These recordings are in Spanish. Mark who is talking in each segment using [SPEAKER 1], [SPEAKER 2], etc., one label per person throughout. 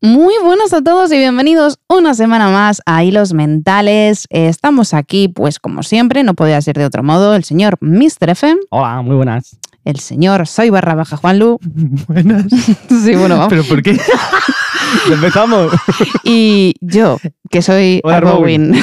[SPEAKER 1] Muy buenas a todos y bienvenidos una semana más a Hilos Mentales. Estamos aquí, pues como siempre, no podía ser de otro modo, el señor Mr. F,
[SPEAKER 2] Hola, muy buenas.
[SPEAKER 1] el señor Soy Barra Baja Juanlu.
[SPEAKER 2] Buenas.
[SPEAKER 1] Sí, bueno, vamos.
[SPEAKER 2] ¿Pero por qué? Empezamos.
[SPEAKER 1] Y yo, que soy
[SPEAKER 2] Hola,
[SPEAKER 1] Arrowin.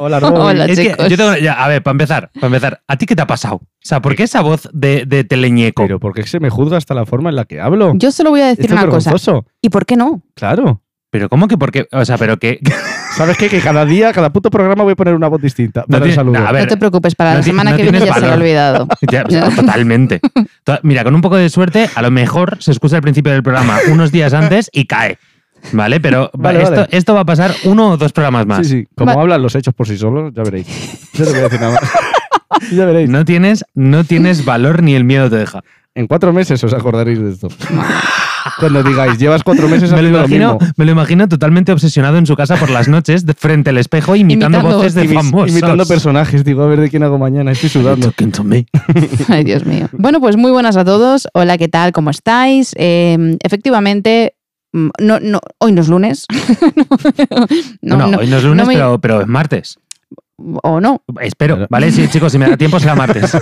[SPEAKER 2] Hola,
[SPEAKER 1] Hola,
[SPEAKER 3] Es que
[SPEAKER 1] chicos.
[SPEAKER 3] yo tengo- ya, a ver, para empezar, para empezar, ¿a ti qué te ha pasado? O sea, ¿por qué esa voz de, de teleñeco?
[SPEAKER 2] Pero ¿por qué se me juzga hasta la forma en la que hablo?
[SPEAKER 1] Yo solo voy a decir
[SPEAKER 2] Esto es
[SPEAKER 1] una cosa.
[SPEAKER 2] vergonzoso.
[SPEAKER 1] ¿Y por qué no?
[SPEAKER 2] Claro.
[SPEAKER 3] Pero ¿cómo que por qué? O sea, pero que
[SPEAKER 2] ¿Sabes qué? Que cada día, cada puto programa voy a poner una voz distinta. para el
[SPEAKER 3] tiene-
[SPEAKER 2] saludo.
[SPEAKER 3] no, a ver.
[SPEAKER 1] no te preocupes, para
[SPEAKER 3] no
[SPEAKER 1] la
[SPEAKER 3] ti-
[SPEAKER 1] semana
[SPEAKER 3] no
[SPEAKER 1] que viene ya
[SPEAKER 3] tienes
[SPEAKER 1] se lo he
[SPEAKER 3] valor.
[SPEAKER 1] olvidado.
[SPEAKER 3] ya, o sea, totalmente. To- Mira, con un poco de suerte, a lo mejor se escucha al principio del programa unos días antes y cae. ¿Vale? Pero
[SPEAKER 2] Vale,
[SPEAKER 3] esto,
[SPEAKER 2] vale.
[SPEAKER 3] esto va a pasar uno o dos programas
[SPEAKER 2] sí,
[SPEAKER 3] más.
[SPEAKER 2] sí. Como
[SPEAKER 1] Va-
[SPEAKER 2] hablan los hechos por sí solos, ya veréis. Yo no voy a decir nada más. ya veréis.
[SPEAKER 3] No tienes, no tienes valor ni el miedo te deja.
[SPEAKER 2] En cuatro meses os acordaréis de esto. Cuando digáis, llevas cuatro meses
[SPEAKER 3] Me
[SPEAKER 2] haciendo lo
[SPEAKER 3] lo, imagino,
[SPEAKER 2] mismo.
[SPEAKER 3] me lo imagino totalmente obsesionado en su casa por las noches, de frente al espejo, imitando,
[SPEAKER 1] Imitando
[SPEAKER 3] voces de
[SPEAKER 2] Imi-
[SPEAKER 3] famosos.
[SPEAKER 2] Imitando personajes, digo, a ver de quién hago mañana. Estoy sudando.
[SPEAKER 3] Talking to me.
[SPEAKER 1] Ay, Dios mío. Bueno, pues muy buenas a todos. Hola, ¿qué tal? ¿Cómo estáis? Eh, efectivamente, mm, no, no, hoy no es lunes.
[SPEAKER 3] No, hoy no es
[SPEAKER 1] no
[SPEAKER 3] lunes,
[SPEAKER 1] me-
[SPEAKER 3] pero, pero es martes.
[SPEAKER 1] O no.
[SPEAKER 3] Espero,
[SPEAKER 2] Pero-
[SPEAKER 3] ¿vale? Sí, chicos, si me da tiempo será martes.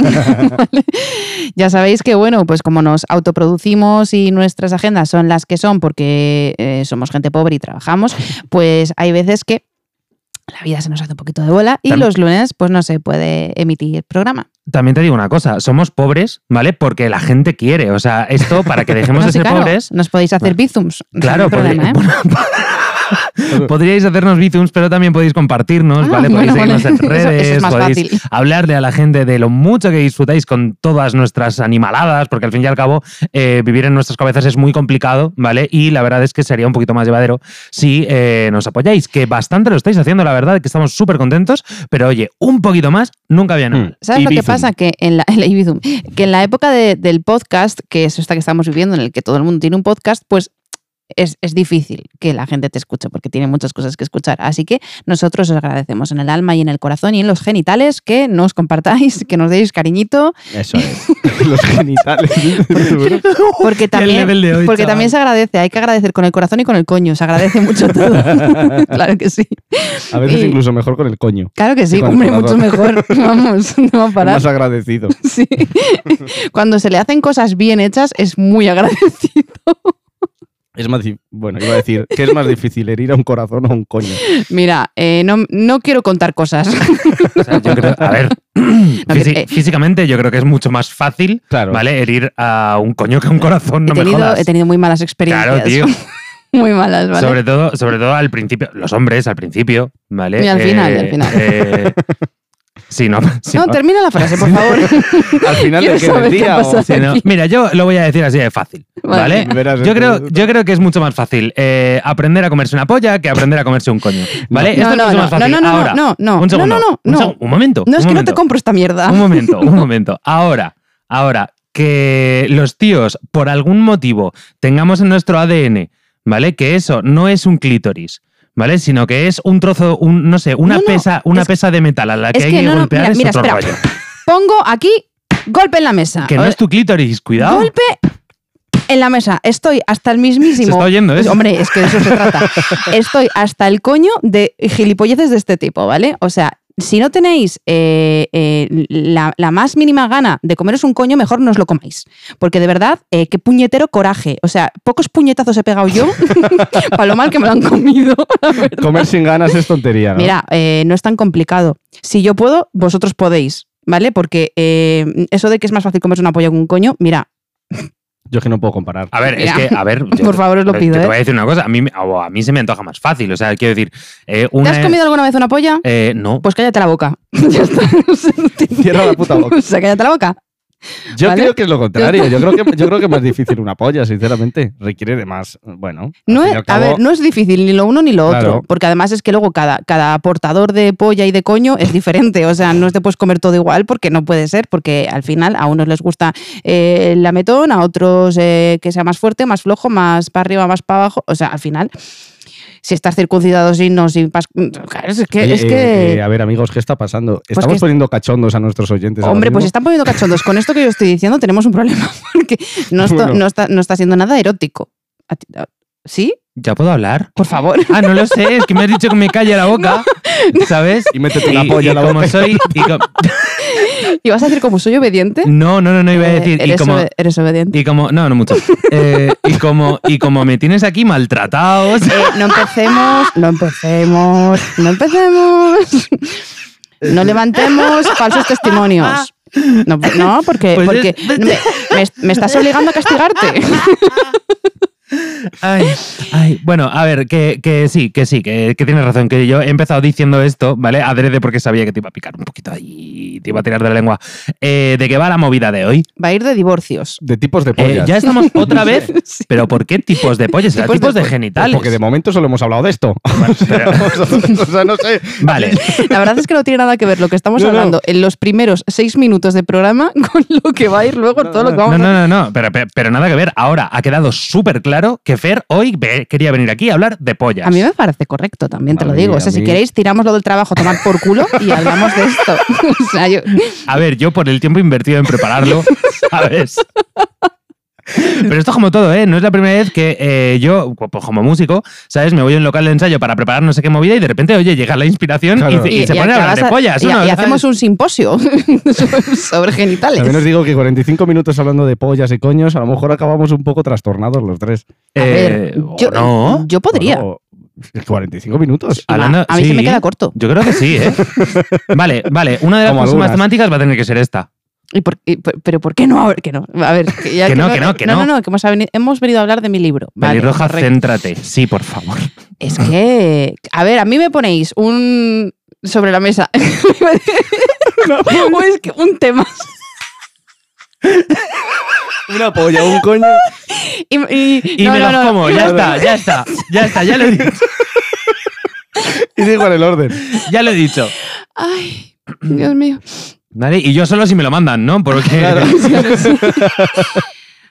[SPEAKER 1] Ya sabéis que, bueno, pues como nos autoproducimos y nuestras agendas son las que son porque eh, somos gente pobre y trabajamos, pues hay veces que la vida se nos hace un poquito de bola y
[SPEAKER 3] Tam-
[SPEAKER 1] los lunes pues no se puede emitir programa.
[SPEAKER 3] También te digo una cosa, somos pobres, ¿vale? Porque la gente quiere. O sea, esto para que dejemos
[SPEAKER 1] No
[SPEAKER 3] de
[SPEAKER 1] sé,
[SPEAKER 3] ser
[SPEAKER 1] claro,
[SPEAKER 3] pobres.
[SPEAKER 1] Nos podéis hacer bizums. no hay
[SPEAKER 3] Claro,
[SPEAKER 1] problema, ¿eh?
[SPEAKER 3] podri- podríais hacernos bizums, pero también podéis compartirnos,
[SPEAKER 1] Ah,
[SPEAKER 3] ¿vale? Podéis
[SPEAKER 1] bueno,
[SPEAKER 3] seguirnos
[SPEAKER 1] vale.
[SPEAKER 3] en
[SPEAKER 1] Eso- eso
[SPEAKER 3] redes,
[SPEAKER 1] es más
[SPEAKER 3] podéis
[SPEAKER 1] fácil.
[SPEAKER 3] hablarle a la gente de lo mucho que disfrutáis con todas nuestras animaladas, porque al fin y al cabo eh, vivir en nuestras cabezas es muy complicado, ¿vale? Y la verdad es que sería un poquito más llevadero si eh, nos apoyáis, que bastante lo estáis haciendo, la verdad, que estamos súper contentos, pero oye, un poquito más nunca había nada.
[SPEAKER 1] ¿Sabes lo que
[SPEAKER 3] Ibizum.
[SPEAKER 1] pasa? Que en la, el Ibizum, que en la época de- del podcast, que es esta que estamos viviendo, en el que todo el mundo tiene un podcast, pues es, es difícil que la gente te escuche porque tiene muchas cosas que escuchar. Así que nosotros os agradecemos en el alma y en el corazón y en los genitales que nos compartáis, que nos deis cariñito,
[SPEAKER 2] Eso es. Los genitales.
[SPEAKER 1] porque también,
[SPEAKER 3] nivel de hoy,
[SPEAKER 1] porque
[SPEAKER 3] chaval.
[SPEAKER 1] también se agradece. Hay que agradecer con el corazón y con el coño. Se agradece mucho todo. claro que sí.
[SPEAKER 2] A veces
[SPEAKER 1] Y-
[SPEAKER 2] incluso mejor con el coño.
[SPEAKER 1] Claro que sí.
[SPEAKER 2] Y con
[SPEAKER 1] Hombre,
[SPEAKER 2] el
[SPEAKER 1] mucho mejor. Vamos, no va a parar.
[SPEAKER 2] Más agradecido.
[SPEAKER 1] Sí. Cuando se le hacen cosas bien hechas es muy agradecido.
[SPEAKER 2] Es más di- bueno, iba a decir que es más difícil herir a un corazón o a un coño.
[SPEAKER 1] Mira, eh, no, no quiero contar cosas.
[SPEAKER 3] O sea, yo creo- a ver, físi-
[SPEAKER 1] que- eh.
[SPEAKER 3] físicamente yo creo que es mucho más fácil,
[SPEAKER 2] Claro.
[SPEAKER 3] ¿vale? Herir a un coño que a un corazón,
[SPEAKER 1] He
[SPEAKER 3] no me
[SPEAKER 1] tenido,
[SPEAKER 3] jodas.
[SPEAKER 1] he tenido muy malas experiencias.
[SPEAKER 3] Claro, tío.
[SPEAKER 1] Muy malas, ¿vale?
[SPEAKER 3] Sobre todo, sobre todo al principio, los hombres al principio, ¿vale?
[SPEAKER 1] Y al final, y al final.
[SPEAKER 3] eh, sí, no. sí,
[SPEAKER 1] no,
[SPEAKER 3] no.
[SPEAKER 1] termina la frase, por favor.
[SPEAKER 2] Al final
[SPEAKER 1] Quiero
[SPEAKER 2] de qué
[SPEAKER 1] saber qué ha
[SPEAKER 2] decía.
[SPEAKER 1] pasado.
[SPEAKER 2] O...
[SPEAKER 3] Sí, no.
[SPEAKER 1] aquí.
[SPEAKER 3] Mira, yo lo voy a decir así de fácil,
[SPEAKER 1] Vale.
[SPEAKER 3] ¿vale?
[SPEAKER 2] Verás,
[SPEAKER 3] Yo
[SPEAKER 2] esto-
[SPEAKER 3] creo, yo creo que es mucho más fácil eh, aprender a comerse una polla que aprender a comerse un coño, ¿vale? Esto
[SPEAKER 1] No,
[SPEAKER 3] es
[SPEAKER 1] no,
[SPEAKER 3] mucho
[SPEAKER 1] no,
[SPEAKER 3] más fácil.
[SPEAKER 1] no, no, no,
[SPEAKER 3] Ahora,
[SPEAKER 1] no, no,
[SPEAKER 3] un segundo,
[SPEAKER 1] no, no,
[SPEAKER 3] un,
[SPEAKER 1] no.
[SPEAKER 3] segu- un momento.
[SPEAKER 1] No,
[SPEAKER 3] un
[SPEAKER 1] es que no
[SPEAKER 3] momento.
[SPEAKER 1] te compro esta mierda.
[SPEAKER 3] Un momento, un momento. Ahora, ahora, que los tíos, por algún motivo, tengamos en nuestro ADN, ¿vale? Que eso no es un clítoris. ¿Vale? Sino que es un trozo, un, no sé, una
[SPEAKER 1] No, no,
[SPEAKER 3] pesa, una
[SPEAKER 1] es-
[SPEAKER 3] pesa de metal a la que
[SPEAKER 1] es
[SPEAKER 3] hay
[SPEAKER 1] que
[SPEAKER 3] que
[SPEAKER 1] no, no,
[SPEAKER 3] golpear
[SPEAKER 1] mira,
[SPEAKER 3] es
[SPEAKER 1] mira,
[SPEAKER 3] otro
[SPEAKER 1] espera.
[SPEAKER 3] rollo.
[SPEAKER 1] Pongo aquí golpe en la mesa.
[SPEAKER 3] Que no es tu clítoris, cuidado.
[SPEAKER 1] Golpe en la mesa. Estoy hasta el mismísimo.
[SPEAKER 3] Se está oyendo, ¿eh?
[SPEAKER 1] Hombre, es que de eso se trata. Estoy hasta el coño de gilipolleces de este tipo, ¿vale? O sea, si no tenéis eh, eh, la, la más mínima gana de comeros un coño, mejor no os lo comáis. Porque de verdad, eh, qué puñetero coraje. O sea, pocos puñetazos he pegado yo para lo mal que me lo han comido.
[SPEAKER 2] Comer sin ganas es tontería. ¿no?
[SPEAKER 1] Mira, eh, no es tan complicado. Si yo puedo, vosotros podéis, ¿vale? Porque eh, eso de que es más fácil comerse una polla que un coño, mira,
[SPEAKER 2] Yo es que no puedo comparar.
[SPEAKER 3] A ver,
[SPEAKER 1] Mira.
[SPEAKER 3] es que, a ver.
[SPEAKER 1] Por favor, os lo
[SPEAKER 3] yo
[SPEAKER 1] pido,
[SPEAKER 3] Te
[SPEAKER 1] ¿eh?
[SPEAKER 3] voy a decir una cosa. A mí, me- o a mí se me antoja más fácil. O sea, quiero decir. eh,
[SPEAKER 1] ¿Te
[SPEAKER 3] una
[SPEAKER 1] has
[SPEAKER 3] es-
[SPEAKER 1] comido alguna vez una polla?
[SPEAKER 3] eh, no.
[SPEAKER 1] Pues cállate la boca. ya está. O sea, no tiene-
[SPEAKER 2] Cierra la puta boca.
[SPEAKER 1] O sea, cállate la boca.
[SPEAKER 2] Yo
[SPEAKER 1] ¿Vale?
[SPEAKER 2] creo que es lo contrario. Yo creo que, yo creo que es más difícil una polla, sinceramente. Requiere de más. Bueno.
[SPEAKER 1] No
[SPEAKER 2] al fin
[SPEAKER 1] es,
[SPEAKER 2] y al
[SPEAKER 1] a
[SPEAKER 2] cabo,
[SPEAKER 1] ver, no es difícil ni lo uno ni lo otro.
[SPEAKER 2] Claro.
[SPEAKER 1] Porque además es que luego cada, cada portador de polla y de coño es diferente. O sea, no te puedes comer todo igual porque no puede ser. Porque al final a unos les gusta eh, la metón, a otros eh, que sea más fuerte, más flojo, más para arriba, más para abajo. O sea, al final, si estás circuncidado, si no, si pas- Claro, Es que.
[SPEAKER 2] oye,
[SPEAKER 1] es
[SPEAKER 2] eh,
[SPEAKER 1] que...
[SPEAKER 2] eh, a ver, amigos, ¿qué está pasando?
[SPEAKER 1] Pues
[SPEAKER 2] Estamos
[SPEAKER 1] que-
[SPEAKER 2] poniendo cachondos a nuestros oyentes. ahora
[SPEAKER 1] Hombre, pues
[SPEAKER 2] mismo.
[SPEAKER 1] están poniendo cachondos. Con esto que yo estoy diciendo tenemos un problema porque no, esto-
[SPEAKER 2] Bueno.
[SPEAKER 1] no está, no está siendo nada erótico. A ti- a- ¿Sí?
[SPEAKER 3] ¿Ya puedo hablar?
[SPEAKER 1] Por favor.
[SPEAKER 3] Ah, no lo sé, es que me has dicho que me calle la boca, ¿sabes?
[SPEAKER 2] Y métete una
[SPEAKER 3] Y-
[SPEAKER 2] polla
[SPEAKER 3] y
[SPEAKER 2] en la
[SPEAKER 3] como
[SPEAKER 2] boca.
[SPEAKER 3] soy. y co-
[SPEAKER 1] ¿Y vas a decir como soy obediente?
[SPEAKER 3] no, no, no, no iba a
[SPEAKER 1] Eh,
[SPEAKER 3] decir. Y
[SPEAKER 1] eres,
[SPEAKER 3] como,
[SPEAKER 1] obe- eres obediente.
[SPEAKER 3] y como. No, no mucho. Eh, y, como, y como me tienes aquí maltratado.
[SPEAKER 1] Eh, no empecemos, no empecemos, no empecemos. No levantemos falsos testimonios. No, no, porque,
[SPEAKER 3] Pues
[SPEAKER 1] porque
[SPEAKER 3] es-
[SPEAKER 1] me, me- me estás obligando a castigarte.
[SPEAKER 3] Ay, ay, bueno, a ver, que, que sí, que sí, que, que tienes razón, que yo he empezado diciendo esto, ¿vale? Adrede porque sabía que te iba a picar un poquito ahí, te iba a tirar de la lengua. Eh, ¿De qué va la movida de hoy?
[SPEAKER 1] Va a ir de divorcios.
[SPEAKER 2] De tipos de
[SPEAKER 3] Eh,
[SPEAKER 2] pollas.
[SPEAKER 3] ya estamos otra
[SPEAKER 2] Sí.
[SPEAKER 3] vez, pero ¿por qué tipos de pollas? Será
[SPEAKER 1] Tipos de
[SPEAKER 3] Tipos, de,
[SPEAKER 1] pollas.
[SPEAKER 2] Pues
[SPEAKER 3] genitales.
[SPEAKER 2] porque de momento solo hemos hablado de esto. o sea, no sé.
[SPEAKER 3] Vale,
[SPEAKER 1] La verdad es que no tiene nada que ver lo que estamos
[SPEAKER 2] No, no.
[SPEAKER 1] hablando en los primeros seis minutos de programa con lo que va a ir luego,
[SPEAKER 2] No,
[SPEAKER 1] todo lo que vamos
[SPEAKER 3] no,
[SPEAKER 1] a
[SPEAKER 3] no, no, no, pero, pero- pero nada que ver. Ahora ha quedado súper claro que Fer hoy ve- quería venir aquí a hablar de pollas.
[SPEAKER 1] A mí me parece correcto, también te
[SPEAKER 2] A
[SPEAKER 1] lo
[SPEAKER 2] mí-
[SPEAKER 1] digo. O
[SPEAKER 2] a
[SPEAKER 1] sea, si
[SPEAKER 2] mí-
[SPEAKER 1] queréis, tiramos lo del trabajo, a tomar por culo y hablamos de esto. O sea, yo-
[SPEAKER 3] A ver, yo por el tiempo invertido en prepararlo, ¿sabes? Pero esto es como todo, ¿eh? No es la primera vez que eh, yo, co- pues como músico, ¿sabes? Me voy a un local de ensayo para preparar no sé qué movida y de repente, oye, llega la inspiración y
[SPEAKER 2] Claro.
[SPEAKER 3] se- y, se pone a hablar
[SPEAKER 1] acabas
[SPEAKER 3] de
[SPEAKER 1] a-
[SPEAKER 3] pollas.
[SPEAKER 1] y-
[SPEAKER 3] ¿o no?
[SPEAKER 1] y
[SPEAKER 3] ¿Sabes?
[SPEAKER 1] hacemos un simposio sobre genitales.
[SPEAKER 2] También os digo que 45 minutos hablando de pollas y coños, a lo mejor acabamos un poco trastornados los tres.
[SPEAKER 1] A ver,
[SPEAKER 3] Eh, ¿o
[SPEAKER 1] yo,
[SPEAKER 3] no?
[SPEAKER 1] yo podría.
[SPEAKER 2] Bueno, 45 minutos.
[SPEAKER 3] Hablando-
[SPEAKER 1] a mí se me
[SPEAKER 3] sí.
[SPEAKER 1] queda corto.
[SPEAKER 3] Yo creo que sí, ¿eh? Vale, vale. Una de las
[SPEAKER 2] Como algunas.
[SPEAKER 3] próximas temáticas va a tener que ser esta.
[SPEAKER 1] ¿Y por- y por- ¿Pero por qué no? ahora? Que no. A ver, que, ya
[SPEAKER 3] Que no, que no, que
[SPEAKER 1] no.
[SPEAKER 3] no.
[SPEAKER 1] no, que hemos, aveni- hemos venido a hablar de mi libro. Vale,
[SPEAKER 3] Pelirroja,
[SPEAKER 1] correcto.
[SPEAKER 3] céntrate. Sí, por favor.
[SPEAKER 1] Es que, a ver, a mí me ponéis un sobre la mesa. O es que un tema.
[SPEAKER 2] Una polla, un coño.
[SPEAKER 1] Y, y-
[SPEAKER 3] Y
[SPEAKER 1] no,
[SPEAKER 3] me
[SPEAKER 1] no,
[SPEAKER 3] los
[SPEAKER 1] no.
[SPEAKER 3] como, ya está, ya está, ya está, ya lo he dicho.
[SPEAKER 2] Y digo en el orden.
[SPEAKER 3] Ya lo he dicho.
[SPEAKER 1] Ay, Dios mío.
[SPEAKER 3] Vale, y yo solo si me lo mandan, ¿no? Porque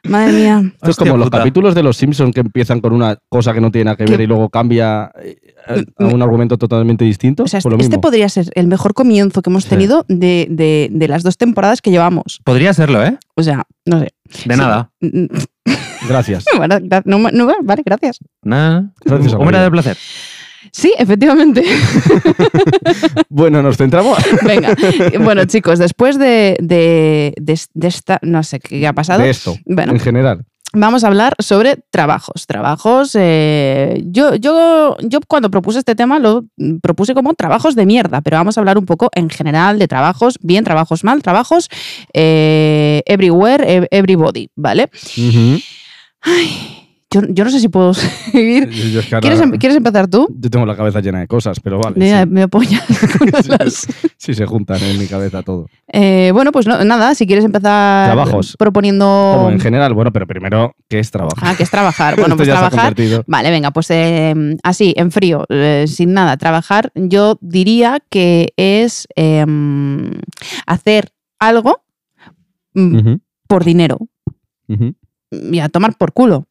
[SPEAKER 1] Madre mía.
[SPEAKER 2] Esto es
[SPEAKER 3] Hostia
[SPEAKER 2] como los
[SPEAKER 3] puta.
[SPEAKER 2] capítulos de los Simpsons que empiezan con una cosa que no tiene nada que ver
[SPEAKER 1] Que-
[SPEAKER 2] y luego cambia eh, a a un argumento totalmente distinto.
[SPEAKER 1] O sea,
[SPEAKER 2] pues lo
[SPEAKER 1] este
[SPEAKER 2] mismo.
[SPEAKER 1] podría ser el mejor comienzo que hemos
[SPEAKER 2] Sí.
[SPEAKER 1] tenido de, de- de las dos temporadas que llevamos.
[SPEAKER 3] Podría serlo, ¿eh?
[SPEAKER 1] O sea, no sé.
[SPEAKER 3] De nada.
[SPEAKER 1] Mm,
[SPEAKER 2] Gracias.
[SPEAKER 1] bueno, gra- no, no, vale, gracias.
[SPEAKER 3] Nada.
[SPEAKER 2] Gracias,
[SPEAKER 3] Hombre,
[SPEAKER 2] amigo.
[SPEAKER 3] de placer.
[SPEAKER 1] Sí, efectivamente.
[SPEAKER 2] Bueno, nos centramos.
[SPEAKER 1] Venga. Bueno, chicos, después de, de- de- de esta, no sé qué ha pasado.
[SPEAKER 2] De esto,
[SPEAKER 1] Bueno,
[SPEAKER 2] en general.
[SPEAKER 1] vamos a hablar sobre trabajos. Trabajos. eh, yo, yo, yo cuando propuse este tema lo mm, propuse como trabajos de mierda, pero vamos a hablar un poco en general de trabajos, bien, trabajos mal, trabajos eh, everywhere, ev- everybody, ¿vale? Ay, yo, yo no sé si puedo seguir.
[SPEAKER 2] Yo es que ahora-
[SPEAKER 1] ¿Quieres, em- quieres empezar tú?
[SPEAKER 2] yo tengo la cabeza llena de cosas, pero vale.
[SPEAKER 1] Mira,
[SPEAKER 2] sí.
[SPEAKER 1] Me apoyas con
[SPEAKER 2] Sí,
[SPEAKER 1] las-
[SPEAKER 2] Sí, se juntan en mi cabeza todo.
[SPEAKER 1] Eh, bueno, pues no- nada, si quieres empezar
[SPEAKER 2] Trabajos.
[SPEAKER 1] proponiendo...
[SPEAKER 2] Como en general, bueno, pero primero, ¿qué es trabajar?
[SPEAKER 1] Ah, que es trabajar. Bueno,
[SPEAKER 2] Esto
[SPEAKER 1] pues
[SPEAKER 2] ya se ha
[SPEAKER 1] trabajar
[SPEAKER 2] convertido.
[SPEAKER 1] Vale, venga, pues eh, así, en frío, eh, sin nada, trabajar, yo diría que es eh, hacer algo mm,
[SPEAKER 2] Ujú,
[SPEAKER 1] por dinero
[SPEAKER 2] ujú.
[SPEAKER 1] y a tomar por culo.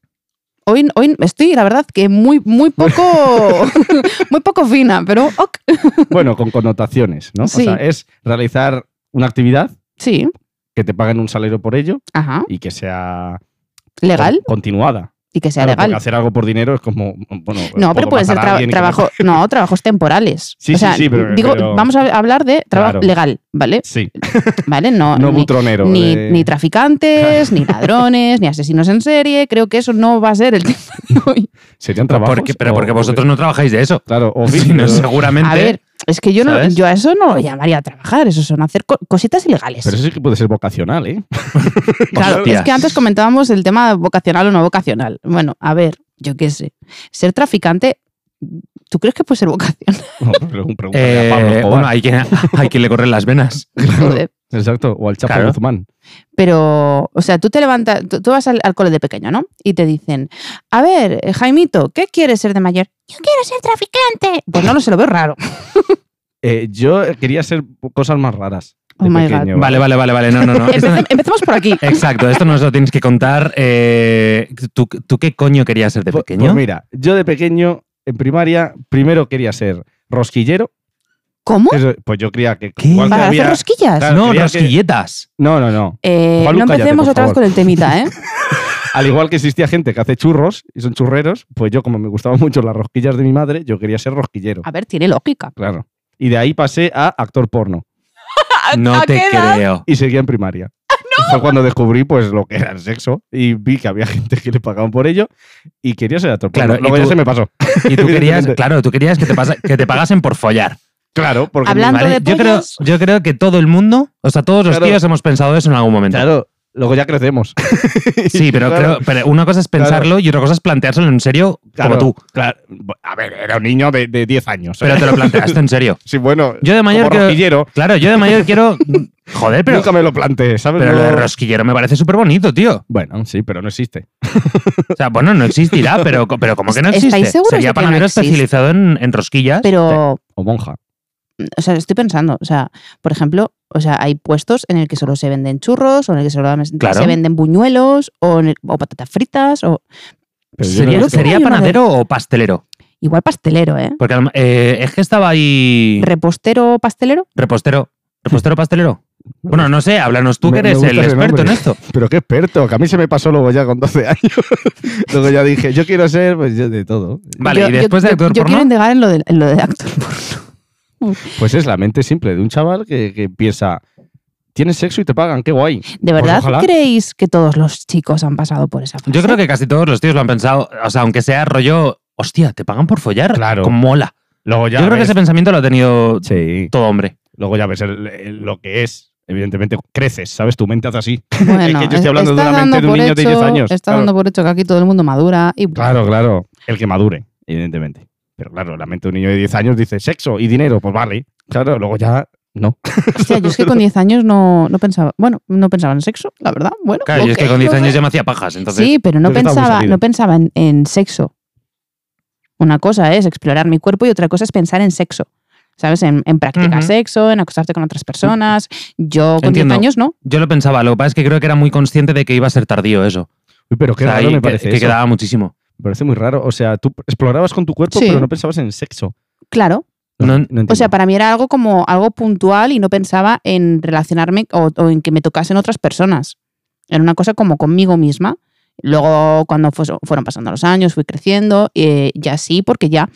[SPEAKER 1] Hoy, hoy estoy, la verdad, que muy, muy poco, muy poco fina, pero ok,
[SPEAKER 2] Bueno, con connotaciones, ¿no?
[SPEAKER 1] Sí.
[SPEAKER 2] O sea, es realizar una actividad
[SPEAKER 1] sí,
[SPEAKER 2] que te paguen un salario por ello
[SPEAKER 1] ajá,
[SPEAKER 2] y que sea
[SPEAKER 1] legal
[SPEAKER 2] con- continuada.
[SPEAKER 1] y que sea
[SPEAKER 2] Claro,
[SPEAKER 1] legal.
[SPEAKER 2] Porque hacer algo por dinero es como, bueno,
[SPEAKER 1] No,
[SPEAKER 2] puedo
[SPEAKER 1] pero pueden
[SPEAKER 2] matar
[SPEAKER 1] ser
[SPEAKER 2] a
[SPEAKER 1] tra-
[SPEAKER 2] alguien y que me-
[SPEAKER 1] trabajo, no, trabajos temporales.
[SPEAKER 2] Sí,
[SPEAKER 1] o
[SPEAKER 2] sí,
[SPEAKER 1] sea,
[SPEAKER 2] sí, pero-
[SPEAKER 1] digo,
[SPEAKER 2] pero-
[SPEAKER 1] vamos a hablar de trabajo
[SPEAKER 2] Claro.
[SPEAKER 1] legal, ¿vale?
[SPEAKER 2] Sí,
[SPEAKER 1] ¿Vale? No,
[SPEAKER 2] no
[SPEAKER 1] ni-
[SPEAKER 2] butronero. eh,
[SPEAKER 1] ni,
[SPEAKER 2] de-
[SPEAKER 1] ni traficantes, ni ladrones, ni asesinos en serie. Creo que eso no va a ser el tema de hoy.
[SPEAKER 2] Serían trabajos.
[SPEAKER 3] Porque, pero
[SPEAKER 2] o-
[SPEAKER 3] porque vosotros no trabajáis de eso.
[SPEAKER 2] Claro, o
[SPEAKER 3] Si no,
[SPEAKER 1] A
[SPEAKER 3] seguramente.
[SPEAKER 1] ver, es que yo, no,
[SPEAKER 3] ¿Sabes?
[SPEAKER 1] yo a eso no lo llamaría trabajar, eso son hacer co- cositas ilegales.
[SPEAKER 2] Pero eso sí que puede ser vocacional, ¿eh?
[SPEAKER 1] claro,
[SPEAKER 3] Hostias.
[SPEAKER 1] es que antes comentábamos el tema vocacional o no vocacional. Bueno, a ver, yo qué sé. Ser traficante, ¿tú crees que puede ser vocación?
[SPEAKER 2] No, pero un- pregúntale
[SPEAKER 3] Eh,
[SPEAKER 2] a Pablo Escobar.
[SPEAKER 3] bueno, hay quien, hay quien le corren las venas.
[SPEAKER 1] Joder.
[SPEAKER 2] Exacto, o al Chapo
[SPEAKER 3] Claro.
[SPEAKER 2] Guzmán.
[SPEAKER 1] Pero, o sea, tú te levantas, tú, tú vas al, al cole de pequeño, ¿no? Y te dicen, a ver, eh, Jaimito, ¿qué quieres ser de mayor? Yo quiero ser traficante. Pues no lo sé, lo veo raro.
[SPEAKER 2] Eh, yo quería hacer cosas más raras. de
[SPEAKER 1] Oh my God.
[SPEAKER 2] pequeño.
[SPEAKER 3] Vale, vale, vale, vale. No, no, no. Esto no-
[SPEAKER 1] Empecemos empecemos por aquí.
[SPEAKER 3] exacto, esto nos lo tienes que contar. eh, ¿tú, tú qué coño querías ser de
[SPEAKER 2] Pues-
[SPEAKER 3] pequeño?
[SPEAKER 2] Pues mira, yo de pequeño, en primaria, primero quería ser rosquillero.
[SPEAKER 1] ¿Cómo?
[SPEAKER 2] Eso- pues yo creía que.
[SPEAKER 3] ¿Qué?
[SPEAKER 2] igual que
[SPEAKER 1] Para
[SPEAKER 2] había-
[SPEAKER 1] hacer rosquillas.
[SPEAKER 2] Claro,
[SPEAKER 3] no,
[SPEAKER 2] quería que-
[SPEAKER 3] rosquilletas.
[SPEAKER 2] No, no, no.
[SPEAKER 1] Eh,
[SPEAKER 2] Juanlu,
[SPEAKER 1] no
[SPEAKER 2] cállate,
[SPEAKER 1] empecemos
[SPEAKER 2] por
[SPEAKER 1] otra vez
[SPEAKER 2] favor.
[SPEAKER 1] con el temita, ¿eh?
[SPEAKER 2] Al igual que existía gente que hace churros y son churreros, pues yo, como me gustaban mucho las rosquillas de mi madre, yo quería ser rosquillero.
[SPEAKER 1] A ver, tiene lógica.
[SPEAKER 2] Claro. Y de ahí pasé a actor porno.
[SPEAKER 3] No
[SPEAKER 1] ¿A
[SPEAKER 3] te
[SPEAKER 1] qué edad?
[SPEAKER 3] creo.
[SPEAKER 2] Y seguía en primaria.
[SPEAKER 3] ¡Ah,
[SPEAKER 2] Fue cuando descubrí pues lo que era el sexo y vi que había gente que le pagaban por ello y quería ser actor. porno.
[SPEAKER 3] Claro, y
[SPEAKER 2] luego ya
[SPEAKER 3] tú-
[SPEAKER 2] se me pasó.
[SPEAKER 3] Y tú querías,
[SPEAKER 2] Evidentemente.
[SPEAKER 3] claro, tú querías que te, pasa- que te pagasen por follar.
[SPEAKER 2] Claro, porque
[SPEAKER 1] Hablando
[SPEAKER 3] ¿vale?
[SPEAKER 1] de
[SPEAKER 3] yo, creo,
[SPEAKER 1] pollas.
[SPEAKER 3] yo creo que todo el mundo, o sea, todos los
[SPEAKER 2] Claro.
[SPEAKER 3] tíos hemos pensado eso en algún momento.
[SPEAKER 2] claro, luego ya crecemos.
[SPEAKER 3] Sí, pero,
[SPEAKER 2] Claro.
[SPEAKER 3] creo- pero una cosa es pensarlo y otra cosa es planteárselo en serio
[SPEAKER 2] Claro,
[SPEAKER 3] como tú.
[SPEAKER 2] claro. A ver, era un niño de, de 10 años. ¿eh?
[SPEAKER 3] Pero te lo planteaste en serio.
[SPEAKER 2] sí, bueno,
[SPEAKER 3] Yo de mayor
[SPEAKER 2] como
[SPEAKER 3] creo-
[SPEAKER 2] rosquillero,
[SPEAKER 3] Claro, yo de mayor quiero. Joder, pero,
[SPEAKER 2] nunca me lo planteé, ¿sabes?
[SPEAKER 3] pero lo de
[SPEAKER 2] No-
[SPEAKER 3] rosquillero me parece súper bonito, tío.
[SPEAKER 2] Bueno, sí, pero no existe.
[SPEAKER 3] O sea, bueno, no existirá, pero, co- pero como que no
[SPEAKER 1] ¿Estáis
[SPEAKER 3] existe.
[SPEAKER 1] seguros de
[SPEAKER 3] Sería
[SPEAKER 1] que no
[SPEAKER 3] panadero
[SPEAKER 1] existe?
[SPEAKER 3] especializado en, en rosquillas.
[SPEAKER 1] Pero,
[SPEAKER 2] O monja.
[SPEAKER 1] o sea, estoy pensando, o sea, por ejemplo, o sea, hay puestos en el que solo se venden churros, o en el que solo
[SPEAKER 3] Claro.
[SPEAKER 1] se venden buñuelos, o, en el- o patatas fritas, o
[SPEAKER 2] Pero yo
[SPEAKER 3] ¿Sería,
[SPEAKER 2] no
[SPEAKER 1] creo que hay
[SPEAKER 3] sería
[SPEAKER 1] una de-
[SPEAKER 3] panadero o pastelero?
[SPEAKER 1] igual pastelero, ¿eh?
[SPEAKER 3] Porque al- eh, es que estaba ahí.
[SPEAKER 1] Repostero pastelero.
[SPEAKER 3] Repostero. ¿Repostero pastelero? Bueno, no sé, háblanos tú
[SPEAKER 2] Me-
[SPEAKER 3] que
[SPEAKER 2] me
[SPEAKER 3] eres
[SPEAKER 2] gusta
[SPEAKER 3] el
[SPEAKER 2] ese
[SPEAKER 3] experto en
[SPEAKER 2] nombre.
[SPEAKER 3] esto.
[SPEAKER 2] Pero qué experto, que a mí se me pasó luego ya con 12 años. luego ya dije, yo quiero ser pues yo de todo.
[SPEAKER 3] Vale,
[SPEAKER 1] Yo-
[SPEAKER 3] y
[SPEAKER 1] yo-
[SPEAKER 3] después de
[SPEAKER 1] yo-
[SPEAKER 3] actor
[SPEAKER 1] Yo quiero
[SPEAKER 3] porno.
[SPEAKER 1] indagar en lo de, en lo de actor porno.
[SPEAKER 2] Pues es la mente simple de un chaval que, que piensa, tienes sexo y te pagan, qué guay.
[SPEAKER 1] ¿De verdad
[SPEAKER 2] Pues ojalá.
[SPEAKER 1] creéis que todos los chicos han pasado por esa fase?
[SPEAKER 3] Yo creo que casi todos los tíos lo han pensado. O sea, aunque sea rollo. Hostia, ¿te pagan por follar?
[SPEAKER 2] Claro.
[SPEAKER 3] Como mola.
[SPEAKER 2] Luego ya
[SPEAKER 3] Yo creo que
[SPEAKER 2] ves-
[SPEAKER 3] ese pensamiento lo ha tenido
[SPEAKER 2] Sí.
[SPEAKER 3] todo hombre.
[SPEAKER 2] Luego ya ves el- el- lo que es. Evidentemente creces, ¿sabes? Tu mente hace así.
[SPEAKER 1] Bueno,
[SPEAKER 2] Es que yo estoy hablando de
[SPEAKER 1] está
[SPEAKER 2] una mente
[SPEAKER 1] dando
[SPEAKER 2] de un
[SPEAKER 1] por
[SPEAKER 2] niño de 10
[SPEAKER 1] hecho-
[SPEAKER 2] años,
[SPEAKER 1] Está
[SPEAKER 2] claro.
[SPEAKER 1] dando por hecho que aquí todo el mundo madura y
[SPEAKER 2] Claro, claro. El que madure, evidentemente. Pero claro, la mente de un niño de 10 años dice sexo y dinero, pues vale. Claro, luego ya no.
[SPEAKER 1] Hostia, yo es que con 10 años no, no pensaba, bueno, no pensaba en sexo, la verdad. Bueno,
[SPEAKER 3] Claro, yo es
[SPEAKER 1] ok,
[SPEAKER 3] que con 10
[SPEAKER 1] no sé.
[SPEAKER 3] años ya me hacía pajas, entonces.
[SPEAKER 1] Sí, pero no
[SPEAKER 2] Entonces está muy
[SPEAKER 1] pensaba,
[SPEAKER 2] salido.
[SPEAKER 1] no pensaba en, en sexo. Una cosa es explorar mi cuerpo y otra cosa es pensar en sexo. ¿Sabes? En, en practicar
[SPEAKER 3] Ujú.
[SPEAKER 1] sexo, en acostarte con otras personas. Yo con 10
[SPEAKER 3] Entiendo.
[SPEAKER 1] años no.
[SPEAKER 3] Yo lo pensaba, lo que pasa es que creo que era muy consciente de que iba a ser tardío eso.
[SPEAKER 2] Uy, pero qué
[SPEAKER 3] O sea,
[SPEAKER 2] raro
[SPEAKER 3] ahí
[SPEAKER 2] Pues me
[SPEAKER 3] que-
[SPEAKER 2] parece
[SPEAKER 3] que
[SPEAKER 2] eso.
[SPEAKER 3] quedaba muchísimo.
[SPEAKER 2] Me parece muy raro. O sea, tú explorabas con tu cuerpo,
[SPEAKER 1] Sí.
[SPEAKER 2] pero no pensabas en sexo.
[SPEAKER 1] Claro.
[SPEAKER 3] No-
[SPEAKER 1] O sea, para mí era algo como algo puntual y no pensaba en relacionarme o, o en que me tocasen otras personas. Era una cosa como conmigo misma. Luego, cuando fues- fueron pasando los años, fui creciendo, eh, ya sí, porque ya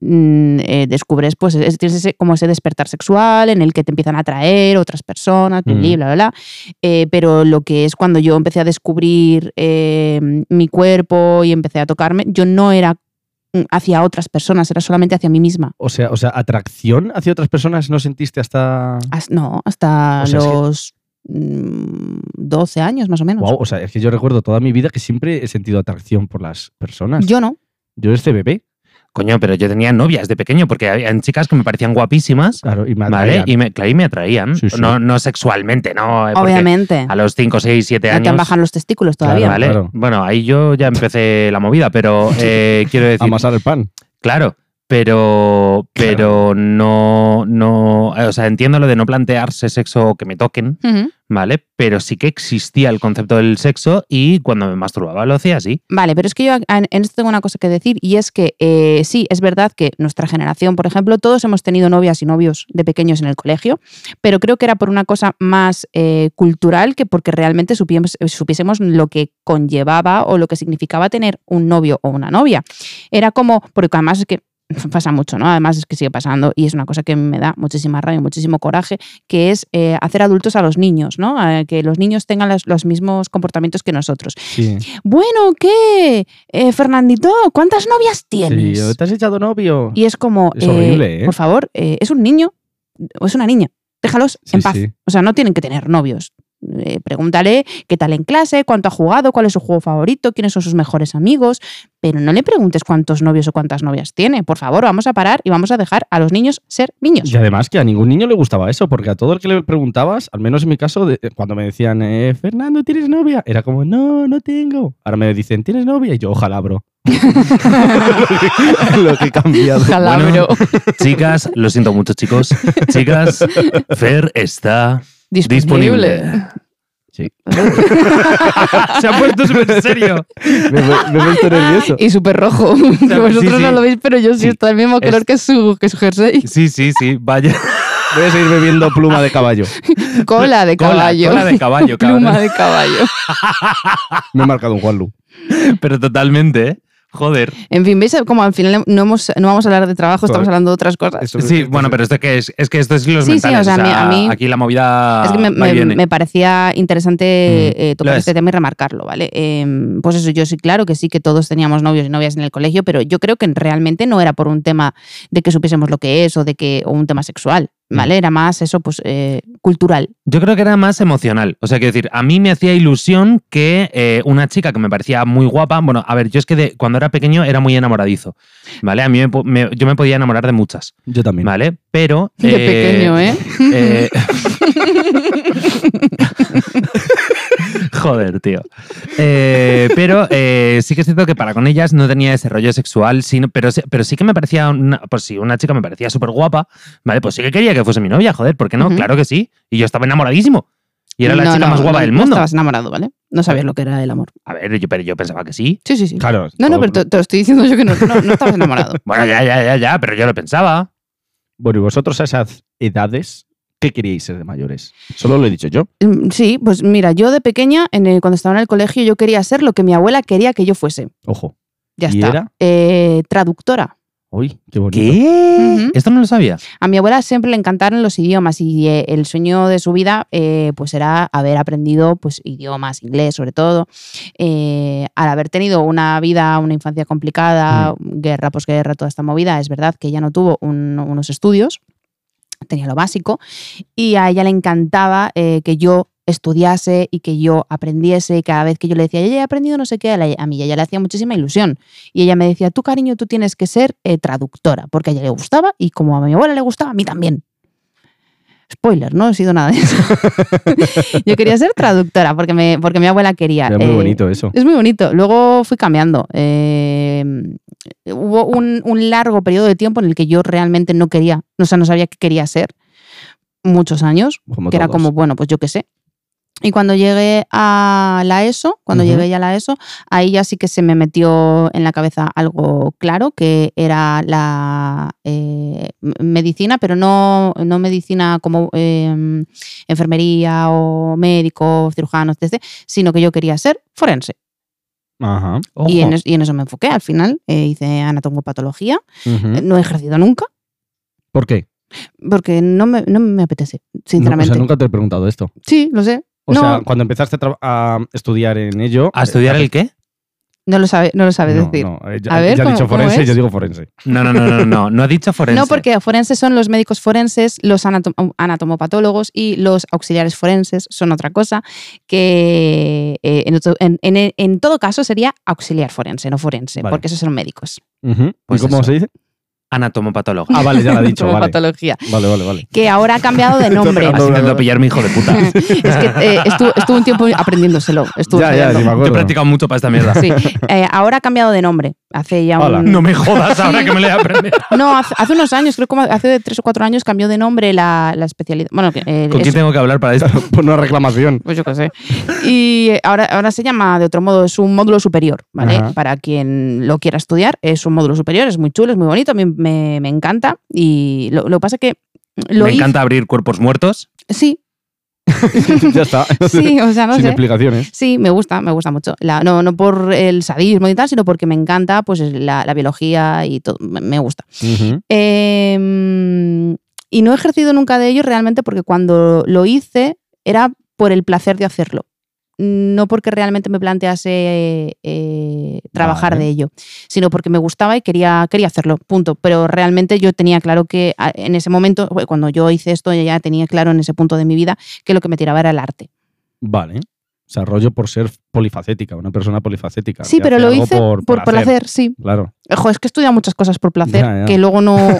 [SPEAKER 1] mm, eh, descubres, pues, es- tienes ese- como ese despertar sexual en el que te empiezan a atraer otras personas, bla,
[SPEAKER 2] Mm.
[SPEAKER 1] bla, bla. bla. Eh, pero lo que es cuando yo empecé a descubrir eh, mi cuerpo y empecé a tocarme, yo no era mm, hacia otras personas, era solamente hacia mí misma.
[SPEAKER 2] O sea, o sea, atracción hacia otras personas no sentiste hasta.
[SPEAKER 1] Has- no, hasta
[SPEAKER 2] O sea, es que-
[SPEAKER 1] los mm, 12 años más o menos.
[SPEAKER 2] Wow, o sea, es que yo recuerdo toda mi vida que siempre he sentido atracción por las personas. Yo,
[SPEAKER 1] Yo no.
[SPEAKER 2] desde bebé,
[SPEAKER 3] Coño, pero yo tenía novias de pequeño porque había chicas que me parecían guapísimas,
[SPEAKER 2] claro, y me
[SPEAKER 3] ¿vale?
[SPEAKER 2] Ah, atraían.
[SPEAKER 3] Y me, claro, y me atraían.
[SPEAKER 2] Sí, sí.
[SPEAKER 3] No, no sexualmente, ¿no? Eh, porque
[SPEAKER 1] Obviamente.
[SPEAKER 3] A los 5, 6, 7
[SPEAKER 1] No te han
[SPEAKER 3] años.
[SPEAKER 1] bajado los testículos
[SPEAKER 2] Claro,
[SPEAKER 1] todavía.
[SPEAKER 3] ¿vale?
[SPEAKER 2] claro.
[SPEAKER 3] Bueno, ahí yo ya empecé la movida, pero eh, quiero decir.
[SPEAKER 2] Amasar el pan.
[SPEAKER 3] Claro, pero, pero no, no. eh, O sea, entiendo lo de no plantearse sexo o que me toquen,
[SPEAKER 1] Ujú.
[SPEAKER 3] ¿vale? Pero sí que existía el concepto del sexo y cuando me masturbaba lo hacía así.
[SPEAKER 1] Vale, pero es que yo a- en esto tengo una cosa que decir y es que eh, sí, es verdad que nuestra generación, por ejemplo, todos hemos tenido novias y novios de pequeños en el colegio, pero creo que era por una cosa más eh, cultural que porque realmente supiemos- eh, supiésemos lo que conllevaba o lo que significaba tener un novio o una novia. Era como, porque además es que pasa mucho, ¿no? Además es que sigue pasando y es una cosa que me da muchísima rabia, muchísimo coraje, que es eh, hacer adultos a los niños, ¿no? A que los niños tengan las- los mismos comportamientos que nosotros.
[SPEAKER 2] Sí.
[SPEAKER 1] Bueno, ¿qué? Eh, Fernandito, ¿cuántas novias tienes?
[SPEAKER 2] Sí, ¿Te has echado novio?
[SPEAKER 1] y es como,
[SPEAKER 2] Es horrible, ¿eh?
[SPEAKER 1] por favor, eh, es un niño o es una niña, déjalos
[SPEAKER 2] Sí,
[SPEAKER 1] en paz.
[SPEAKER 2] sí.
[SPEAKER 1] O sea, no tienen que tener novios. Eh, pregúntale qué tal en clase, cuánto ha jugado, cuál es su juego favorito, quiénes son sus mejores amigos, pero no le preguntes cuántos novios o cuántas novias tiene. Por favor, vamos a parar y vamos a dejar a los niños ser niños.
[SPEAKER 2] Y además que a ningún niño le gustaba eso, porque a todo el que le preguntabas, al menos en mi caso, de- cuando me decían, eh, Fernando, ¿tienes novia? Era como, no, no tengo. Ahora me dicen, ¿tienes novia? Y yo, ojalá, bro. lo, que, lo que he cambiado.
[SPEAKER 3] Bueno, Chicas, lo siento mucho, chicos. Chicas, Fer está disponible.
[SPEAKER 2] Sí.
[SPEAKER 3] Se ha puesto súper serio.
[SPEAKER 2] Me, me- me he vuelto nervioso.
[SPEAKER 1] Y súper rojo.
[SPEAKER 3] sea,
[SPEAKER 1] Vosotros
[SPEAKER 3] sí,
[SPEAKER 1] no
[SPEAKER 3] sí.
[SPEAKER 1] lo veis, pero yo sí,
[SPEAKER 3] Sí.
[SPEAKER 1] está el mismo
[SPEAKER 3] Es-
[SPEAKER 1] color que, su, que su jersey.
[SPEAKER 3] Sí, sí, sí. Vaya.
[SPEAKER 2] Voy a seguir bebiendo pluma de caballo.
[SPEAKER 1] Cola de
[SPEAKER 3] Cola,
[SPEAKER 1] caballo.
[SPEAKER 3] cola de caballo, cabrón.
[SPEAKER 1] Pluma de caballo.
[SPEAKER 2] Me he marcado un Juanlu.
[SPEAKER 3] Pero totalmente, ¿eh? Joder.
[SPEAKER 1] En fin, ¿veis como al final no, hemos, no vamos a hablar de trabajo, estamos
[SPEAKER 4] Joder.
[SPEAKER 1] hablando de otras cosas?
[SPEAKER 4] Esto-
[SPEAKER 3] Sí,
[SPEAKER 4] esto-
[SPEAKER 3] bueno, pero esto que es, es que esto es los
[SPEAKER 1] Sí, sí,
[SPEAKER 3] mentales.
[SPEAKER 1] o sea, a mí- a mí-
[SPEAKER 3] aquí la movida.
[SPEAKER 1] Es que me,
[SPEAKER 3] va
[SPEAKER 1] me-
[SPEAKER 3] y viene. Mm.
[SPEAKER 1] me parecía interesante eh, tocar
[SPEAKER 3] Lo es.
[SPEAKER 1] este tema y remarcarlo, ¿vale? Eh, pues eso, yo sí, claro que sí que todos teníamos novios y novias en el colegio, pero yo creo que realmente no era por un tema de que supiésemos lo que es o de que o un tema sexual,
[SPEAKER 3] Mm.
[SPEAKER 1] ¿vale? Era más eso, pues, eh, cultural.
[SPEAKER 3] Yo creo que era más emocional. O sea, quiero decir, a mí me hacía ilusión que eh, una chica que me parecía muy guapa. Bueno, a ver, yo es que de- cuando era pequeño era muy enamoradizo. ¿Vale? A mí me po- me- yo me podía enamorar de muchas.
[SPEAKER 2] Yo también.
[SPEAKER 3] ¿Vale? Pero.
[SPEAKER 1] De
[SPEAKER 3] eh,
[SPEAKER 1] pequeño, ¿eh?
[SPEAKER 3] eh, Joder, tío. Eh, pero eh, sí que es cierto que para con ellas no tenía ese rollo sexual, sino, pero, sí- pero sí que me parecía, una, pues sí, una chica me parecía súper guapa, ¿vale? Pues sí que quería que fuese mi novia, joder, ¿por qué no?
[SPEAKER 1] Ujú.
[SPEAKER 3] Claro que sí. Y yo estaba enamoradísimo. Y era la
[SPEAKER 1] No,
[SPEAKER 3] chica
[SPEAKER 1] no,
[SPEAKER 3] más guapa
[SPEAKER 1] no,
[SPEAKER 3] del
[SPEAKER 1] no
[SPEAKER 3] mundo.
[SPEAKER 1] estabas enamorado, ¿vale? No sabías lo que era el amor.
[SPEAKER 3] A ver, yo, pero yo pensaba que sí.
[SPEAKER 1] Sí, sí, sí.
[SPEAKER 2] Claro.
[SPEAKER 1] No, no,
[SPEAKER 2] todo-
[SPEAKER 1] pero te, te lo estoy diciendo yo que no, no, no estabas enamorado.
[SPEAKER 3] Bueno, ya, ya, ya, ya, pero yo lo pensaba.
[SPEAKER 2] Bueno, y vosotros a esas edades, ¿qué queríais ser de mayores? Solo lo he dicho yo.
[SPEAKER 1] Mm, Sí, pues mira, yo de pequeña, en el- cuando estaba en el colegio, yo quería ser lo que mi abuela quería que yo fuese.
[SPEAKER 2] Ojo.
[SPEAKER 1] Ya
[SPEAKER 2] ¿Y
[SPEAKER 1] está.
[SPEAKER 2] era?
[SPEAKER 1] Eh, traductora.
[SPEAKER 2] Uy, qué bonito.
[SPEAKER 3] ¿Qué?
[SPEAKER 1] Ujú.
[SPEAKER 3] Esto no lo sabía.
[SPEAKER 1] A mi abuela siempre le encantaron los idiomas y eh, el sueño de su vida eh, pues era haber aprendido pues, idiomas, inglés sobre todo. Eh, al haber tenido una vida, una infancia complicada,
[SPEAKER 2] Mm.
[SPEAKER 1] guerra, posguerra, toda esta movida, es verdad que ella no tuvo un- unos estudios, tenía lo básico, y a ella le encantaba eh, que yo estudiase y que yo aprendiese y cada vez que yo le decía, ya he aprendido no sé qué, a, la- a mí ya le hacía muchísima ilusión. Y ella me decía, tú cariño, tú tienes que ser eh, traductora, porque a ella le gustaba y como a mi abuela le gustaba, a mí también. Spoiler, no he sido nada de eso. yo quería ser traductora porque, me, porque mi abuela quería.
[SPEAKER 2] Era muy
[SPEAKER 1] eh,
[SPEAKER 2] bonito eso.
[SPEAKER 1] es muy bonito. Luego fui cambiando. Eh, hubo un, un largo periodo de tiempo en el que yo realmente no quería, o sea, no sabía qué quería ser. Muchos años,
[SPEAKER 2] Como
[SPEAKER 1] que era
[SPEAKER 2] todos.
[SPEAKER 1] como, bueno, pues yo qué sé. Y cuando llegué a la ESO, cuando
[SPEAKER 2] Ujú.
[SPEAKER 1] llegué ya a la ESO, ahí ya sí que se me metió en la cabeza algo claro, que era la eh, m- medicina, pero no, no medicina como eh, enfermería o médico, cirujano, etc., sino que yo quería ser forense.
[SPEAKER 2] Ajá.
[SPEAKER 1] Y en,
[SPEAKER 3] Ojo.
[SPEAKER 1] es- y en eso me enfoqué. Al final eh, hice anatomopatología.
[SPEAKER 2] Ujú.
[SPEAKER 1] Eh, No he ejercido nunca
[SPEAKER 2] ¿Por qué?
[SPEAKER 1] porque no me, no me apetece,
[SPEAKER 2] No, o
[SPEAKER 1] sinceramente.
[SPEAKER 2] sea, nunca te he preguntado esto.
[SPEAKER 1] Sí, lo sé.
[SPEAKER 2] O
[SPEAKER 1] No.
[SPEAKER 2] sea, cuando empezaste a, tra- a estudiar en ello. eh,
[SPEAKER 3] ¿A estudiar el qué?
[SPEAKER 1] No lo sabe, no lo sabe
[SPEAKER 2] No,
[SPEAKER 1] decir.
[SPEAKER 2] no, eh, ya,
[SPEAKER 1] A ver,
[SPEAKER 2] ya he
[SPEAKER 1] ¿cómo-
[SPEAKER 2] dicho
[SPEAKER 1] cómo
[SPEAKER 2] forense,
[SPEAKER 1] es?
[SPEAKER 2] yo digo forense.
[SPEAKER 3] No, no, no, no, no. No ha dicho forense.
[SPEAKER 1] No, porque forenses son los médicos forenses, los anatom- anatomopatólogos y los auxiliares forenses son otra cosa que eh, en, otro- en- en- en todo caso sería auxiliar forense, no forense,
[SPEAKER 2] Vale.
[SPEAKER 1] porque esos son médicos.
[SPEAKER 2] Ujú.
[SPEAKER 3] Pues
[SPEAKER 2] ¿Y cómo
[SPEAKER 3] eso.
[SPEAKER 2] se dice?
[SPEAKER 3] Anatomopatólogo.
[SPEAKER 2] Ah, vale, ya lo he dicho. vale.
[SPEAKER 1] Anatomopatología.
[SPEAKER 2] vale, vale, vale.
[SPEAKER 1] Que ahora ha cambiado de nombre.
[SPEAKER 3] Has intentado pillarme, hijo de puta.
[SPEAKER 1] es que eh, estuvo, estuvo un tiempo aprendiéndoselo. Estuvo
[SPEAKER 2] Ya, ya,
[SPEAKER 1] estudiando.
[SPEAKER 2] sí me
[SPEAKER 3] Yo he
[SPEAKER 2] acuerdo.
[SPEAKER 3] practicado mucho para esta mierda.
[SPEAKER 1] Sí. Eh, ahora ha cambiado de nombre. Hace ya
[SPEAKER 2] Hola.
[SPEAKER 1] un.
[SPEAKER 3] No me jodas ahora que me lo he aprendido.
[SPEAKER 1] No, hace, hace unos años, creo que como hace tres o cuatro años cambió de nombre la, la especialidad. Bueno, que, eh,
[SPEAKER 3] ¿Con
[SPEAKER 1] es-
[SPEAKER 3] quién tengo que hablar para esto?
[SPEAKER 2] Por una reclamación.
[SPEAKER 1] pues yo qué sé. Y eh, ahora, ahora se llama de otro modo, es un módulo superior, ¿vale?
[SPEAKER 2] Ajá.
[SPEAKER 1] Para quien lo quiera estudiar, es un módulo superior, es muy chulo, es muy bonito, a mí me, me encanta. Y lo, lo que pasa es que lo
[SPEAKER 3] me
[SPEAKER 1] hice-
[SPEAKER 3] encanta abrir cuerpos muertos.
[SPEAKER 1] Sí,
[SPEAKER 2] ya está.
[SPEAKER 1] sí, o sea, no
[SPEAKER 2] Sin
[SPEAKER 1] sé.
[SPEAKER 2] explicaciones.
[SPEAKER 1] Sí, me gusta, me gusta mucho. La- no, no por el sadismo y tal, sino porque me encanta pues la, la biología y todo, me- me gusta.
[SPEAKER 2] Ujú.
[SPEAKER 1] Eh, y no he ejercido nunca de ello realmente porque cuando lo hice era por el placer de hacerlo. No porque realmente me plantease eh, trabajar
[SPEAKER 2] Vale.
[SPEAKER 1] de ello, sino porque me gustaba y quería, quería hacerlo, punto. Pero realmente yo tenía claro que a- en ese momento, bueno, cuando yo hice esto, ya tenía claro en ese punto de mi vida que lo que me tiraba era el arte.
[SPEAKER 2] Vale. O sea, rollo por ser polifacética, una persona polifacética.
[SPEAKER 1] sí,
[SPEAKER 2] que
[SPEAKER 1] pero
[SPEAKER 2] hace
[SPEAKER 1] lo
[SPEAKER 2] algo
[SPEAKER 1] hice por, por placer. sí.
[SPEAKER 2] Claro.
[SPEAKER 1] Ojo, es que he estudiado muchas cosas por placer
[SPEAKER 2] Ya, ya.
[SPEAKER 1] que luego no...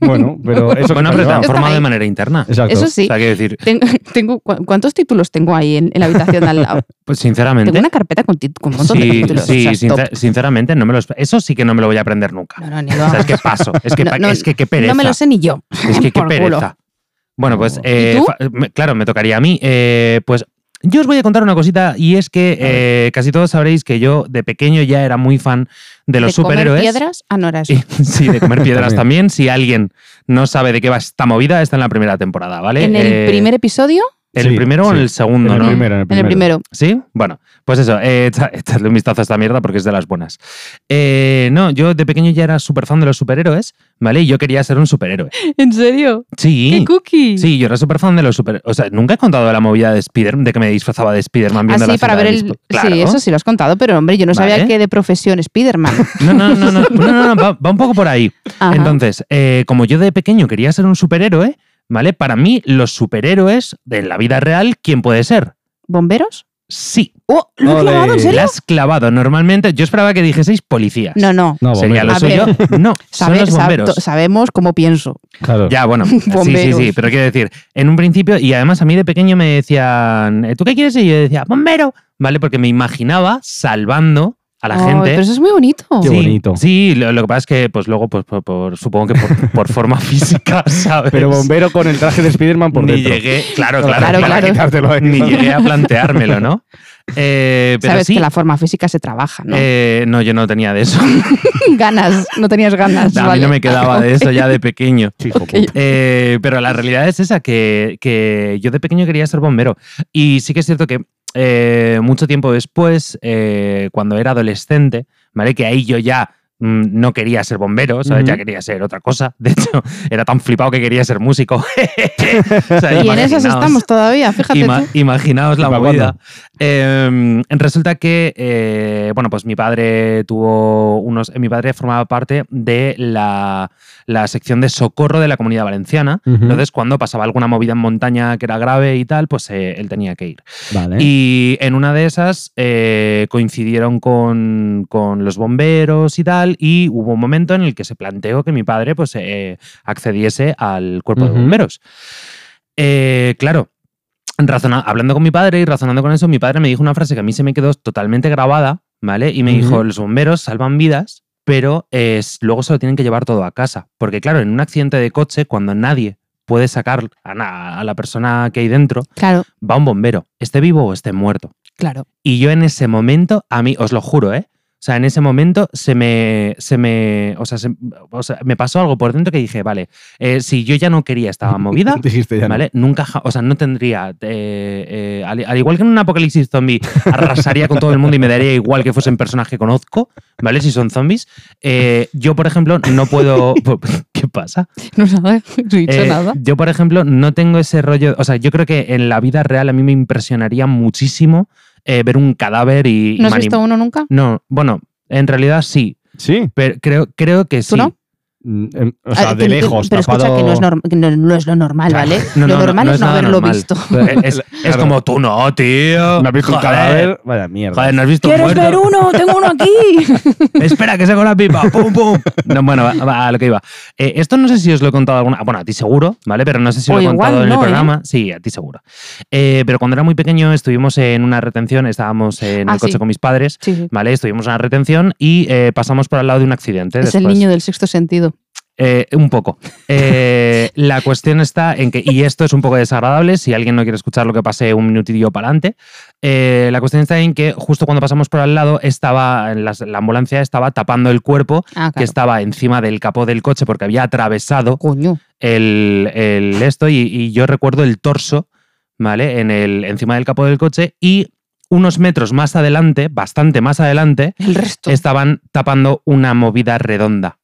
[SPEAKER 2] Bueno, pero eso.
[SPEAKER 3] bueno,
[SPEAKER 2] que te
[SPEAKER 3] pero
[SPEAKER 2] lleva.
[SPEAKER 1] Está
[SPEAKER 3] transformado
[SPEAKER 1] ahí.
[SPEAKER 3] de manera interna.
[SPEAKER 2] Exacto.
[SPEAKER 1] Eso sí.
[SPEAKER 3] O sea, quiero decir,
[SPEAKER 1] Ten- tengo, ¿cu- ¿Cuántos títulos tengo ahí en, en la habitación de al lado?
[SPEAKER 3] pues
[SPEAKER 1] tengo
[SPEAKER 3] sinceramente.
[SPEAKER 1] una carpeta con, tit- con un montón
[SPEAKER 3] sí,
[SPEAKER 1] de títulos.
[SPEAKER 3] sí,
[SPEAKER 1] o sea, es top.
[SPEAKER 3] sincer- sinceramente, no me los, eso sí que no me lo voy a aprender nunca.
[SPEAKER 1] No, no, ni lo
[SPEAKER 3] O sea,
[SPEAKER 1] hago.
[SPEAKER 3] es que paso. Es que,
[SPEAKER 1] No,
[SPEAKER 3] pa-
[SPEAKER 1] no,
[SPEAKER 3] es que qué pereza.
[SPEAKER 1] No me lo sé ni yo.
[SPEAKER 3] Es que qué
[SPEAKER 1] por culo.
[SPEAKER 3] pereza. Bueno, pues,
[SPEAKER 2] No.
[SPEAKER 3] eh,
[SPEAKER 1] ¿Y tú?
[SPEAKER 3] fa- me- claro, me tocaría a mí. Eh, pues yo os voy a contar una cosita y es que eh, casi todos sabréis que yo de pequeño ya era muy fan de los
[SPEAKER 1] ¿De comer
[SPEAKER 3] superhéroes.
[SPEAKER 1] piedras? Ah, no era eso.
[SPEAKER 3] Y- sí, de comer piedras también. Si alguien no sabe de qué va esta movida, está en la primera temporada, ¿vale?
[SPEAKER 1] en el
[SPEAKER 3] Eh,
[SPEAKER 1] primer episodio
[SPEAKER 3] ¿El
[SPEAKER 2] Sí,
[SPEAKER 3] primero o
[SPEAKER 2] sí.
[SPEAKER 3] en el segundo?
[SPEAKER 2] en, el
[SPEAKER 3] no?
[SPEAKER 2] primero,
[SPEAKER 1] En el primero.
[SPEAKER 3] ¿Sí? Bueno, pues eso, eh, echa- echadle un vistazo a esta mierda porque es de las buenas. Eh, no, yo de pequeño ya era súper fan de los superhéroes, ¿vale? Y yo quería ser un superhéroe.
[SPEAKER 1] ¿En serio?
[SPEAKER 3] Sí.
[SPEAKER 1] ¡Qué cookie!
[SPEAKER 3] Sí, yo era súper fan de los superhéroes. O sea, nunca he contado de la movida de Spiderman, de que me disfrazaba de Spiderman viendo
[SPEAKER 1] Así
[SPEAKER 3] la
[SPEAKER 1] Ah, para
[SPEAKER 3] ciudad
[SPEAKER 1] ver
[SPEAKER 3] de
[SPEAKER 1] el.
[SPEAKER 3] Lisbo- Claro.
[SPEAKER 1] Sí, eso sí lo has contado, pero hombre, yo no sabía
[SPEAKER 3] Vale.
[SPEAKER 1] que de profesión Spiderman.
[SPEAKER 3] No, no, no, no, no, no, no, va, va un poco por ahí.
[SPEAKER 1] Ajá.
[SPEAKER 3] Entonces, eh, como yo de pequeño quería ser un superhéroe, ¿vale? Para mí, los superhéroes de la vida real, ¿quién puede ser?
[SPEAKER 1] ¿Bomberos?
[SPEAKER 3] Sí.
[SPEAKER 1] ¡Oh! ¿Lo he
[SPEAKER 2] Ole.
[SPEAKER 1] clavado, en serio?
[SPEAKER 3] La has clavado. Normalmente, yo esperaba que dijeseis policías.
[SPEAKER 1] No, no.
[SPEAKER 2] No,
[SPEAKER 3] Sería lo
[SPEAKER 2] bomberos.
[SPEAKER 1] los- A
[SPEAKER 3] suyo. No, son
[SPEAKER 1] Sabe-
[SPEAKER 3] los
[SPEAKER 1] sab-
[SPEAKER 3] bomberos.
[SPEAKER 1] to- sabemos cómo pienso.
[SPEAKER 2] Claro.
[SPEAKER 3] Ya, bueno, sí, sí, sí,
[SPEAKER 1] Bomberos.
[SPEAKER 3] pero quiero decir, en un principio, y además a mí de pequeño me decían, "¿Eh, ¿tú qué quieres? ser?" Y yo decía, bombero, ¿vale? Porque me imaginaba salvando a la
[SPEAKER 1] Ay,
[SPEAKER 3] gente.
[SPEAKER 1] Pero eso es muy bonito.
[SPEAKER 2] Qué
[SPEAKER 3] sí,
[SPEAKER 2] bonito.
[SPEAKER 3] Sí, lo, lo que pasa es que, pues luego, pues por, por- supongo que por, por forma física, ¿sabes?
[SPEAKER 2] Pero bombero con el traje de Spiderman por
[SPEAKER 3] Ni
[SPEAKER 2] dentro.
[SPEAKER 3] llegué, claro, claro,
[SPEAKER 1] Claro,
[SPEAKER 3] claro,
[SPEAKER 2] Para
[SPEAKER 1] claro.
[SPEAKER 2] quitártelo ahí.
[SPEAKER 3] Ni llegué a planteármelo, ¿no? Eh, pero
[SPEAKER 1] Sabes
[SPEAKER 3] sí,
[SPEAKER 1] que la forma física se trabaja, ¿no?
[SPEAKER 3] eh, no, yo no tenía de eso.
[SPEAKER 1] ganas, no tenías ganas.
[SPEAKER 3] a mí
[SPEAKER 1] vale.
[SPEAKER 3] no me quedaba de eso ya de pequeño.
[SPEAKER 2] Hijo
[SPEAKER 1] Ok.
[SPEAKER 2] puta.
[SPEAKER 3] Eh, pero la realidad es esa, que, que yo de pequeño quería ser bombero. Y sí que es cierto que eh, mucho tiempo después, eh, cuando era adolescente, ¿vale? Que ahí yo ya mm, no quería ser bombero, ¿sabes?
[SPEAKER 2] Ujú.
[SPEAKER 3] Ya quería ser otra cosa. De hecho, era tan flipado que quería ser músico. O sea,
[SPEAKER 1] Y en esas
[SPEAKER 3] imaginaos.
[SPEAKER 1] estamos todavía, fíjate
[SPEAKER 3] Ima-
[SPEAKER 1] tú.
[SPEAKER 3] Imaginaos la
[SPEAKER 2] ¿Y pa'
[SPEAKER 3] movida. Eh, resulta que, eh, bueno, pues mi padre tuvo unos. eh, Mi padre formaba parte de la, la sección de socorro de la comunidad valenciana.
[SPEAKER 2] Ujú.
[SPEAKER 3] Entonces, cuando pasaba alguna movida en montaña que era grave y tal, pues eh, él tenía que ir.
[SPEAKER 2] Vale.
[SPEAKER 3] Y en una de esas eh, coincidieron con, con los bomberos y tal, y hubo un momento en el que se planteó que mi padre pues, eh, accediese al cuerpo de
[SPEAKER 2] Ujú.
[SPEAKER 3] bomberos. Eh, claro, razona- hablando con mi padre y razonando con eso, mi padre me dijo una frase que a mí se me quedó totalmente grabada, ¿vale? Y me dijo,
[SPEAKER 2] Ujú.
[SPEAKER 3] los bomberos salvan vidas, pero eh, s- luego se lo tienen que llevar todo a casa. Porque claro, en un accidente de coche, cuando nadie puede sacar a na- a la persona que hay dentro,
[SPEAKER 1] Claro,
[SPEAKER 3] va un bombero, esté vivo o esté muerto.
[SPEAKER 1] claro.
[SPEAKER 3] Y yo en ese momento, a mí, os lo juro, ¿eh? O sea, en ese momento se me, se me, o sea, se- o sea, me pasó algo por dentro que dije, vale, eh, si yo ya no quería esta movida,
[SPEAKER 2] Dijiste ya. no.
[SPEAKER 3] ¿vale? Nunca, ja- o sea, no tendría, eh, eh, al, al igual que en un apocalipsis zombie, arrasaría con todo el mundo y me daría igual que fuese un personaje que conozco, ¿vale? Si son zombies. Eh, yo, por ejemplo, no puedo... ¿Qué pasa?
[SPEAKER 1] No, nada, no he dicho
[SPEAKER 3] Eh,
[SPEAKER 1] nada.
[SPEAKER 3] Yo, por ejemplo, no tengo ese rollo. O sea, yo creo que en la vida real a mí me impresionaría muchísimo eh, ver un cadáver y.
[SPEAKER 1] ¿No has
[SPEAKER 3] y mani-
[SPEAKER 1] visto uno nunca?
[SPEAKER 3] No, bueno, en realidad sí.
[SPEAKER 2] Sí.
[SPEAKER 3] Pero creo, creo que sí.
[SPEAKER 1] no?
[SPEAKER 2] Mm, em, O sea,
[SPEAKER 1] Ah,
[SPEAKER 2] de
[SPEAKER 1] que-
[SPEAKER 2] lejos.
[SPEAKER 1] Pero escucha
[SPEAKER 2] tapado-
[SPEAKER 1] que no es, norm- que no- no es lo normal, ¿vale?
[SPEAKER 3] No,
[SPEAKER 1] lo
[SPEAKER 3] no, no,
[SPEAKER 1] normal
[SPEAKER 3] no
[SPEAKER 1] es
[SPEAKER 3] es
[SPEAKER 1] no
[SPEAKER 3] nada
[SPEAKER 1] haberlo
[SPEAKER 3] normal.
[SPEAKER 1] visto.
[SPEAKER 3] Es, es como tú no, tío.
[SPEAKER 2] ¿No has visto un
[SPEAKER 3] Joder,
[SPEAKER 2] cadáver? Vaya mierda.
[SPEAKER 3] Joder, no has visto un
[SPEAKER 1] ¿Quieres
[SPEAKER 3] muerto?
[SPEAKER 1] ver uno? Tengo uno aquí.
[SPEAKER 3] Espera, que saco la pipa. Pum, pum. No, bueno, va- va a lo que iba. Eh, esto no sé si os lo he contado alguna. Bueno, a ti seguro, ¿vale? Pero no sé si
[SPEAKER 1] O
[SPEAKER 3] lo he
[SPEAKER 1] igual
[SPEAKER 3] contado en el
[SPEAKER 1] no, ¿eh?
[SPEAKER 3] programa. Sí, a ti seguro. Eh, pero cuando era muy pequeño estuvimos en una retención, estábamos en
[SPEAKER 1] Ah,
[SPEAKER 3] el coche
[SPEAKER 1] sí.
[SPEAKER 3] con mis padres,
[SPEAKER 1] Sí, sí.
[SPEAKER 3] ¿vale? Estuvimos en una retención y eh, pasamos por al lado de un accidente.
[SPEAKER 1] Es el
[SPEAKER 3] después.
[SPEAKER 1] niño del sexto sentido.
[SPEAKER 3] Eh, un poco. Eh, la cuestión está en que, y esto es un poco desagradable, si alguien no quiere escuchar lo que pasé un minutillo para adelante, eh, la cuestión está en que justo cuando pasamos por al lado estaba, la, la ambulancia estaba tapando el cuerpo
[SPEAKER 1] Ah,
[SPEAKER 3] que
[SPEAKER 1] claro.
[SPEAKER 3] estaba encima del capó del coche porque había atravesado
[SPEAKER 1] Coño.
[SPEAKER 3] el, el esto y, y yo recuerdo el torso, ¿vale? En el, encima del capó del coche y unos metros más adelante, bastante más adelante,
[SPEAKER 1] El resto.
[SPEAKER 3] estaban tapando una movida redonda.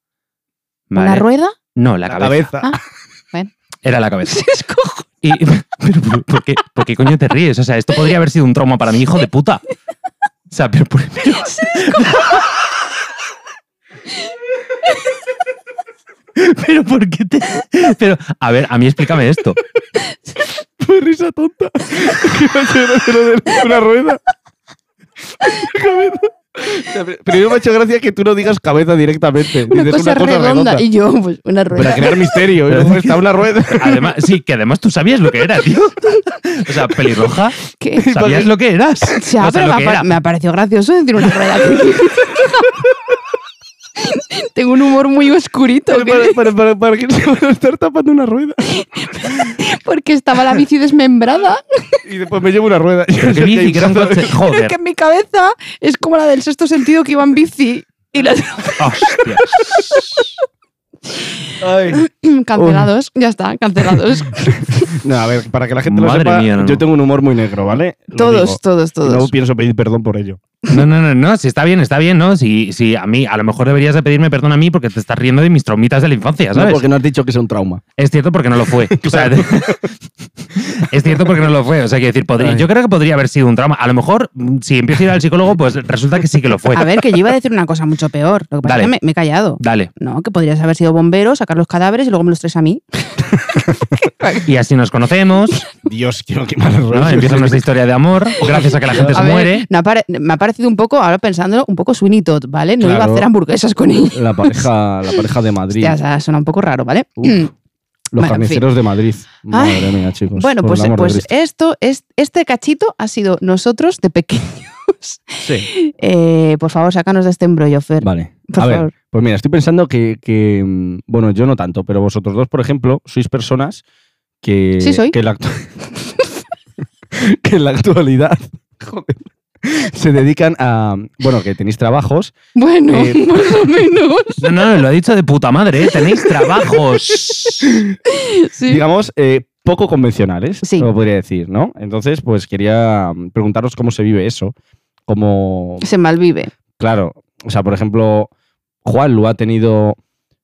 [SPEAKER 1] ¿Una
[SPEAKER 3] ¿vale?
[SPEAKER 1] rueda?
[SPEAKER 3] No, la, cabeza.
[SPEAKER 1] Ah.
[SPEAKER 3] Era la cabeza.
[SPEAKER 1] Es cojo.
[SPEAKER 3] Y- pero, ¿por- ¿por, qué, por qué coño te ríes? O sea, esto podría haber sido un trauma para mi hijo de puta. O sea, pero, por- pero- Pero ¿por qué te...? Pero, a ver, a mí explícame esto.
[SPEAKER 2] Fue risa tonta. Que me hace gracia lo de una rueda. Cabeza. Primero me ha hecho gracia que tú no digas cabeza directamente.
[SPEAKER 1] Una
[SPEAKER 2] dices
[SPEAKER 1] cosa,
[SPEAKER 2] una cosa
[SPEAKER 1] redonda.
[SPEAKER 2] redonda.
[SPEAKER 1] Y yo, pues, una
[SPEAKER 2] Para
[SPEAKER 1] rueda.
[SPEAKER 2] crear misterio. Y luego está una rueda.
[SPEAKER 3] Además, sí, que además tú sabías lo que era, tío. O sea, pelirroja,
[SPEAKER 1] ¿Qué?
[SPEAKER 3] ¿sabías lo que eras?
[SPEAKER 1] Ya,
[SPEAKER 3] O sea,
[SPEAKER 1] pero
[SPEAKER 3] lo
[SPEAKER 1] me,
[SPEAKER 3] que
[SPEAKER 1] ha,
[SPEAKER 3] era.
[SPEAKER 1] pa- me ha parecido gracioso decir una rueda. Tengo un humor muy oscurito,
[SPEAKER 2] Para,
[SPEAKER 1] que-
[SPEAKER 2] para, para, para que se van a estar tapando una rueda.
[SPEAKER 1] porque estaba la bici desmembrada.
[SPEAKER 2] Y después me llevo una rueda.
[SPEAKER 3] Pero que bici, que era un coche.
[SPEAKER 1] Pero
[SPEAKER 3] Joder,
[SPEAKER 1] es que en mi cabeza es como la del sexto sentido que iba en bici. Y la-
[SPEAKER 3] hostias.
[SPEAKER 2] Ay,
[SPEAKER 1] Cancelados, ya está, cancelados.
[SPEAKER 2] No, a ver, para que la gente lo
[SPEAKER 3] Madre
[SPEAKER 2] sepa,
[SPEAKER 3] mía, no,
[SPEAKER 2] yo
[SPEAKER 3] no.
[SPEAKER 2] tengo un humor muy negro, ¿vale? Lo digo.
[SPEAKER 1] todos, todos,
[SPEAKER 2] Y
[SPEAKER 1] todos.
[SPEAKER 2] No pienso pedir perdón por ello.
[SPEAKER 3] No, no, no, no, si está bien, está bien, ¿no? Si, si a mí, a lo mejor deberías de pedirme perdón a mí porque te estás riendo de mis traumitas de la infancia, ¿sabes?
[SPEAKER 2] No, porque no has dicho que es un trauma.
[SPEAKER 3] Es cierto porque no lo fue. O sea, es cierto porque no lo fue. O sea, quiero decir, podría- yo creo que podría haber sido un trauma. A lo mejor, mm, si empiezo a ir al psicólogo, pues resulta que sí que lo fue.
[SPEAKER 1] A ver, que yo iba a decir una cosa mucho peor. Lo que pasa
[SPEAKER 3] Dale.
[SPEAKER 1] es que me, me he callado.
[SPEAKER 3] Dale.
[SPEAKER 1] No, que podrías haber sido bombero, sacar los cadáveres y luego me los traes a mí.
[SPEAKER 3] Y así nos conocemos,
[SPEAKER 2] Dios, quiero que mal
[SPEAKER 3] ¿no? Empieza nuestra historia de amor, gracias a que la gente se
[SPEAKER 1] a ver,
[SPEAKER 3] muere.
[SPEAKER 1] me ha, pare- me ha parecido un poco, ahora pensándolo, un poco Sweeney Todd, ¿vale? No iba a
[SPEAKER 2] Claro.
[SPEAKER 1] hacer hamburguesas con ella.
[SPEAKER 2] La pareja, la pareja de Madrid.
[SPEAKER 1] Ya, o sea, suena un poco raro, ¿vale?
[SPEAKER 2] Uf, los
[SPEAKER 1] Bueno, en
[SPEAKER 2] carniceros de Madrid. Madre
[SPEAKER 1] Ay.
[SPEAKER 2] mía, chicos.
[SPEAKER 1] Bueno,
[SPEAKER 2] por el
[SPEAKER 1] pues,
[SPEAKER 2] amor de
[SPEAKER 1] pues
[SPEAKER 2] Cristo.
[SPEAKER 1] esto, es, este cachito ha sido nosotros de pequeños.
[SPEAKER 2] Sí,
[SPEAKER 1] Eh, por favor, sácanos de este embrollo, Fer.
[SPEAKER 2] vale.
[SPEAKER 1] Por
[SPEAKER 2] a ver,
[SPEAKER 1] favor.
[SPEAKER 2] pues mira, estoy pensando que, que, mm, Bueno, yo no tanto, pero vosotros dos, por ejemplo, sois personas que.
[SPEAKER 1] Sí, soy.
[SPEAKER 2] Que en la, actu- que en la actualidad. joder, Se dedican a. Bueno, que tenéis trabajos.
[SPEAKER 1] Bueno,
[SPEAKER 2] Eh,
[SPEAKER 1] más o menos.
[SPEAKER 3] No, no, lo ha dicho de puta madre, ¿eh? Tenéis trabajos.
[SPEAKER 1] Sí.
[SPEAKER 2] digamos, eh, poco convencionales,
[SPEAKER 1] Sí.
[SPEAKER 2] lo podría decir, ¿no? Entonces, pues quería mm, preguntaros cómo se vive eso. Como,
[SPEAKER 1] Se malvive.
[SPEAKER 2] claro, o sea, por ejemplo, Juan lo ha tenido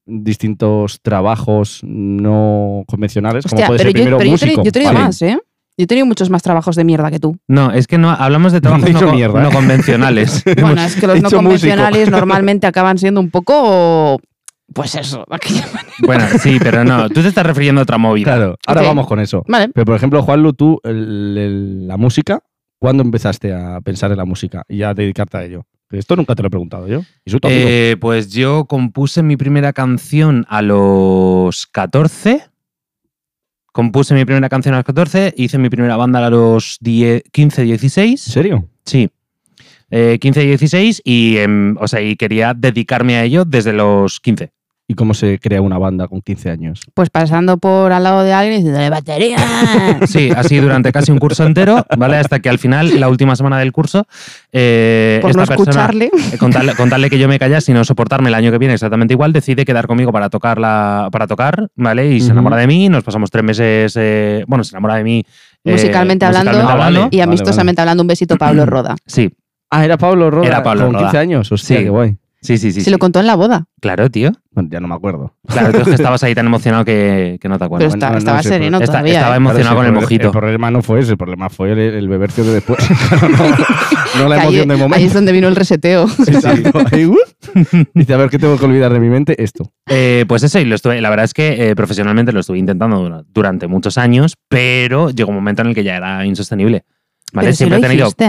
[SPEAKER 2] distintos trabajos no convencionales, como
[SPEAKER 1] Hostia,
[SPEAKER 2] puede
[SPEAKER 1] pero,
[SPEAKER 2] ser primero
[SPEAKER 1] yo, pero yo he tenido-
[SPEAKER 2] músico.
[SPEAKER 1] yo he tenido
[SPEAKER 2] ¿vale?
[SPEAKER 1] más, ¿eh? Yo he tenido muchos más trabajos de mierda que tú.
[SPEAKER 3] No, es que no hablamos de trabajos
[SPEAKER 2] He dicho
[SPEAKER 3] no, co-
[SPEAKER 2] mierda, ¿eh?
[SPEAKER 3] no convencionales.
[SPEAKER 1] Bueno, es que los no
[SPEAKER 2] dicho músico.
[SPEAKER 1] convencionales normalmente acaban siendo un poco. Pues eso. aquella-
[SPEAKER 3] Bueno, sí, pero no. Tú te estás refiriendo a otra movida.
[SPEAKER 2] Claro, ahora
[SPEAKER 1] Ok.
[SPEAKER 2] vamos con eso.
[SPEAKER 1] Vale.
[SPEAKER 2] Pero, por ejemplo, Juan tú, el- el- la música, ¿cuándo empezaste a pensar en la música y a dedicarte a ello? Esto nunca te lo he preguntado yo. Y soy tu amigo.
[SPEAKER 3] Eh, pues yo compuse mi primera canción a los 14. Compuse mi primera canción a los 14. Hice mi primera banda a los 10, 15, 16.
[SPEAKER 2] ¿En serio?
[SPEAKER 3] Sí. Eh, 15 y 16 y, em, o sea, y quería dedicarme a ello desde los 15.
[SPEAKER 2] ¿Y cómo se crea una banda con 15 años?
[SPEAKER 1] Pues pasando por al lado de alguien y diciéndole batería.
[SPEAKER 3] Sí, así durante casi un curso entero, ¿vale? Hasta que al final, la última semana del curso, eh,
[SPEAKER 1] por no
[SPEAKER 3] esta persona,
[SPEAKER 1] escucharle.
[SPEAKER 3] eh, contarle, contarle que yo me callase y no soportarme el año que viene exactamente igual, decide quedar conmigo para tocar, la, para tocar ¿vale? Y se
[SPEAKER 2] Ujú.
[SPEAKER 3] enamora de mí, nos pasamos tres meses, eh, bueno, se enamora de mí. eh,
[SPEAKER 1] Musicalmente hablando.
[SPEAKER 3] musicalmente
[SPEAKER 2] Ah, vale.
[SPEAKER 3] hablando.
[SPEAKER 1] Y
[SPEAKER 2] vale.
[SPEAKER 1] amistosamente hablando, un besito Pablo Roda.
[SPEAKER 3] Sí,
[SPEAKER 2] Ah, era Pablo Roda.
[SPEAKER 3] Era Pablo
[SPEAKER 2] Con
[SPEAKER 3] Roda.
[SPEAKER 2] 15 años, hostia,
[SPEAKER 3] Sí.
[SPEAKER 2] qué guay.
[SPEAKER 3] sí, sí, sí.
[SPEAKER 1] Se
[SPEAKER 3] sí.
[SPEAKER 1] lo contó en la boda.
[SPEAKER 3] Claro, tío.
[SPEAKER 2] Bueno, ya no me acuerdo.
[SPEAKER 3] Claro, tú es que estabas ahí tan emocionado que, que no te acuerdas.
[SPEAKER 1] pero está-
[SPEAKER 2] no, no
[SPEAKER 1] estaba
[SPEAKER 2] sé,
[SPEAKER 1] sereno
[SPEAKER 3] Esta-
[SPEAKER 1] todavía.
[SPEAKER 3] estaba
[SPEAKER 1] ¿eh?
[SPEAKER 3] emocionado con
[SPEAKER 2] Claro, si
[SPEAKER 3] el mojito.
[SPEAKER 2] El problema no fue ese, el problema fue el, el bebercio de después. no, no la
[SPEAKER 1] Que ahí-
[SPEAKER 2] emoción del
[SPEAKER 1] Ahí es
[SPEAKER 2] momento.
[SPEAKER 1] donde vino el reseteo.
[SPEAKER 2] Exacto. Ahí, uh. Dice, a ver, ¿qué tengo que olvidar de mi mente? Esto.
[SPEAKER 3] Eh, pues eso, y lo estuve, la verdad es que eh, profesionalmente lo estuve intentando dura- durante muchos años, pero llegó un momento en el que ya era insostenible. ¿Vale?
[SPEAKER 1] Pero sí
[SPEAKER 3] Siempre
[SPEAKER 1] lo
[SPEAKER 3] he tenido.
[SPEAKER 1] hiciste.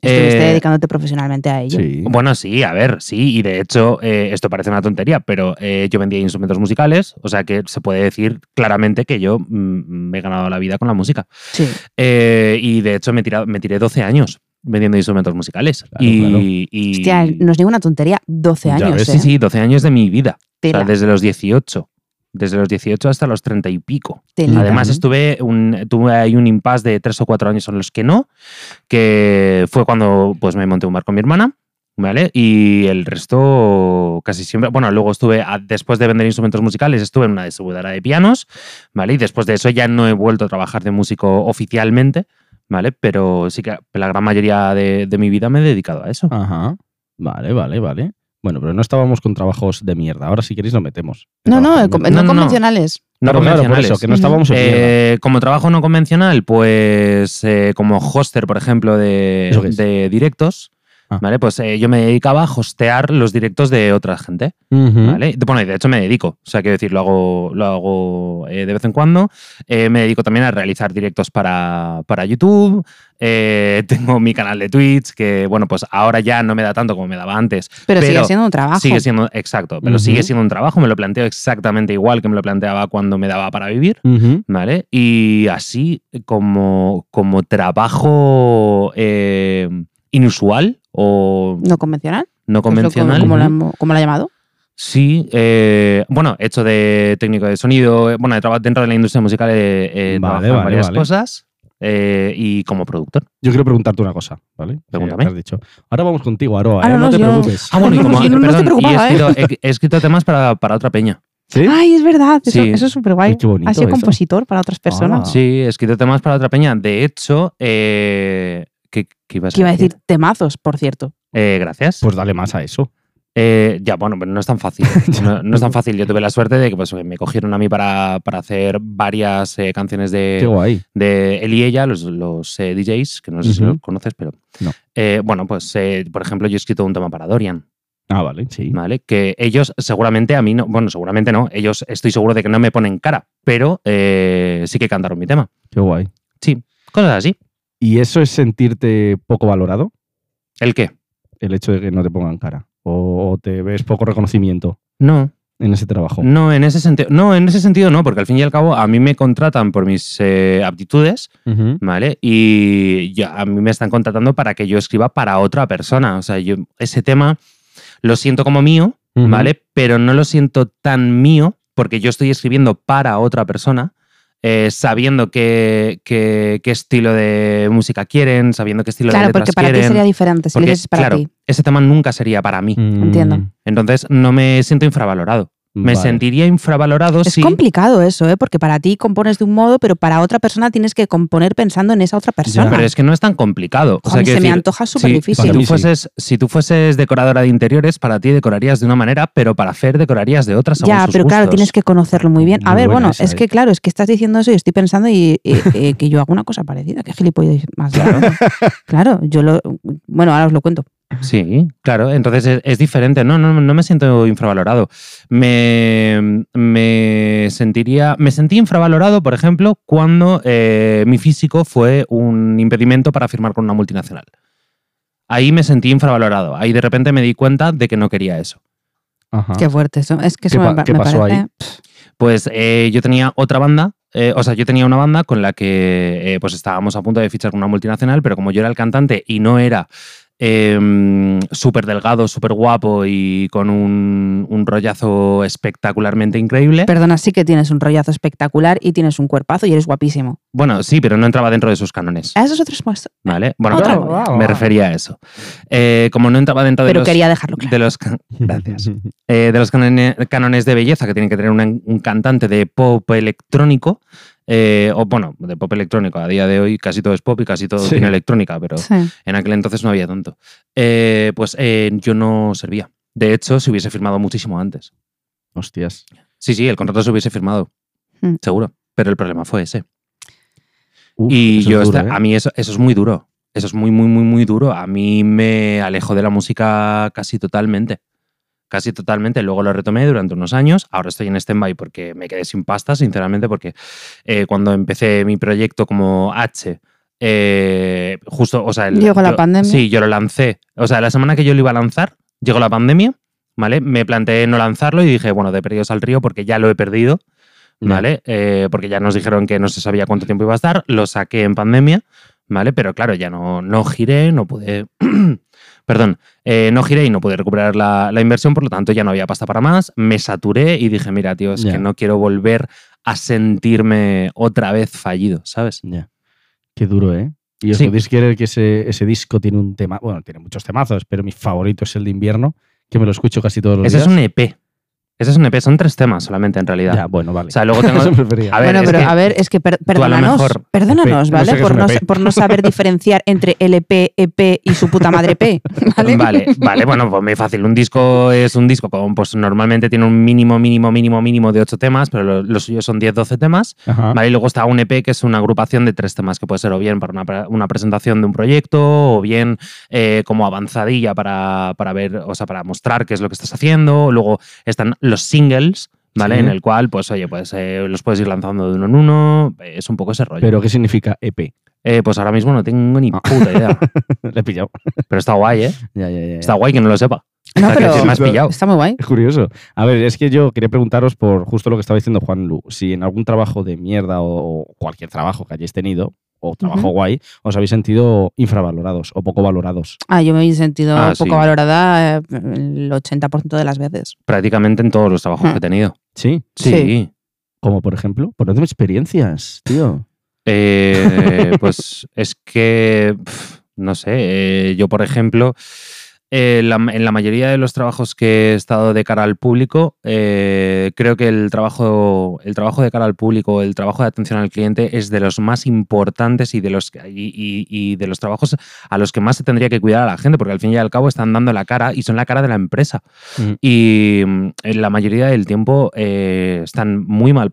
[SPEAKER 1] Estuviste
[SPEAKER 3] Eh,
[SPEAKER 1] dedicándote profesionalmente a ello.
[SPEAKER 2] Sí.
[SPEAKER 3] Bueno, sí, a ver, sí, y de hecho, eh, esto parece una tontería, pero eh, yo vendía instrumentos musicales, o sea que se puede decir claramente que yo mm, me he ganado la vida con la música.
[SPEAKER 1] Sí.
[SPEAKER 3] Eh, y de hecho, me, he tirado- me tiré 12 años vendiendo instrumentos musicales.
[SPEAKER 2] Claro,
[SPEAKER 3] y,
[SPEAKER 2] claro.
[SPEAKER 3] y-
[SPEAKER 1] Hostia, no es ninguna tontería. 12
[SPEAKER 2] Ya
[SPEAKER 1] años,
[SPEAKER 2] ves,
[SPEAKER 1] ¿eh?
[SPEAKER 3] Sí, sí, 12 años de mi vida. O sea,
[SPEAKER 1] Tela,
[SPEAKER 3] desde los 18. Desde los 18 hasta los 30 y pico.
[SPEAKER 1] tela.
[SPEAKER 3] Además,
[SPEAKER 2] Ujú.
[SPEAKER 3] estuve un, tuve ahí un impasse de tres o cuatro años en los que no, que fue cuando pues, me monté un bar con mi hermana, ¿vale? Y el resto casi siempre. Bueno, luego estuve, a- después de vender instrumentos musicales, estuve en una distribuidora de pianos, ¿vale? Y después de eso ya no he vuelto a trabajar de músico oficialmente, ¿vale? Pero sí que la gran mayoría de, de mi vida me he dedicado a eso.
[SPEAKER 2] Ajá. Vale, vale, vale. Bueno, pero no estábamos con trabajos de mierda. Ahora, si queréis, lo metemos.
[SPEAKER 1] No, no,
[SPEAKER 2] Trabajo
[SPEAKER 1] con-
[SPEAKER 2] de
[SPEAKER 1] no,
[SPEAKER 3] No, no, no.
[SPEAKER 1] convencionales.
[SPEAKER 3] No
[SPEAKER 2] Claro, claro, por
[SPEAKER 3] convencionales.
[SPEAKER 2] eso, que no
[SPEAKER 1] Ujú.
[SPEAKER 2] estábamos en mierda.
[SPEAKER 3] Eh, como trabajo no convencional, pues eh, como hoster, por ejemplo,
[SPEAKER 2] ¿Eso qué
[SPEAKER 3] de,
[SPEAKER 2] es?
[SPEAKER 3] de directos,
[SPEAKER 2] Ah.
[SPEAKER 3] ¿vale? Pues eh, yo me dedicaba a hostear los directos de otra gente,
[SPEAKER 2] Ujú.
[SPEAKER 3] ¿vale? De- Bueno, y de hecho me dedico, o sea, quiero decir, lo hago, lo hago eh, de vez en cuando. Eh, me dedico también a realizar directos para, para YouTube. Eh, tengo mi canal de Twitch, que bueno, pues ahora ya no me da tanto como me daba antes.
[SPEAKER 1] Pero, sigue
[SPEAKER 3] Pero
[SPEAKER 1] siendo un trabajo.
[SPEAKER 3] Sigue siendo, exacto, pero
[SPEAKER 2] Ujú.
[SPEAKER 3] sigue siendo un trabajo, me lo planteo exactamente igual que me lo planteaba cuando me daba para vivir.
[SPEAKER 2] Ujú.
[SPEAKER 3] ¿Vale? Y así como, como trabajo eh, inusual o
[SPEAKER 1] No convencional. pues lo-
[SPEAKER 3] no convencional.
[SPEAKER 1] Como, lo han- como lo ha llamado.
[SPEAKER 3] Sí, eh, bueno, he hecho de técnico de sonido, eh, bueno, he trabajado dentro de la industria musical, he, he
[SPEAKER 2] Vale,
[SPEAKER 3] trabajado en
[SPEAKER 2] vale,
[SPEAKER 3] varias
[SPEAKER 2] vale.
[SPEAKER 3] cosas eh, y como productor.
[SPEAKER 2] Yo quiero preguntarte una cosa, ¿vale?
[SPEAKER 3] Pregúntame.
[SPEAKER 2] Que has dicho. Ahora vamos contigo, Aroa,
[SPEAKER 1] Ah,
[SPEAKER 2] ¿eh?
[SPEAKER 1] no,
[SPEAKER 2] no,
[SPEAKER 1] no,
[SPEAKER 2] te
[SPEAKER 1] yo-
[SPEAKER 2] preocupes.
[SPEAKER 1] Ah, bueno,
[SPEAKER 3] y
[SPEAKER 1] no, no, no, no te
[SPEAKER 3] perdón, y he
[SPEAKER 1] preocupaba, ¿eh?
[SPEAKER 3] escrito, he- he escrito temas para, para otra peña.
[SPEAKER 2] ¿Sí?
[SPEAKER 1] Ay, es verdad. Eso,
[SPEAKER 3] Sí.
[SPEAKER 1] eso es súper guay.
[SPEAKER 2] Qué bonito
[SPEAKER 1] Ha sido
[SPEAKER 2] eso.
[SPEAKER 1] compositor para otras personas.
[SPEAKER 2] Ah.
[SPEAKER 3] Sí, he escrito temas para otra peña. De hecho, eh, ¿qué, qué ibas
[SPEAKER 1] Que iba a decir temazos, por cierto.
[SPEAKER 3] Eh, gracias.
[SPEAKER 2] Pues dale más a eso.
[SPEAKER 3] Eh, ya, bueno, pero no es tan fácil. no, no es tan fácil. Yo tuve la suerte de que pues, me cogieron a mí para, para hacer varias eh, canciones de,
[SPEAKER 2] Qué guay.
[SPEAKER 3] de él y ella, los, los, eh, DJs, que no sé si
[SPEAKER 2] Ujú.
[SPEAKER 3] los conoces, pero.
[SPEAKER 2] No.
[SPEAKER 3] Eh, bueno, pues eh, por ejemplo, yo he escrito un tema para Dorian,
[SPEAKER 2] Ah, vale, sí.
[SPEAKER 3] ¿vale? Que ellos seguramente a mí no. Bueno, seguramente no. Ellos estoy seguro de que no me ponen cara, pero eh, sí que cantaron mi tema.
[SPEAKER 2] Qué guay.
[SPEAKER 3] Sí, cosas así.
[SPEAKER 2] ¿Y eso es sentirte poco valorado?
[SPEAKER 3] ¿El qué?
[SPEAKER 2] El hecho de que no te pongan cara. O, o te ves poco reconocimiento
[SPEAKER 3] No,
[SPEAKER 2] en ese trabajo.
[SPEAKER 3] no en ese sentido. No, en ese sentido no, porque al fin y al cabo a mí me contratan por mis eh, aptitudes,
[SPEAKER 2] Ujú.
[SPEAKER 3] ¿vale? Y ya, a mí me están contratando para que yo escriba para otra persona. O sea, yo ese tema lo siento como mío,
[SPEAKER 2] Ujú.
[SPEAKER 3] ¿vale? Pero no lo siento tan mío porque yo estoy escribiendo para otra persona, eh, sabiendo qué, qué- qué estilo de música quieren, sabiendo qué estilo
[SPEAKER 1] Claro,
[SPEAKER 3] de letras
[SPEAKER 1] porque para ti
[SPEAKER 3] quieren.
[SPEAKER 1] sería diferente si lo
[SPEAKER 3] porque,
[SPEAKER 1] hicieses para
[SPEAKER 3] claro,
[SPEAKER 1] ti.
[SPEAKER 3] ese tema nunca sería para mí.
[SPEAKER 2] Mm,
[SPEAKER 1] Entiendo.
[SPEAKER 3] Entonces no me siento infravalorado. Me
[SPEAKER 2] vale.
[SPEAKER 3] sentiría infravalorado
[SPEAKER 1] Es
[SPEAKER 3] si...
[SPEAKER 1] complicado eso, ¿eh? porque para ti compones de un modo, pero para otra persona tienes que componer pensando en esa otra persona.
[SPEAKER 3] Pero es que no es tan complicado. O
[SPEAKER 1] Jo, a
[SPEAKER 3] sea,
[SPEAKER 1] mí se
[SPEAKER 3] quiero
[SPEAKER 1] me
[SPEAKER 3] decir,
[SPEAKER 1] antoja súper
[SPEAKER 3] si-
[SPEAKER 1] difícil.
[SPEAKER 2] para
[SPEAKER 3] Si
[SPEAKER 2] mí sí.
[SPEAKER 3] tú, fueses, si tú fueses decoradora de interiores, para ti decorarías de una manera, pero para Fer decorarías de otra según
[SPEAKER 1] ya,
[SPEAKER 3] sus
[SPEAKER 1] pero claro,
[SPEAKER 3] gustos.
[SPEAKER 1] tienes que conocerlo muy bien. A
[SPEAKER 2] Muy
[SPEAKER 1] ver,
[SPEAKER 2] buena
[SPEAKER 1] bueno,
[SPEAKER 2] esa,
[SPEAKER 1] es
[SPEAKER 2] ¿eh?
[SPEAKER 1] que claro, es que estás diciendo eso y estoy pensando y, y- eh, que yo hago una cosa parecida, que gilipollas más grande. claro, yo lo. Bueno, ahora os lo cuento.
[SPEAKER 3] Sí, claro, entonces es, es diferente. No, no, no me siento infravalorado. Me, me sentiría. Me sentí infravalorado, por ejemplo, cuando eh, mi físico fue un impedimento para firmar con una multinacional. Ahí me sentí infravalorado. Ahí de repente me di cuenta de que no quería eso.
[SPEAKER 2] Ajá.
[SPEAKER 3] Ah.
[SPEAKER 1] Qué fuerte eso. Es que
[SPEAKER 2] ¿Qué
[SPEAKER 1] eso me,
[SPEAKER 2] pa-
[SPEAKER 1] pa-
[SPEAKER 2] qué
[SPEAKER 1] me
[SPEAKER 2] pasó
[SPEAKER 1] parece.
[SPEAKER 2] ahí?
[SPEAKER 3] Pues eh, yo tenía otra banda. eh, o sea, yo tenía una banda con la que eh, pues estábamos a punto de fichar con una multinacional, pero como yo era el cantante y no era eh, súper delgado, súper guapo y con un, un rollazo espectacularmente increíble.
[SPEAKER 1] Perdona, sí que tienes un rollazo espectacular y tienes un cuerpazo y eres guapísimo.
[SPEAKER 3] bueno, sí, pero no entraba dentro de sus cánones.
[SPEAKER 1] A esos otros más.
[SPEAKER 3] ¿Vale? Bueno,
[SPEAKER 1] Eh, Otra
[SPEAKER 3] claro,
[SPEAKER 2] movida.
[SPEAKER 3] me refería a eso. Eh, como no entraba dentro de
[SPEAKER 1] Pero
[SPEAKER 3] los,
[SPEAKER 1] quería dejarlo claro.
[SPEAKER 3] de los ca- Gracias. eh, de los canone- cánones de belleza que tiene que tener una- un cantante de pop electrónico, eh, o bueno, de pop electrónico, a día de hoy casi todo es pop y casi todo
[SPEAKER 2] Sí.
[SPEAKER 3] tiene electrónica, pero
[SPEAKER 1] Sí.
[SPEAKER 3] en aquel entonces no había tanto. Eh, pues eh, yo no servía. De hecho, se hubiese firmado muchísimo antes.
[SPEAKER 2] Hostias.
[SPEAKER 3] Sí, sí, el contrato se hubiese firmado,
[SPEAKER 1] Mm.
[SPEAKER 3] seguro, pero el problema fue ese.
[SPEAKER 2] Uf,
[SPEAKER 3] y
[SPEAKER 2] eso
[SPEAKER 3] yo,
[SPEAKER 2] es duro,
[SPEAKER 3] esta-
[SPEAKER 2] ¿eh?
[SPEAKER 3] a mí eso, eso es muy duro. Eso es muy, muy, muy, muy duro. A mí me alejó de la música casi totalmente. Casi totalmente. Luego lo retomé durante unos años. Ahora estoy en stand-by porque me quedé sin pasta, sinceramente, porque eh, cuando empecé mi proyecto como H, eh, justo, o sea... el-
[SPEAKER 1] Llegó la
[SPEAKER 3] yo-
[SPEAKER 1] pandemia.
[SPEAKER 3] Sí, yo lo lancé. O sea, la semana que yo lo iba a lanzar, llegó la pandemia, ¿vale? Me planteé no lanzarlo y dije, bueno, de perdidos al río porque ya lo he perdido.
[SPEAKER 2] Ya.
[SPEAKER 3] ¿vale? Eh, porque ya nos dijeron que no se sabía cuánto tiempo iba a estar, lo saqué en pandemia, ¿vale? Pero claro, ya no, no giré, no pude... Perdón, eh, no giré y no pude recuperar la, la inversión, por lo tanto ya no había pasta para más, me saturé y dije, mira, tío, es
[SPEAKER 2] Ya.
[SPEAKER 3] que no quiero volver a sentirme otra vez fallido, ¿sabes?
[SPEAKER 2] Ya. Qué duro, ¿eh? Y os
[SPEAKER 3] Sí.
[SPEAKER 2] podéis creer que ese, ese disco tiene un tema. Bueno, tiene muchos temazos, pero mi favorito es el de invierno, que me lo escucho casi todos los
[SPEAKER 3] Ese es
[SPEAKER 2] días.
[SPEAKER 3] un EP. Ese es un EP, son tres temas solamente en realidad.
[SPEAKER 2] Ya, bueno, vale.
[SPEAKER 3] O sea, luego tengo...
[SPEAKER 2] Eso prefería.
[SPEAKER 3] A ver,
[SPEAKER 1] bueno,
[SPEAKER 3] es
[SPEAKER 1] pero
[SPEAKER 3] que
[SPEAKER 1] a ver, es que per-
[SPEAKER 3] a lo
[SPEAKER 1] perdónanos,
[SPEAKER 3] mejor-
[SPEAKER 1] perdónanos,
[SPEAKER 2] EP, no sé
[SPEAKER 1] ¿vale?
[SPEAKER 2] qué es
[SPEAKER 1] por,
[SPEAKER 2] un
[SPEAKER 1] no,
[SPEAKER 2] EP.
[SPEAKER 1] sa- por no saber diferenciar entre LP, EP y su puta madre P, ¿vale?
[SPEAKER 3] Vale, vale, bueno, pues muy fácil. Un disco es un disco con, pues normalmente tiene un mínimo, mínimo, mínimo, mínimo de 8 temas, pero lo- los suyos son 10, 12 temas.
[SPEAKER 2] Ajá.
[SPEAKER 3] Vale, y luego está un EP que es una agrupación de tres temas que puede ser o bien para una, pre- una presentación de un proyecto o bien eh, como avanzadilla para, para ver, o sea, para mostrar qué es lo que estás haciendo. Luego están los singles, ¿vale?
[SPEAKER 2] Sí.
[SPEAKER 3] En el cual, pues, oye, pues eh, los puedes ir lanzando de uno en uno. Eh, Es un poco ese rollo.
[SPEAKER 2] Pero, ¿qué significa E EP?
[SPEAKER 3] Eh, pues ahora mismo no tengo ni
[SPEAKER 2] Ah.
[SPEAKER 3] puta idea.
[SPEAKER 2] Le he pillado.
[SPEAKER 3] Pero está guay, ¿eh?
[SPEAKER 2] Ya, ya, ya, ya.
[SPEAKER 3] Está guay que no lo sepa.
[SPEAKER 1] No,
[SPEAKER 3] O sea, quiero decir, me has
[SPEAKER 1] pero
[SPEAKER 3] pillado.
[SPEAKER 1] está muy guay.
[SPEAKER 2] Es curioso. A ver, es que yo quería preguntaros por justo lo que estaba diciendo Juan Lu. Si en algún trabajo de mierda o, o cualquier trabajo que hayáis tenido, o trabajo
[SPEAKER 1] Ujú.
[SPEAKER 2] guay, os habéis sentido infravalorados o poco valorados.
[SPEAKER 1] Ah, yo me he sentido
[SPEAKER 3] Ah,
[SPEAKER 1] poco
[SPEAKER 3] sí.
[SPEAKER 1] valorada eh, el 80% de las veces.
[SPEAKER 3] Prácticamente en todos los trabajos
[SPEAKER 1] Hmm.
[SPEAKER 3] que he tenido.
[SPEAKER 2] Sí.
[SPEAKER 3] Sí.
[SPEAKER 1] Sí.
[SPEAKER 2] Como por ejemplo, ponedme experiencias, tío.
[SPEAKER 3] Eh, pues es que, pf, no sé, eh, yo por ejemplo, eh, la- en la mayoría de los trabajos que he estado de cara al público, eh, creo que el trabajo, el trabajo de cara al público, el trabajo de atención al cliente es de los más importantes y de los, que- y- y- y de los trabajos a los que más se tendría que cuidar a la gente, porque al fin y al cabo están dando la cara y son la cara de la empresa.
[SPEAKER 2] Ujú.
[SPEAKER 3] Y mm, en la mayoría del tiempo eh, están muy mal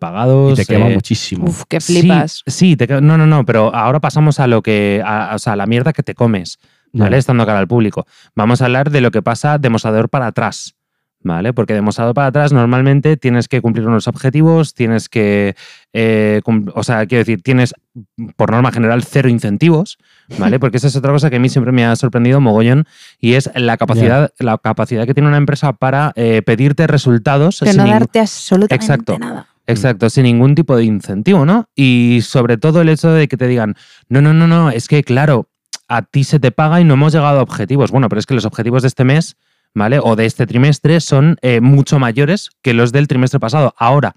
[SPEAKER 2] Y
[SPEAKER 3] pagados.
[SPEAKER 2] te quema
[SPEAKER 3] eh,
[SPEAKER 2] muchísimo.
[SPEAKER 1] Uf, que
[SPEAKER 3] Sí,
[SPEAKER 1] flipas.
[SPEAKER 3] Sí, te queda- no, no, no, pero ahora pasamos a lo que, a, a- o sea, a la mierda que te comes,
[SPEAKER 2] Ya.
[SPEAKER 3] ¿vale? Estando cara al público. Vamos a hablar de lo que pasa de mostrador para atrás, ¿vale? Porque de mostrador para atrás normalmente tienes que cumplir unos objetivos, tienes que, eh, cum- o sea, quiero decir, tienes por norma general cero incentivos, ¿vale? Porque esa es otra cosa que a mí siempre me ha sorprendido mogollón y es la capacidad, la capacidad que tiene una empresa para eh, pedirte resultados
[SPEAKER 1] Pero
[SPEAKER 3] sin
[SPEAKER 1] no
[SPEAKER 3] ningún-
[SPEAKER 1] darte absolutamente
[SPEAKER 3] Exacto.
[SPEAKER 1] nada.
[SPEAKER 3] Exacto, sin ningún tipo de incentivo, ¿no? Y sobre todo el hecho de que te digan, no, no, no, no, es que claro, a ti se te paga y no hemos llegado a objetivos. Bueno, pero es que los objetivos de este mes, ¿vale? O de este trimestre son eh, mucho mayores que los del trimestre pasado. Ahora,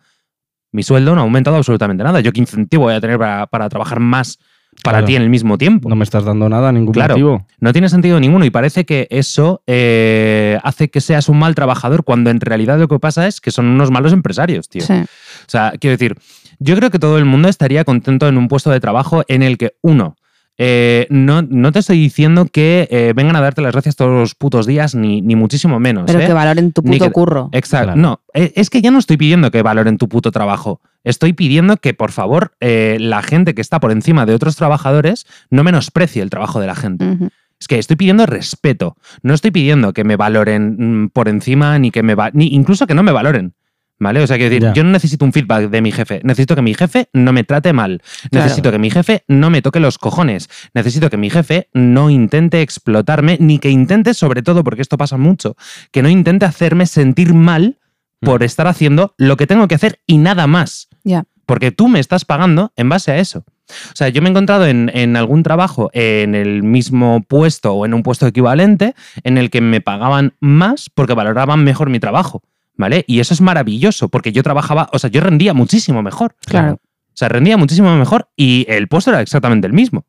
[SPEAKER 3] mi sueldo no ha aumentado absolutamente nada. Yo qué incentivo voy a tener para, para trabajar más para
[SPEAKER 2] Claro.
[SPEAKER 3] ti en el mismo tiempo.
[SPEAKER 2] No me estás dando nada, ningún
[SPEAKER 3] Claro.
[SPEAKER 2] motivo.
[SPEAKER 3] No tiene sentido ninguno y parece que eso eh, hace que seas un mal trabajador cuando en realidad lo que pasa es que son unos malos empresarios, tío.
[SPEAKER 1] Sí.
[SPEAKER 3] O sea, quiero decir, yo creo que todo el mundo estaría contento en un puesto de trabajo en el que, uno, eh, no, no te estoy diciendo que eh, vengan a darte las gracias todos los putos días, ni, ni muchísimo menos.
[SPEAKER 1] Pero
[SPEAKER 3] ¿eh?
[SPEAKER 1] que valoren tu
[SPEAKER 3] Ni
[SPEAKER 1] puto
[SPEAKER 3] que-
[SPEAKER 1] curro.
[SPEAKER 3] Exacto.
[SPEAKER 2] Claro.
[SPEAKER 3] No, eh, es que ya no estoy pidiendo que valoren tu puto trabajo. Estoy pidiendo que, por favor, eh, la gente que está por encima de otros trabajadores no menosprecie el trabajo de la gente.
[SPEAKER 1] Ujú.
[SPEAKER 3] Es que estoy pidiendo respeto. No estoy pidiendo que me valoren mm, por encima ni que me va- ni incluso que no me valoren. ¿Vale? O sea, quiero decir,
[SPEAKER 2] Ya.
[SPEAKER 3] yo no necesito un feedback de mi jefe. Necesito que mi jefe no me trate mal.
[SPEAKER 1] Claro.
[SPEAKER 3] Necesito que mi jefe no me toque los cojones. Necesito que mi jefe no intente explotarme, ni que intente, sobre todo, porque esto pasa mucho, que no intente hacerme sentir mal por estar haciendo lo que tengo que hacer y nada más.
[SPEAKER 1] Ya.
[SPEAKER 3] Porque tú me estás pagando en base a eso. O sea, yo me he encontrado en, en algún trabajo, eh, en el mismo puesto o en un puesto equivalente, en el que me pagaban más porque valoraban mejor mi trabajo, ¿vale? Y eso es maravilloso, porque yo trabajaba, o sea, yo rendía muchísimo mejor.
[SPEAKER 1] Claro.
[SPEAKER 3] O sea, rendía muchísimo mejor y el puesto era exactamente el mismo.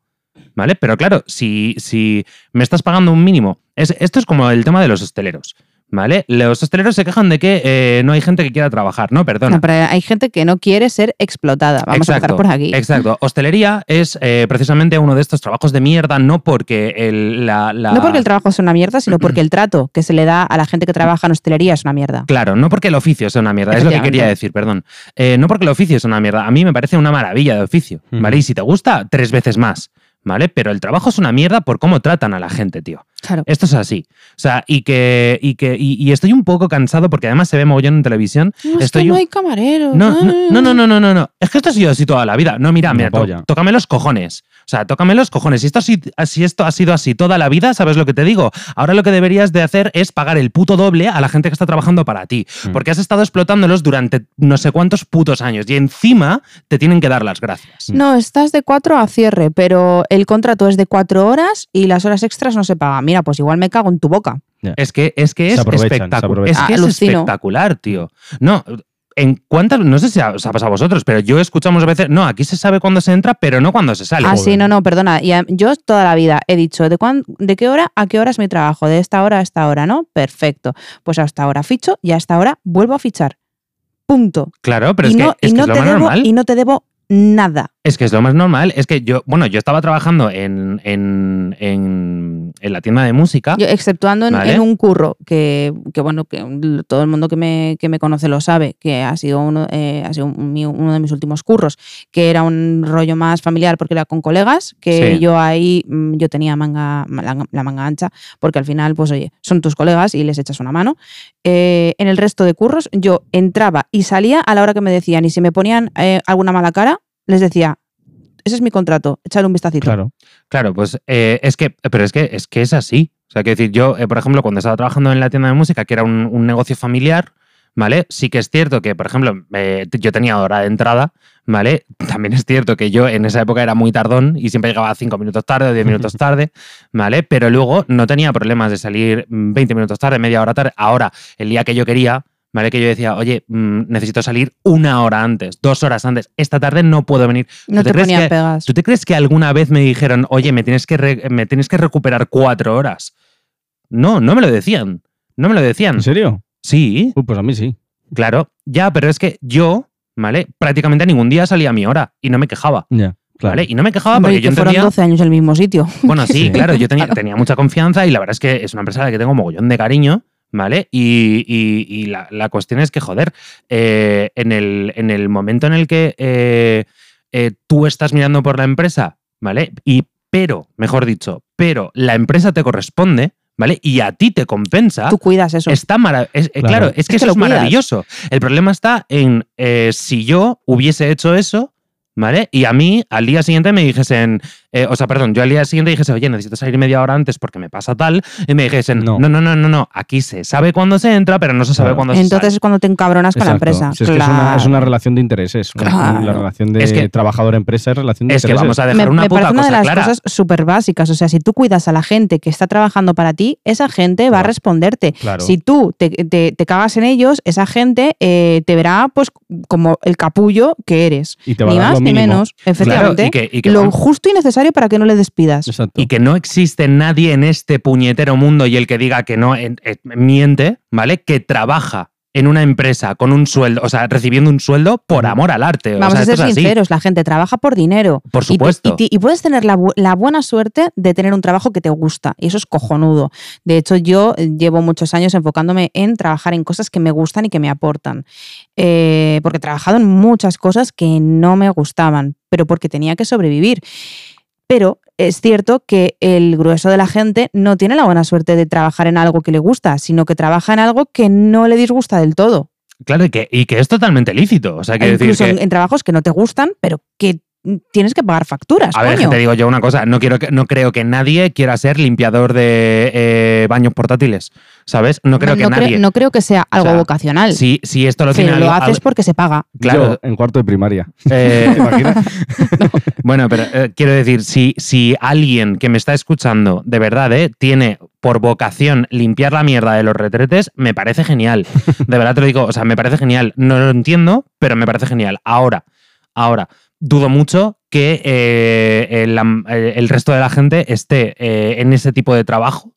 [SPEAKER 3] ¿Vale? Pero claro, si, si me estás pagando un mínimo. es- esto es como el tema de los hosteleros. ¿Vale? Los hosteleros se quejan de que eh, no hay gente que quiera trabajar. No, perdona.
[SPEAKER 1] No, pero hay gente que no quiere ser explotada. Vamos a empezar por aquí.
[SPEAKER 3] Exacto. Hostelería es eh, precisamente uno de estos trabajos de mierda, no porque el, la, la-
[SPEAKER 1] No porque el trabajo sea una mierda, sino porque el trato que se le da a la gente que trabaja en hostelería es una mierda.
[SPEAKER 3] Claro, no porque el oficio sea una mierda, es lo que
[SPEAKER 1] Efectivamente.
[SPEAKER 3] quería decir, perdón. Eh, no porque el oficio sea una mierda, a mí me parece una maravilla de oficio,
[SPEAKER 2] Ujú.
[SPEAKER 3] ¿vale? Y si te gusta, tres veces más, ¿vale? Pero el trabajo es una mierda por cómo tratan a la gente, tío.
[SPEAKER 1] Claro.
[SPEAKER 3] Esto es así. O sea, y que, y que, y, y estoy un poco cansado porque además se ve mogollón en televisión.
[SPEAKER 1] No, es
[SPEAKER 3] Estoy
[SPEAKER 1] que no
[SPEAKER 3] un-
[SPEAKER 1] hay camareros.
[SPEAKER 3] No,
[SPEAKER 1] ah.
[SPEAKER 3] no, no, no, no, no, no, no. Es que esto ha sido así toda la vida. No, mira,
[SPEAKER 2] Una
[SPEAKER 3] mira, to-
[SPEAKER 2] polla.
[SPEAKER 3] tócame los cojones. O sea, tócame los cojones. Si esto, ha sido- si esto ha sido así toda la vida, ¿sabes lo que te digo? Ahora lo que deberías de hacer es pagar el puto doble a la gente que está trabajando para ti.
[SPEAKER 2] Mm.
[SPEAKER 3] Porque has estado explotándolos durante no sé cuántos putos años. Y encima te tienen que dar las
[SPEAKER 2] Mm.
[SPEAKER 3] gracias.
[SPEAKER 1] No, estás de 4 a cierre, pero el contrato es de 4 horas y las horas extras no se pagan. Mira, pues igual me cago en tu boca.
[SPEAKER 3] Es que es, que
[SPEAKER 2] Se
[SPEAKER 3] es
[SPEAKER 2] aprovechan, se
[SPEAKER 3] espectacular. Es
[SPEAKER 2] aprovechan.
[SPEAKER 3] que
[SPEAKER 1] Ah,
[SPEAKER 3] es
[SPEAKER 1] alucino.
[SPEAKER 3] espectacular, tío. No, en cuántas, no sé si os ha pasado a vosotros, pero yo escuchamos a veces, no, aquí se sabe cuándo se entra, pero no cuándo se sale.
[SPEAKER 1] Ah, sí, no, no, perdona. Y a- yo toda la vida he dicho, ¿de, cuán- ¿de qué hora a qué hora es mi trabajo? De esta hora a esta hora, ¿no? Perfecto. Pues hasta ahora ficho y hasta ahora vuelvo a fichar. Punto.
[SPEAKER 3] Claro, pero
[SPEAKER 1] y
[SPEAKER 3] es
[SPEAKER 1] no,
[SPEAKER 3] que,
[SPEAKER 1] y
[SPEAKER 3] es, que
[SPEAKER 1] no
[SPEAKER 3] es lo
[SPEAKER 1] te
[SPEAKER 3] más
[SPEAKER 1] debo,
[SPEAKER 3] normal.
[SPEAKER 1] y no te debo nada.
[SPEAKER 3] Es que es lo más normal. Es que yo, bueno, yo estaba trabajando en, en, en, en la tienda de música.
[SPEAKER 1] Yo, exceptuando en,
[SPEAKER 3] Ah. Vale.
[SPEAKER 1] en un curro, que, que, bueno, que un- todo el mundo que me, que me conoce lo sabe, que ha sido, uno, eh, ha sido un- mi- uno de mis últimos curros, que era un rollo más familiar porque era con colegas, que
[SPEAKER 3] Sí.
[SPEAKER 1] yo ahí, mm, yo tenía manga, la, la manga ancha, porque al final, pues oye, son tus colegas y les echas una mano. Eh, en el resto de curros, yo entraba y salía a la hora que me decían, y si me ponían eh, alguna mala cara, les decía, ese es mi contrato, échale un vistacito.
[SPEAKER 2] Claro.
[SPEAKER 3] Claro, pues eh, es que, pero es que es que es así. O sea, quiero decir, yo, eh, por ejemplo, cuando estaba trabajando en la tienda de música, que era un, un negocio familiar, ¿vale? Sí que es cierto que, por ejemplo, eh, t- yo tenía hora de entrada, ¿vale? También es cierto que yo en esa época era muy tardón y siempre llegaba cinco minutos tarde o 10 minutos tarde, ¿vale? Pero luego no tenía problemas de salir mm, 20 minutos tarde, media hora tarde. Ahora, el día que yo quería, ¿vale? Que yo decía, oye, mm, necesito salir una hora antes, dos horas antes. Esta tarde no puedo venir.
[SPEAKER 1] No
[SPEAKER 3] ¿Tú
[SPEAKER 1] te
[SPEAKER 3] crees
[SPEAKER 1] ponían
[SPEAKER 3] que-
[SPEAKER 1] pegas.
[SPEAKER 3] ¿Tú te crees que alguna vez me dijeron, oye, me tienes que, re- me tienes que recuperar cuatro horas? No, no me lo decían. No me lo decían.
[SPEAKER 2] ¿En serio?
[SPEAKER 3] Sí,
[SPEAKER 2] Uy, pues a mí sí.
[SPEAKER 3] claro. Ya, pero es que yo, ¿vale? Prácticamente ningún día salía a mi hora y no me quejaba,
[SPEAKER 2] Ya, claro.
[SPEAKER 3] ¿vale? Y no me quejaba
[SPEAKER 1] Hombre,
[SPEAKER 3] Ah, porque
[SPEAKER 1] y
[SPEAKER 3] yo
[SPEAKER 1] que fueron
[SPEAKER 3] entendía...
[SPEAKER 1] 12 años en el mismo sitio.
[SPEAKER 3] Bueno, sí,
[SPEAKER 2] Sí.
[SPEAKER 3] claro, yo tenía, tenía mucha confianza y la verdad es que es una empresa a la que tengo mogollón de cariño, ¿vale? Y, y- y la, la cuestión es que, joder, eh, en, el, en el momento en el que eh, eh, tú estás mirando por la empresa, ¿vale? Y pero, mejor dicho, pero la empresa te corresponde, ¿vale? Y a ti te compensa.
[SPEAKER 2] Ah,
[SPEAKER 1] Tú cuidas eso.
[SPEAKER 3] Está maravilloso. claro.
[SPEAKER 2] Claro.
[SPEAKER 3] es que
[SPEAKER 1] Es que
[SPEAKER 3] eso
[SPEAKER 1] lo
[SPEAKER 3] es
[SPEAKER 1] cuidas.
[SPEAKER 3] maravilloso. El problema está en eh, si yo hubiese hecho eso, ¿vale? Y a mí al día siguiente me dijesen, eh, o sea, perdón, yo al día siguiente dijese, oye, necesito salir media hora antes porque me pasa tal, y me dijesen, no,
[SPEAKER 2] No.
[SPEAKER 3] no, no, no, no, aquí se sabe cuándo se entra, pero no se sabe
[SPEAKER 2] Claro.
[SPEAKER 3] cuándo se
[SPEAKER 1] Entonces
[SPEAKER 3] sale.
[SPEAKER 1] es cuando te encabronas con la
[SPEAKER 2] Exacto.
[SPEAKER 1] empresa.
[SPEAKER 2] Si es, que es, una,
[SPEAKER 1] Claro.
[SPEAKER 2] es una relación de intereses. una-
[SPEAKER 1] Claro.
[SPEAKER 2] La relación de
[SPEAKER 3] Es que-
[SPEAKER 2] trabajador-empresa es relación de
[SPEAKER 3] Es que
[SPEAKER 2] intereses.
[SPEAKER 3] vamos a
[SPEAKER 1] me,
[SPEAKER 3] dejar una
[SPEAKER 1] me
[SPEAKER 3] puta
[SPEAKER 1] parece
[SPEAKER 3] cosa
[SPEAKER 1] una de las
[SPEAKER 3] clara.
[SPEAKER 1] cosas súper básicas. O sea, si tú cuidas a la gente que está trabajando para ti, esa gente va a
[SPEAKER 2] Claro.
[SPEAKER 1] responderte.
[SPEAKER 2] Claro.
[SPEAKER 1] Si tú te, te- te cagas en ellos, esa gente eh, te verá pues como el capullo que eres.
[SPEAKER 2] y te va a
[SPEAKER 1] Ni
[SPEAKER 2] dar
[SPEAKER 1] más
[SPEAKER 2] lo
[SPEAKER 1] ni
[SPEAKER 2] mínimo.
[SPEAKER 1] menos,
[SPEAKER 3] Claro,
[SPEAKER 1] efectivamente.
[SPEAKER 3] y que, y que
[SPEAKER 1] lo
[SPEAKER 3] bueno,
[SPEAKER 1] justo y necesario para que no le despidas.
[SPEAKER 2] Exacto.
[SPEAKER 3] y que no existe nadie en este puñetero mundo y el que diga que no eh, eh, miente, ¿vale? Que trabaja en una empresa con un sueldo, o sea, recibiendo un sueldo por amor al arte. o
[SPEAKER 1] Vamos
[SPEAKER 3] sea,
[SPEAKER 1] a
[SPEAKER 3] esto
[SPEAKER 1] ser
[SPEAKER 3] es así.
[SPEAKER 1] sinceros, la gente trabaja por dinero.
[SPEAKER 3] Por
[SPEAKER 1] Y te-
[SPEAKER 3] supuesto.
[SPEAKER 1] Y, ti- y puedes tener la, bu- la buena suerte de tener un trabajo que te gusta. Y eso es cojonudo. De hecho, yo eh, llevo muchos años enfocándome en trabajar en cosas que me gustan y que me aportan. Eh, porque he trabajado en muchas cosas que no me gustaban, pero porque tenía que sobrevivir. Pero es cierto que el grueso de la gente no tiene la buena suerte de trabajar en algo que le gusta, sino que trabaja en algo que no le disgusta del todo.
[SPEAKER 3] Claro, y que, y que es totalmente lícito. O sea, hay que decir
[SPEAKER 1] incluso
[SPEAKER 3] que.
[SPEAKER 1] en, en trabajos que no te gustan, pero que tienes que pagar facturas,
[SPEAKER 3] A ver,
[SPEAKER 1] coño.
[SPEAKER 3] te digo yo una cosa, no, quiero que- no creo que nadie quiera ser limpiador de eh, baños portátiles, ¿sabes? No creo que
[SPEAKER 1] no,
[SPEAKER 3] nadie.
[SPEAKER 1] no creo que sea algo
[SPEAKER 3] sea,
[SPEAKER 1] vocacional.
[SPEAKER 3] si, si esto lo tiene
[SPEAKER 1] pero lo
[SPEAKER 3] al- al-
[SPEAKER 1] haces porque se paga.
[SPEAKER 3] claro,
[SPEAKER 2] Yo, en cuarto de primaria.
[SPEAKER 3] eh,
[SPEAKER 2] ¿Te imaginas?
[SPEAKER 3] Bueno, pero eh, quiero decir, si, si alguien que me está escuchando, de verdad, eh, tiene por vocación limpiar la mierda de los retretes, me parece genial. De verdad te lo digo, o sea, me parece genial. No lo entiendo, pero me parece genial. Ahora, ahora, dudo mucho que eh, el, am- eh, el resto de la gente esté eh, en ese tipo de trabajo,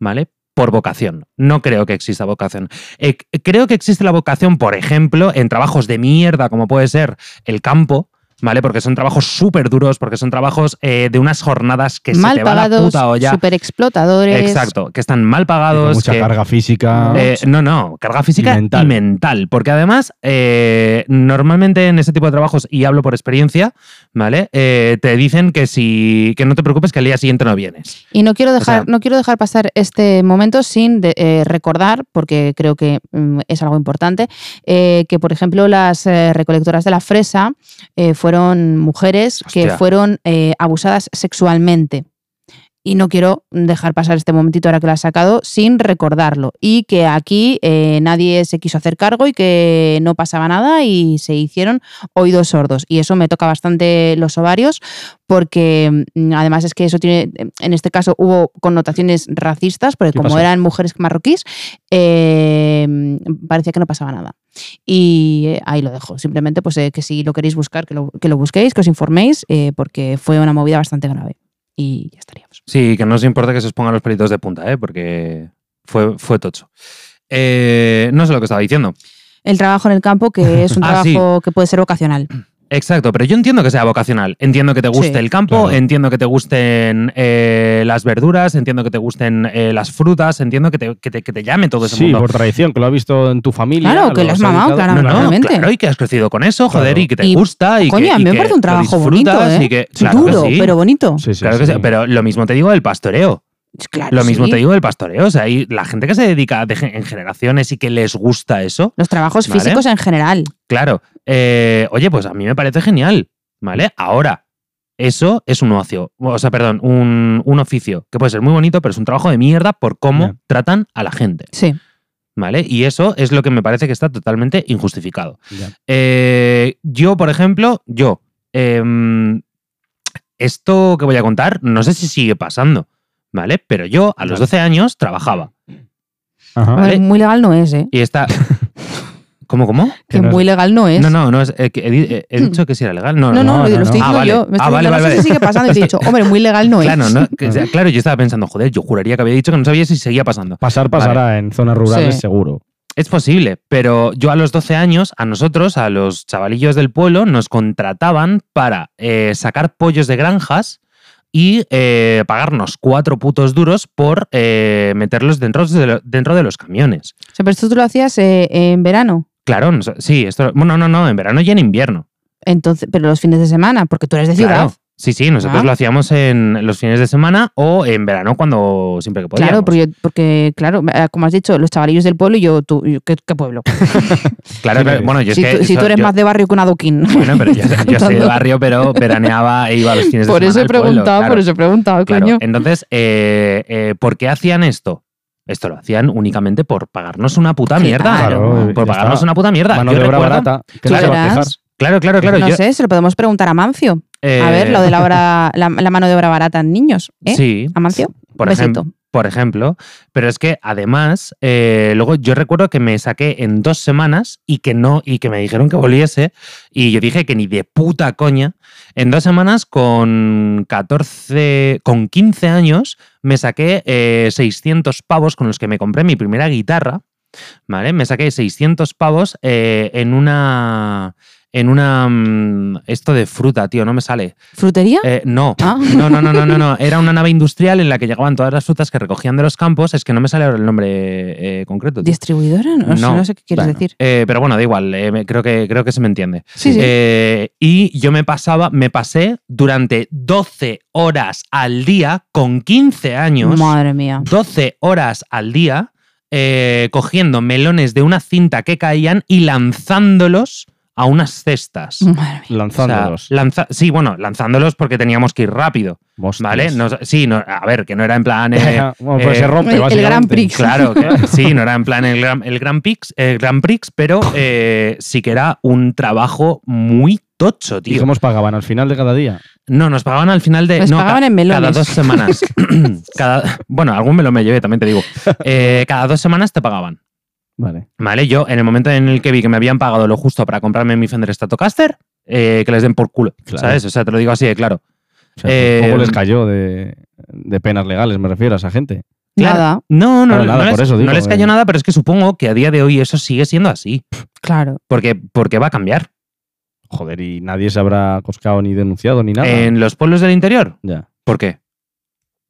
[SPEAKER 3] ¿vale? Por vocación. No creo que exista vocación. Eh, c- creo que existe la vocación, por ejemplo, en trabajos de mierda, como puede ser el campo, ¿vale? Porque son trabajos súper duros, porque son trabajos eh, de unas jornadas que
[SPEAKER 1] Mal
[SPEAKER 3] se te va la
[SPEAKER 1] pagados,
[SPEAKER 3] puta olla.
[SPEAKER 1] super explotadores.
[SPEAKER 3] Exacto, que están mal
[SPEAKER 2] Con
[SPEAKER 3] pagados.
[SPEAKER 2] mucha
[SPEAKER 3] que-
[SPEAKER 2] carga física.
[SPEAKER 3] eh, no, no, carga física y
[SPEAKER 2] Y
[SPEAKER 3] mental.
[SPEAKER 2] mental.
[SPEAKER 3] porque además, eh, normalmente en ese tipo de trabajos, y hablo por experiencia, ¿vale? Eh, te dicen que si que no te preocupes que al día siguiente no vienes.
[SPEAKER 1] Y no quiero dejar,
[SPEAKER 3] sea-
[SPEAKER 1] no quiero dejar pasar este momento sin de- eh, recordar, porque creo que mm, es algo importante, eh, que por ejemplo las eh, recolectoras de la fresa eh, fueron mujeres que
[SPEAKER 3] Hostia.
[SPEAKER 1] fueron eh, abusadas sexualmente. Y no quiero dejar pasar este momentito ahora que lo has sacado sin recordarlo. Y que aquí eh, nadie se quiso hacer cargo y que no pasaba nada y se hicieron oídos sordos. Y eso me toca bastante los ovarios porque mm, además es que eso tiene, en este caso hubo connotaciones racistas, porque
[SPEAKER 2] ¿Qué
[SPEAKER 1] como
[SPEAKER 2] pasó?
[SPEAKER 1] eran mujeres marroquíes, eh, parecía que no pasaba nada. Y eh, ahí lo dejo. Simplemente, pues eh, que si lo queréis buscar, que lo, que lo busquéis, que os informéis, eh, porque fue una movida bastante grave. Y ya estaríamos.
[SPEAKER 3] Sí, que no os importa que se os pongan los pelitos de punta, ¿eh? Porque fue, fue tocho. Eh, no sé lo que estaba diciendo.
[SPEAKER 1] El trabajo en el campo, que es un
[SPEAKER 3] Ah, sí.
[SPEAKER 1] trabajo que puede ser ocasional.
[SPEAKER 3] Exacto, pero yo entiendo que sea vocacional. Entiendo que te guste
[SPEAKER 1] Sí.
[SPEAKER 3] el campo,
[SPEAKER 2] Claro.
[SPEAKER 3] entiendo que te gusten eh, las verduras, entiendo que te gusten eh, las frutas, entiendo que te, que te- que te llame todo ese
[SPEAKER 2] sí,
[SPEAKER 3] mundo.
[SPEAKER 2] por tradición, que lo has visto en tu familia.
[SPEAKER 1] Claro, que lo has
[SPEAKER 2] has
[SPEAKER 1] mamado,
[SPEAKER 2] dedicado-
[SPEAKER 1] claro.
[SPEAKER 3] No, no,
[SPEAKER 1] Claramente.
[SPEAKER 3] claro, y que has crecido con eso, joder,
[SPEAKER 2] Claro.
[SPEAKER 3] y que te
[SPEAKER 1] Y, oh,
[SPEAKER 3] gusta. Y
[SPEAKER 1] Coño,
[SPEAKER 3] que,
[SPEAKER 1] a mí
[SPEAKER 3] y
[SPEAKER 1] me
[SPEAKER 3] que
[SPEAKER 1] parece un
[SPEAKER 3] lo
[SPEAKER 1] trabajo bonito,
[SPEAKER 3] disfrutas
[SPEAKER 1] ¿eh?
[SPEAKER 3] y que- claro que
[SPEAKER 1] Duro,
[SPEAKER 3] sí,
[SPEAKER 1] pero bonito.
[SPEAKER 2] Sí, sí,
[SPEAKER 3] claro que
[SPEAKER 2] sí.
[SPEAKER 3] sí, Pero lo mismo te digo del pastoreo.
[SPEAKER 1] Claro,
[SPEAKER 3] Lo mismo
[SPEAKER 1] sí.
[SPEAKER 3] te digo del pastoreo. O sea, hay la gente que se dedica de gen- en generaciones y que les gusta eso,
[SPEAKER 1] Los trabajos
[SPEAKER 3] Vale.
[SPEAKER 1] físicos en general.
[SPEAKER 3] claro. eh, oye, pues a mí me parece genial, ¿vale? Ahora, eso es un ocio. O sea, perdón, un, un oficio que puede ser muy bonito, pero es un trabajo de mierda por cómo
[SPEAKER 2] Ya.
[SPEAKER 3] tratan a la gente,
[SPEAKER 1] Sí.
[SPEAKER 3] ¿vale? Y eso es lo que me parece que está totalmente injustificado.
[SPEAKER 2] Ya.
[SPEAKER 3] Eh, yo, por ejemplo, yo. em, esto que voy a contar, no sé si sigue pasando, ¿vale? Pero yo a los
[SPEAKER 2] Vale.
[SPEAKER 3] 12 años trabajaba.
[SPEAKER 2] Ajá.
[SPEAKER 1] A ver,
[SPEAKER 3] Vale.
[SPEAKER 1] Muy legal no es, ¿eh?
[SPEAKER 3] Y está. ¿Cómo, cómo?
[SPEAKER 1] Que
[SPEAKER 3] no es-
[SPEAKER 1] muy legal no es.
[SPEAKER 3] No, no, no. es- eh, que he, di- eh, he dicho que si era legal. No,
[SPEAKER 1] Mm. No,
[SPEAKER 3] no, no.
[SPEAKER 1] lo estoy
[SPEAKER 3] no.
[SPEAKER 1] diciendo
[SPEAKER 3] Ah, vale.
[SPEAKER 1] yo. Me estoy
[SPEAKER 3] Ah, vale,
[SPEAKER 1] diciendo,
[SPEAKER 3] vale,
[SPEAKER 1] no sé si
[SPEAKER 3] vale.
[SPEAKER 1] sigue pasando y te he dicho, hombre, muy legal no ¿eh? es.
[SPEAKER 3] Claro, ¿no? Que- o sea, claro, yo estaba pensando, joder, yo juraría que había dicho que no sabía si seguía pasando.
[SPEAKER 4] Pasar pasará en zonas rurales
[SPEAKER 1] Sí.
[SPEAKER 4] seguro.
[SPEAKER 3] Es posible, pero yo a los 12 años, a nosotros, a los chavalillos del pueblo, nos contrataban para eh, sacar pollos de granjas y eh, pagarnos cuatro putos duros por eh, meterlos dentro de, lo- dentro de los camiones.
[SPEAKER 1] O sea, pero esto tú lo hacías eh, en verano.
[SPEAKER 3] Claro, nos- sí, esto... Bueno, no, no, en verano y en invierno.
[SPEAKER 1] Entonces, pero los fines de semana, porque tú eres de ciudad.
[SPEAKER 3] Claro. Sí, sí, nosotros
[SPEAKER 1] Ah.
[SPEAKER 3] lo hacíamos en los fines de semana o en verano cuando siempre que podíamos.
[SPEAKER 1] Claro, porque, porque, claro, eh, como has dicho, los chavalillos del pueblo y yo, tú, yo, ¿qué, qué pueblo?
[SPEAKER 3] Claro,
[SPEAKER 4] Sí,
[SPEAKER 3] claro,
[SPEAKER 4] sí.
[SPEAKER 3] Bueno, yo es
[SPEAKER 1] si
[SPEAKER 3] que
[SPEAKER 1] tú, si
[SPEAKER 3] eso-
[SPEAKER 1] tú eres
[SPEAKER 3] yo-
[SPEAKER 1] más de barrio que un adoquín.
[SPEAKER 3] Bueno, pero yo, yo soy de
[SPEAKER 1] Contando.
[SPEAKER 3] barrio, pero veraneaba e iba a los fines de
[SPEAKER 1] Por
[SPEAKER 3] semana.
[SPEAKER 1] eso he
[SPEAKER 3] al pueblo,
[SPEAKER 1] preguntado,
[SPEAKER 3] claro,
[SPEAKER 1] por eso he preguntado,
[SPEAKER 3] claro.
[SPEAKER 1] coño.
[SPEAKER 3] Entonces, eh, eh, ¿por qué hacían esto? Esto lo hacían únicamente por pagarnos una puta
[SPEAKER 1] Claro.
[SPEAKER 3] mierda.
[SPEAKER 1] Claro,
[SPEAKER 4] eh,
[SPEAKER 3] por
[SPEAKER 4] ya
[SPEAKER 3] pagarnos
[SPEAKER 4] está.
[SPEAKER 3] pues una puta mierda.
[SPEAKER 4] Mano
[SPEAKER 3] Yo
[SPEAKER 4] de obra
[SPEAKER 3] recuerdo-
[SPEAKER 4] barata. que
[SPEAKER 1] Tú
[SPEAKER 4] no se va a
[SPEAKER 1] verás.
[SPEAKER 4] quejar.
[SPEAKER 3] Claro, claro, claro.
[SPEAKER 1] no
[SPEAKER 3] yo-
[SPEAKER 1] sé, se lo podemos preguntar a Mancio.
[SPEAKER 3] eh,
[SPEAKER 1] A ver, lo de la, hora, la, la mano de obra barata en niños. ¿eh?
[SPEAKER 3] Sí.
[SPEAKER 1] ¿A Mancio?
[SPEAKER 3] Por
[SPEAKER 1] Besito.
[SPEAKER 3] ejemplo, por ejemplo. Pero es que además, eh, luego yo recuerdo que me saqué en dos semanas y que no, y que me dijeron que volviese. Y yo dije que ni de puta coña. En dos semanas, con 14, con 15 años, me saqué eh, 600 pavos con los que me compré mi primera guitarra. ¿Vale? Me saqué 600 pavos eh, en una. En una. mm, Esto de fruta, tío, no me sale.
[SPEAKER 1] ¿Frutería?
[SPEAKER 3] Eh, no.
[SPEAKER 1] Ah.
[SPEAKER 3] no, no, no, no, no, no. Era una nave industrial en la que llegaban todas las frutas que recogían de los campos. Es que no me sale ahora el nombre eh, concreto. tío.
[SPEAKER 1] ¿Distribuidora? No, sé-
[SPEAKER 3] No,
[SPEAKER 1] no sé qué quieres
[SPEAKER 3] Bueno,
[SPEAKER 1] decir.
[SPEAKER 3] eh, pero bueno, da igual. eh, me- creo, que, creo que se me entiende.
[SPEAKER 1] Sí, sí.
[SPEAKER 3] Eh, y yo me pasaba, me pasé durante 12 horas al día, con 15 años,
[SPEAKER 1] Madre mía.
[SPEAKER 3] 12 horas al día, eh, cogiendo melones de una cinta que caían y lanzándolos a unas cestas.
[SPEAKER 1] Madre mía.
[SPEAKER 3] O sea,
[SPEAKER 4] Lanzándolos.
[SPEAKER 3] lanza- sí, bueno, lanzándolos porque teníamos que ir rápido. ¿Vale?
[SPEAKER 4] Hostias.
[SPEAKER 3] Nos- sí, no- a ver, que no era en plan. eh,
[SPEAKER 4] Bueno, pero
[SPEAKER 3] eh,
[SPEAKER 4] se rompe,
[SPEAKER 1] el- el
[SPEAKER 4] básicamente.
[SPEAKER 1] Grand Prix.
[SPEAKER 3] claro, que- sí, no era en plan el Gran, el Grand Prix, el Grand Prix, pero eh, sí que era un trabajo muy tocho,
[SPEAKER 4] ¿Y
[SPEAKER 3] tío.
[SPEAKER 4] cómo os pagaban al final de cada día?
[SPEAKER 3] No, nos pagaban al final de.
[SPEAKER 1] Les
[SPEAKER 3] no,
[SPEAKER 1] Pues pagaban
[SPEAKER 3] ca-
[SPEAKER 1] en melones.
[SPEAKER 3] Cada dos semanas. Cada- bueno, algún melón me llevé, también te digo. Eh, cada dos semanas te pagaban.
[SPEAKER 4] Vale.
[SPEAKER 3] Vale, yo en el momento en el que vi que me habían pagado lo justo para comprarme mi Fender Stratocaster, eh, que les den por culo.
[SPEAKER 4] Claro.
[SPEAKER 3] ¿Sabes? O sea, te lo digo así de claro.
[SPEAKER 4] O sea,
[SPEAKER 3] Eh,
[SPEAKER 4] ¿Cómo les cayó de, de penas legales, me refiero, a esa gente?
[SPEAKER 3] Claro.
[SPEAKER 1] Nada,
[SPEAKER 3] No, no,
[SPEAKER 4] Claro,
[SPEAKER 3] no
[SPEAKER 4] nada,
[SPEAKER 3] les,
[SPEAKER 4] por eso
[SPEAKER 3] no
[SPEAKER 4] digo,
[SPEAKER 3] les cayó
[SPEAKER 4] eh.
[SPEAKER 3] nada, pero es que supongo que a día de hoy eso sigue siendo así.
[SPEAKER 1] claro.
[SPEAKER 3] Porque, porque va a cambiar.
[SPEAKER 4] Joder, y nadie se habrá coscado ni denunciado ni nada.
[SPEAKER 3] En los pueblos del interior,
[SPEAKER 4] Ya,
[SPEAKER 3] ¿por qué?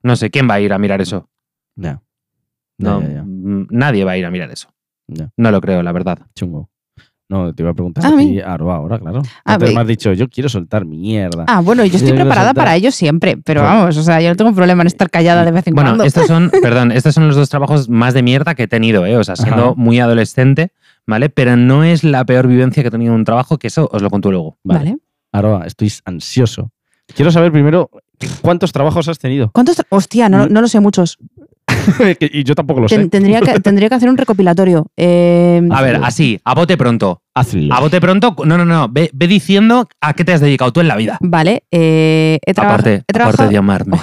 [SPEAKER 3] No sé, ¿quién va a ir a mirar eso?
[SPEAKER 4] ya. Ya,
[SPEAKER 3] No,
[SPEAKER 4] ya, ya.
[SPEAKER 3] mm, Nadie va a ir a mirar eso.
[SPEAKER 4] Ya.
[SPEAKER 3] No lo creo, la verdad.
[SPEAKER 4] Chungo. No, te iba a preguntar
[SPEAKER 1] Ah, A
[SPEAKER 4] a, ti,
[SPEAKER 1] mí.
[SPEAKER 4] Aroa, ahora, claro.
[SPEAKER 1] A
[SPEAKER 4] Antes
[SPEAKER 1] ver.
[SPEAKER 4] me has dicho, yo quiero soltar mierda.
[SPEAKER 1] Ah, bueno, yo
[SPEAKER 4] Yo
[SPEAKER 1] estoy
[SPEAKER 4] creo que
[SPEAKER 1] preparada
[SPEAKER 4] saltar-
[SPEAKER 1] para ello siempre, pero
[SPEAKER 4] Bueno.
[SPEAKER 1] vamos, o sea, yo no tengo problema en estar callada de vez en
[SPEAKER 3] Bueno,
[SPEAKER 1] cuando.
[SPEAKER 3] estos son, perdón, estos son los dos trabajos más de mierda que he tenido, ¿eh? O sea, siendo
[SPEAKER 4] Ajá.
[SPEAKER 3] muy adolescente, ¿vale? Pero no es la peor vivencia que he tenido en un trabajo, que eso os lo cuento luego.
[SPEAKER 1] Vale.
[SPEAKER 4] Aroa, estoy ansioso. Quiero saber primero cuántos trabajos has tenido.
[SPEAKER 1] ¿Cuántos? tra- Hostia, no, no lo sé muchos.
[SPEAKER 4] y yo tampoco lo
[SPEAKER 1] Ten-
[SPEAKER 4] sé.
[SPEAKER 1] tendría, que, tendría que hacer un recopilatorio. Eh,
[SPEAKER 3] A ver, así, a bote pronto.
[SPEAKER 4] Hazlo.
[SPEAKER 3] A
[SPEAKER 1] Ah,
[SPEAKER 3] bote pronto, no, no, no, ve, ve diciendo a qué te has dedicado tú en la vida.
[SPEAKER 1] vale, eh, he, traba-
[SPEAKER 3] Aparte,
[SPEAKER 1] he
[SPEAKER 3] aparte
[SPEAKER 1] trabajado
[SPEAKER 3] de amarme.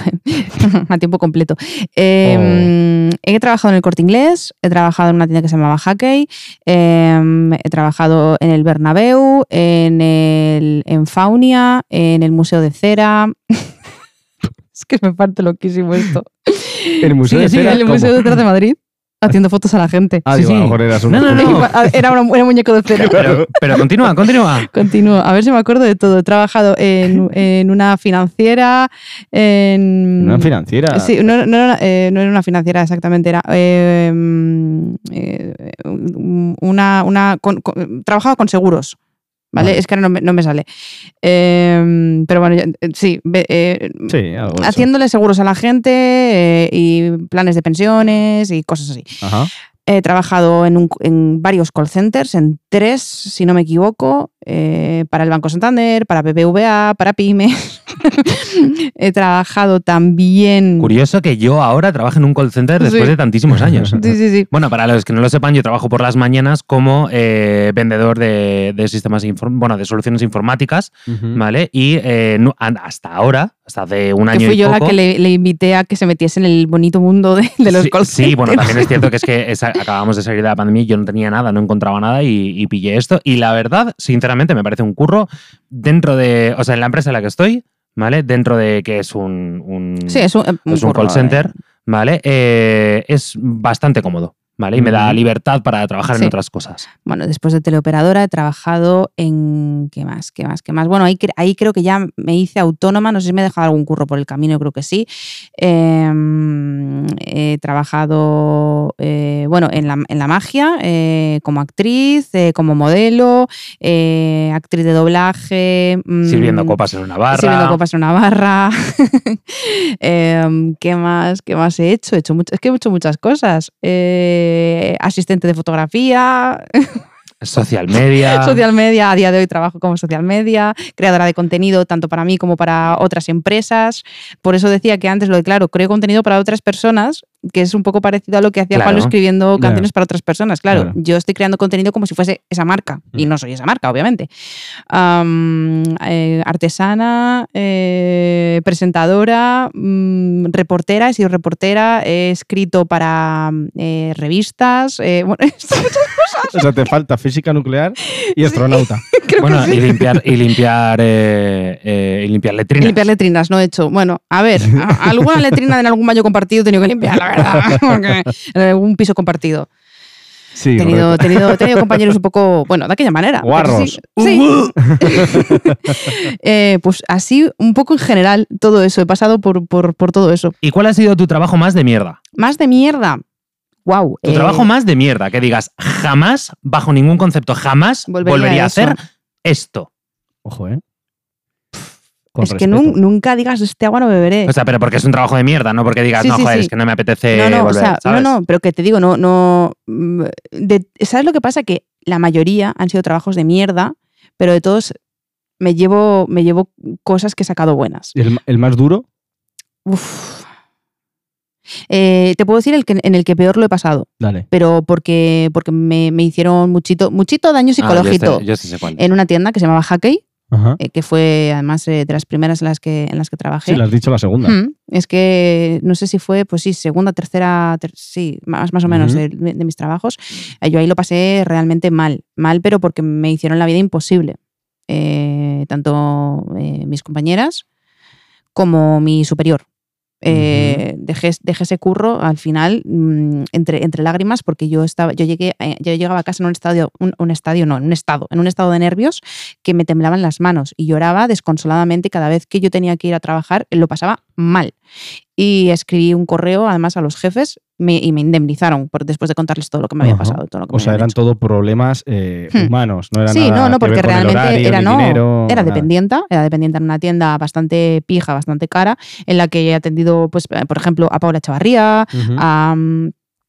[SPEAKER 1] a tiempo completo.
[SPEAKER 4] Oh.
[SPEAKER 1] Eh, He trabajado en el Corte Inglés, he trabajado en una tienda que se llamaba Hackey, eh, he trabajado en el Bernabéu, en, el, en Faunia, en el Museo de Cera. es que me parte loquísimo esto.
[SPEAKER 4] El Museo de
[SPEAKER 1] Sí,
[SPEAKER 4] Cera,
[SPEAKER 1] en el
[SPEAKER 4] ¿cómo?
[SPEAKER 1] Museo de Cera de Madrid, haciendo fotos a la gente.
[SPEAKER 4] Ah,
[SPEAKER 3] Sí,
[SPEAKER 4] digo, a lo
[SPEAKER 3] sí.
[SPEAKER 4] mejor eras un-
[SPEAKER 3] No, no, no.
[SPEAKER 1] Era, una- era un muñeco de cera.
[SPEAKER 3] Pero, pero continúa, continúa.
[SPEAKER 1] Continúo, a ver si me acuerdo de todo. He trabajado en, en una financiera, en...
[SPEAKER 4] Una financiera.
[SPEAKER 1] Mm.
[SPEAKER 2] Ah,
[SPEAKER 1] Sí, no, no, era una- eh, no era una financiera exactamente, era eh, mm, eh, un- una... una con- con- trabajaba con seguros. ¿Vale?
[SPEAKER 4] Vale.
[SPEAKER 1] Es que ahora no me, no me sale. Eh, pero bueno, ya- eh, sí, ve- eh,
[SPEAKER 4] Sí, algo de eso.
[SPEAKER 1] haciéndole seguros a la gente eh, y planes de pensiones y cosas así.
[SPEAKER 4] Ajá.
[SPEAKER 1] He trabajado en, un- en varios call centers, en tres, si no me equivoco. eh, para el Banco Santander, para BBVA, para PyME. He trabajado también.
[SPEAKER 3] Curioso que yo ahora trabaje en un call center después
[SPEAKER 1] Mm. Sí.
[SPEAKER 3] de tantísimos años.
[SPEAKER 1] Sí, sí, sí.
[SPEAKER 3] Bueno, para los que no lo sepan, yo trabajo por las mañanas como eh, vendedor de, de sistemas inform- bueno, de soluciones informáticas, ¿vale? Y eh, no- an- hasta ahora, hasta hace un año
[SPEAKER 1] Mm. Que fui
[SPEAKER 3] y
[SPEAKER 1] yo la
[SPEAKER 3] poco,
[SPEAKER 1] que le, le invité a que se metiese en el bonito mundo de, de los
[SPEAKER 3] sí,
[SPEAKER 1] call
[SPEAKER 3] Sí, bueno,
[SPEAKER 1] centers.
[SPEAKER 3] también es cierto que es que esa- acabamos de salir de la pandemia y yo no tenía nada, no encontraba nada y, y pillé esto. Y la verdad, sinceramente, me parece un curro dentro de, o sea, en la empresa en la que estoy, ¿vale? Dentro de que es un, un-
[SPEAKER 1] Sí, es un,
[SPEAKER 3] es Pues un
[SPEAKER 1] curro, eh.
[SPEAKER 3] call center, ¿vale? Eh, es bastante cómodo, ¿vale? Y me da
[SPEAKER 4] Ujú.
[SPEAKER 3] libertad para trabajar
[SPEAKER 1] Sí.
[SPEAKER 3] en otras cosas.
[SPEAKER 1] Bueno, después de teleoperadora he trabajado en... ¿Qué más? ¿Qué más? ¿Qué más? Bueno, ahí, cre- ahí creo que ya me hice autónoma, no sé si me he dejado algún curro por el camino, creo que sí. Em, he trabajado, eh, bueno, en la, en la magia, eh, como actriz, eh, como modelo, eh, actriz de doblaje. mm,
[SPEAKER 3] Sirviendo copas en una barra.
[SPEAKER 1] Sirviendo copas en una barra. Em, ¿Qué más? ¿Qué más he hecho? He hecho mucho- es que he hecho muchas cosas. Eh, asistente de fotografía,
[SPEAKER 3] Social media.
[SPEAKER 1] social media. A día de hoy trabajo como social media, creadora de contenido tanto para mí como para otras empresas. Por eso decía que antes lo de claro, creo contenido para otras personas, que es un poco parecido a lo que hacía
[SPEAKER 3] Claro.
[SPEAKER 1] Pablo escribiendo
[SPEAKER 4] Ya.
[SPEAKER 1] canciones para otras personas. Claro,
[SPEAKER 4] Claro.
[SPEAKER 1] yo estoy creando contenido como si fuese esa marca y
[SPEAKER 4] Mm.
[SPEAKER 1] no soy esa marca, obviamente. Am, eh, artesana, eh, presentadora, mm, reportera, he sido reportera, he escrito para mm, eh, revistas. eh, bueno,
[SPEAKER 4] O sea, te falta física nuclear y astronauta.
[SPEAKER 1] creo
[SPEAKER 3] bueno,
[SPEAKER 1] que sí.
[SPEAKER 3] y limpiar, y limpiar, eh, eh, y limpiar letrinas.
[SPEAKER 1] Limpiar letrinas, no he hecho. Bueno, a ver, a- alguna letrina en algún baño compartido he tenido que limpiar, la verdad. porque en algún piso compartido.
[SPEAKER 4] Sí,
[SPEAKER 1] He tenido, he
[SPEAKER 4] correcto.
[SPEAKER 1] tenido, he tenido compañeros un poco, bueno, de aquella manera. pero
[SPEAKER 4] Guarros.
[SPEAKER 1] Sí. sí. Eh, pues así, un poco en general, todo eso. He pasado por, por, por todo eso.
[SPEAKER 3] ¿Y cuál ha sido tu trabajo más de mierda?
[SPEAKER 1] Más de mierda. eh, Wow.
[SPEAKER 3] Tu trabajo más de mierda, que digas, jamás, bajo ningún concepto, jamás
[SPEAKER 1] Volvería
[SPEAKER 3] volvería,
[SPEAKER 1] a
[SPEAKER 3] a
[SPEAKER 1] eso.
[SPEAKER 3] hacer esto.
[SPEAKER 4] Ojo, ¿eh? Con
[SPEAKER 1] es que
[SPEAKER 4] respeto.
[SPEAKER 1] nun- nunca digas este agua no beberé.
[SPEAKER 3] O sea, pero porque es un trabajo de mierda, no porque digas,
[SPEAKER 1] Sí,
[SPEAKER 3] no,
[SPEAKER 1] sí,
[SPEAKER 3] joder,
[SPEAKER 1] sí.
[SPEAKER 3] es que no me apetece
[SPEAKER 1] no, no, o
[SPEAKER 3] Eh, volver.
[SPEAKER 1] sea,
[SPEAKER 3] ¿sabes?
[SPEAKER 1] no,
[SPEAKER 3] Ah,
[SPEAKER 1] no, pero que te digo, no, no. mm, de- ¿Sabes lo que pasa? Que la mayoría han sido trabajos de mierda, pero de todos me llevo, me llevo cosas que he sacado buenas.
[SPEAKER 4] ¿Y el, el más duro?
[SPEAKER 1] Uf. Eh, te puedo decir el que, en el que peor lo he pasado,
[SPEAKER 4] Dale.
[SPEAKER 1] pero porque, porque me, me hicieron muchito, muchito daño
[SPEAKER 3] Ah, yo
[SPEAKER 1] psicológico
[SPEAKER 3] sé- yo sí sé cuál.
[SPEAKER 1] en una tienda que se llamaba Hackey,
[SPEAKER 4] Ajá.
[SPEAKER 1] eh, que fue además eh, de las primeras en las que, en las que trabajé.
[SPEAKER 4] Sí, lo has dicho la segunda.
[SPEAKER 1] Mm, Es que no sé si fue, pues sí, segunda, tercera, ter- sí, más, más o menos
[SPEAKER 4] Ujú.
[SPEAKER 1] de, de mis trabajos. Eh, Yo ahí lo pasé realmente mal, mal, pero porque me hicieron la vida imposible. Eh, tanto eh, mis compañeras como mi superior. Eh, dejé, dejé ese curro al final mm, entre, entre lágrimas porque yo estaba yo llegué eh, yo llegaba a casa en un estadio un, un estadio no en un estado en un estado de nervios que me temblaban las manos y lloraba desconsoladamente y cada vez que yo tenía que ir a trabajar lo pasaba mal y escribí un correo además a los jefes me- y me indemnizaron por, después de contarles todo lo que me había
[SPEAKER 4] Ajá.
[SPEAKER 1] pasado todo lo que
[SPEAKER 4] O
[SPEAKER 1] me
[SPEAKER 4] sea,
[SPEAKER 1] habían
[SPEAKER 4] eran
[SPEAKER 1] hecho.
[SPEAKER 4] todo problemas eh,
[SPEAKER 1] Hmm.
[SPEAKER 4] humanos, no era
[SPEAKER 1] Sí,
[SPEAKER 4] nada
[SPEAKER 1] no, no,
[SPEAKER 4] que ver con
[SPEAKER 1] porque
[SPEAKER 4] el
[SPEAKER 1] realmente
[SPEAKER 4] horario,
[SPEAKER 1] era
[SPEAKER 4] ni
[SPEAKER 1] no,
[SPEAKER 4] dinero,
[SPEAKER 1] era
[SPEAKER 4] nada.
[SPEAKER 1] dependiente, era dependiente en una tienda bastante pija, bastante cara, en la que he atendido, pues, eh, por ejemplo, a Paula Chavarría,
[SPEAKER 4] Ujú.
[SPEAKER 1] a, mm,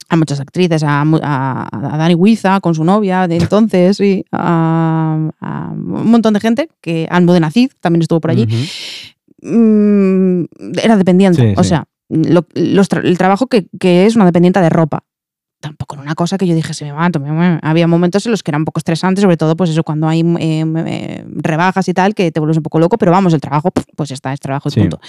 [SPEAKER 1] a muchas actrices, a, mu- a- a Dani Huiza con su novia de entonces, y a, a un montón de gente, que Almudena Cid también estuvo por allí.
[SPEAKER 4] Ujú.
[SPEAKER 1] Mm, era dependiente,
[SPEAKER 4] Sí,
[SPEAKER 1] o
[SPEAKER 4] sí.
[SPEAKER 1] sea, lo- los tra- el trabajo que, que es una dependiente de ropa. Tampoco era una cosa que yo dije, se me mato, me muero". Había momentos en los que era un poco estresante, sobre todo pues eso, cuando hay eh, eh, rebajas y tal, que te vuelves un poco loco, pero vamos, el trabajo, pf, pues ya está, es trabajo y
[SPEAKER 4] Sí.
[SPEAKER 1] punto.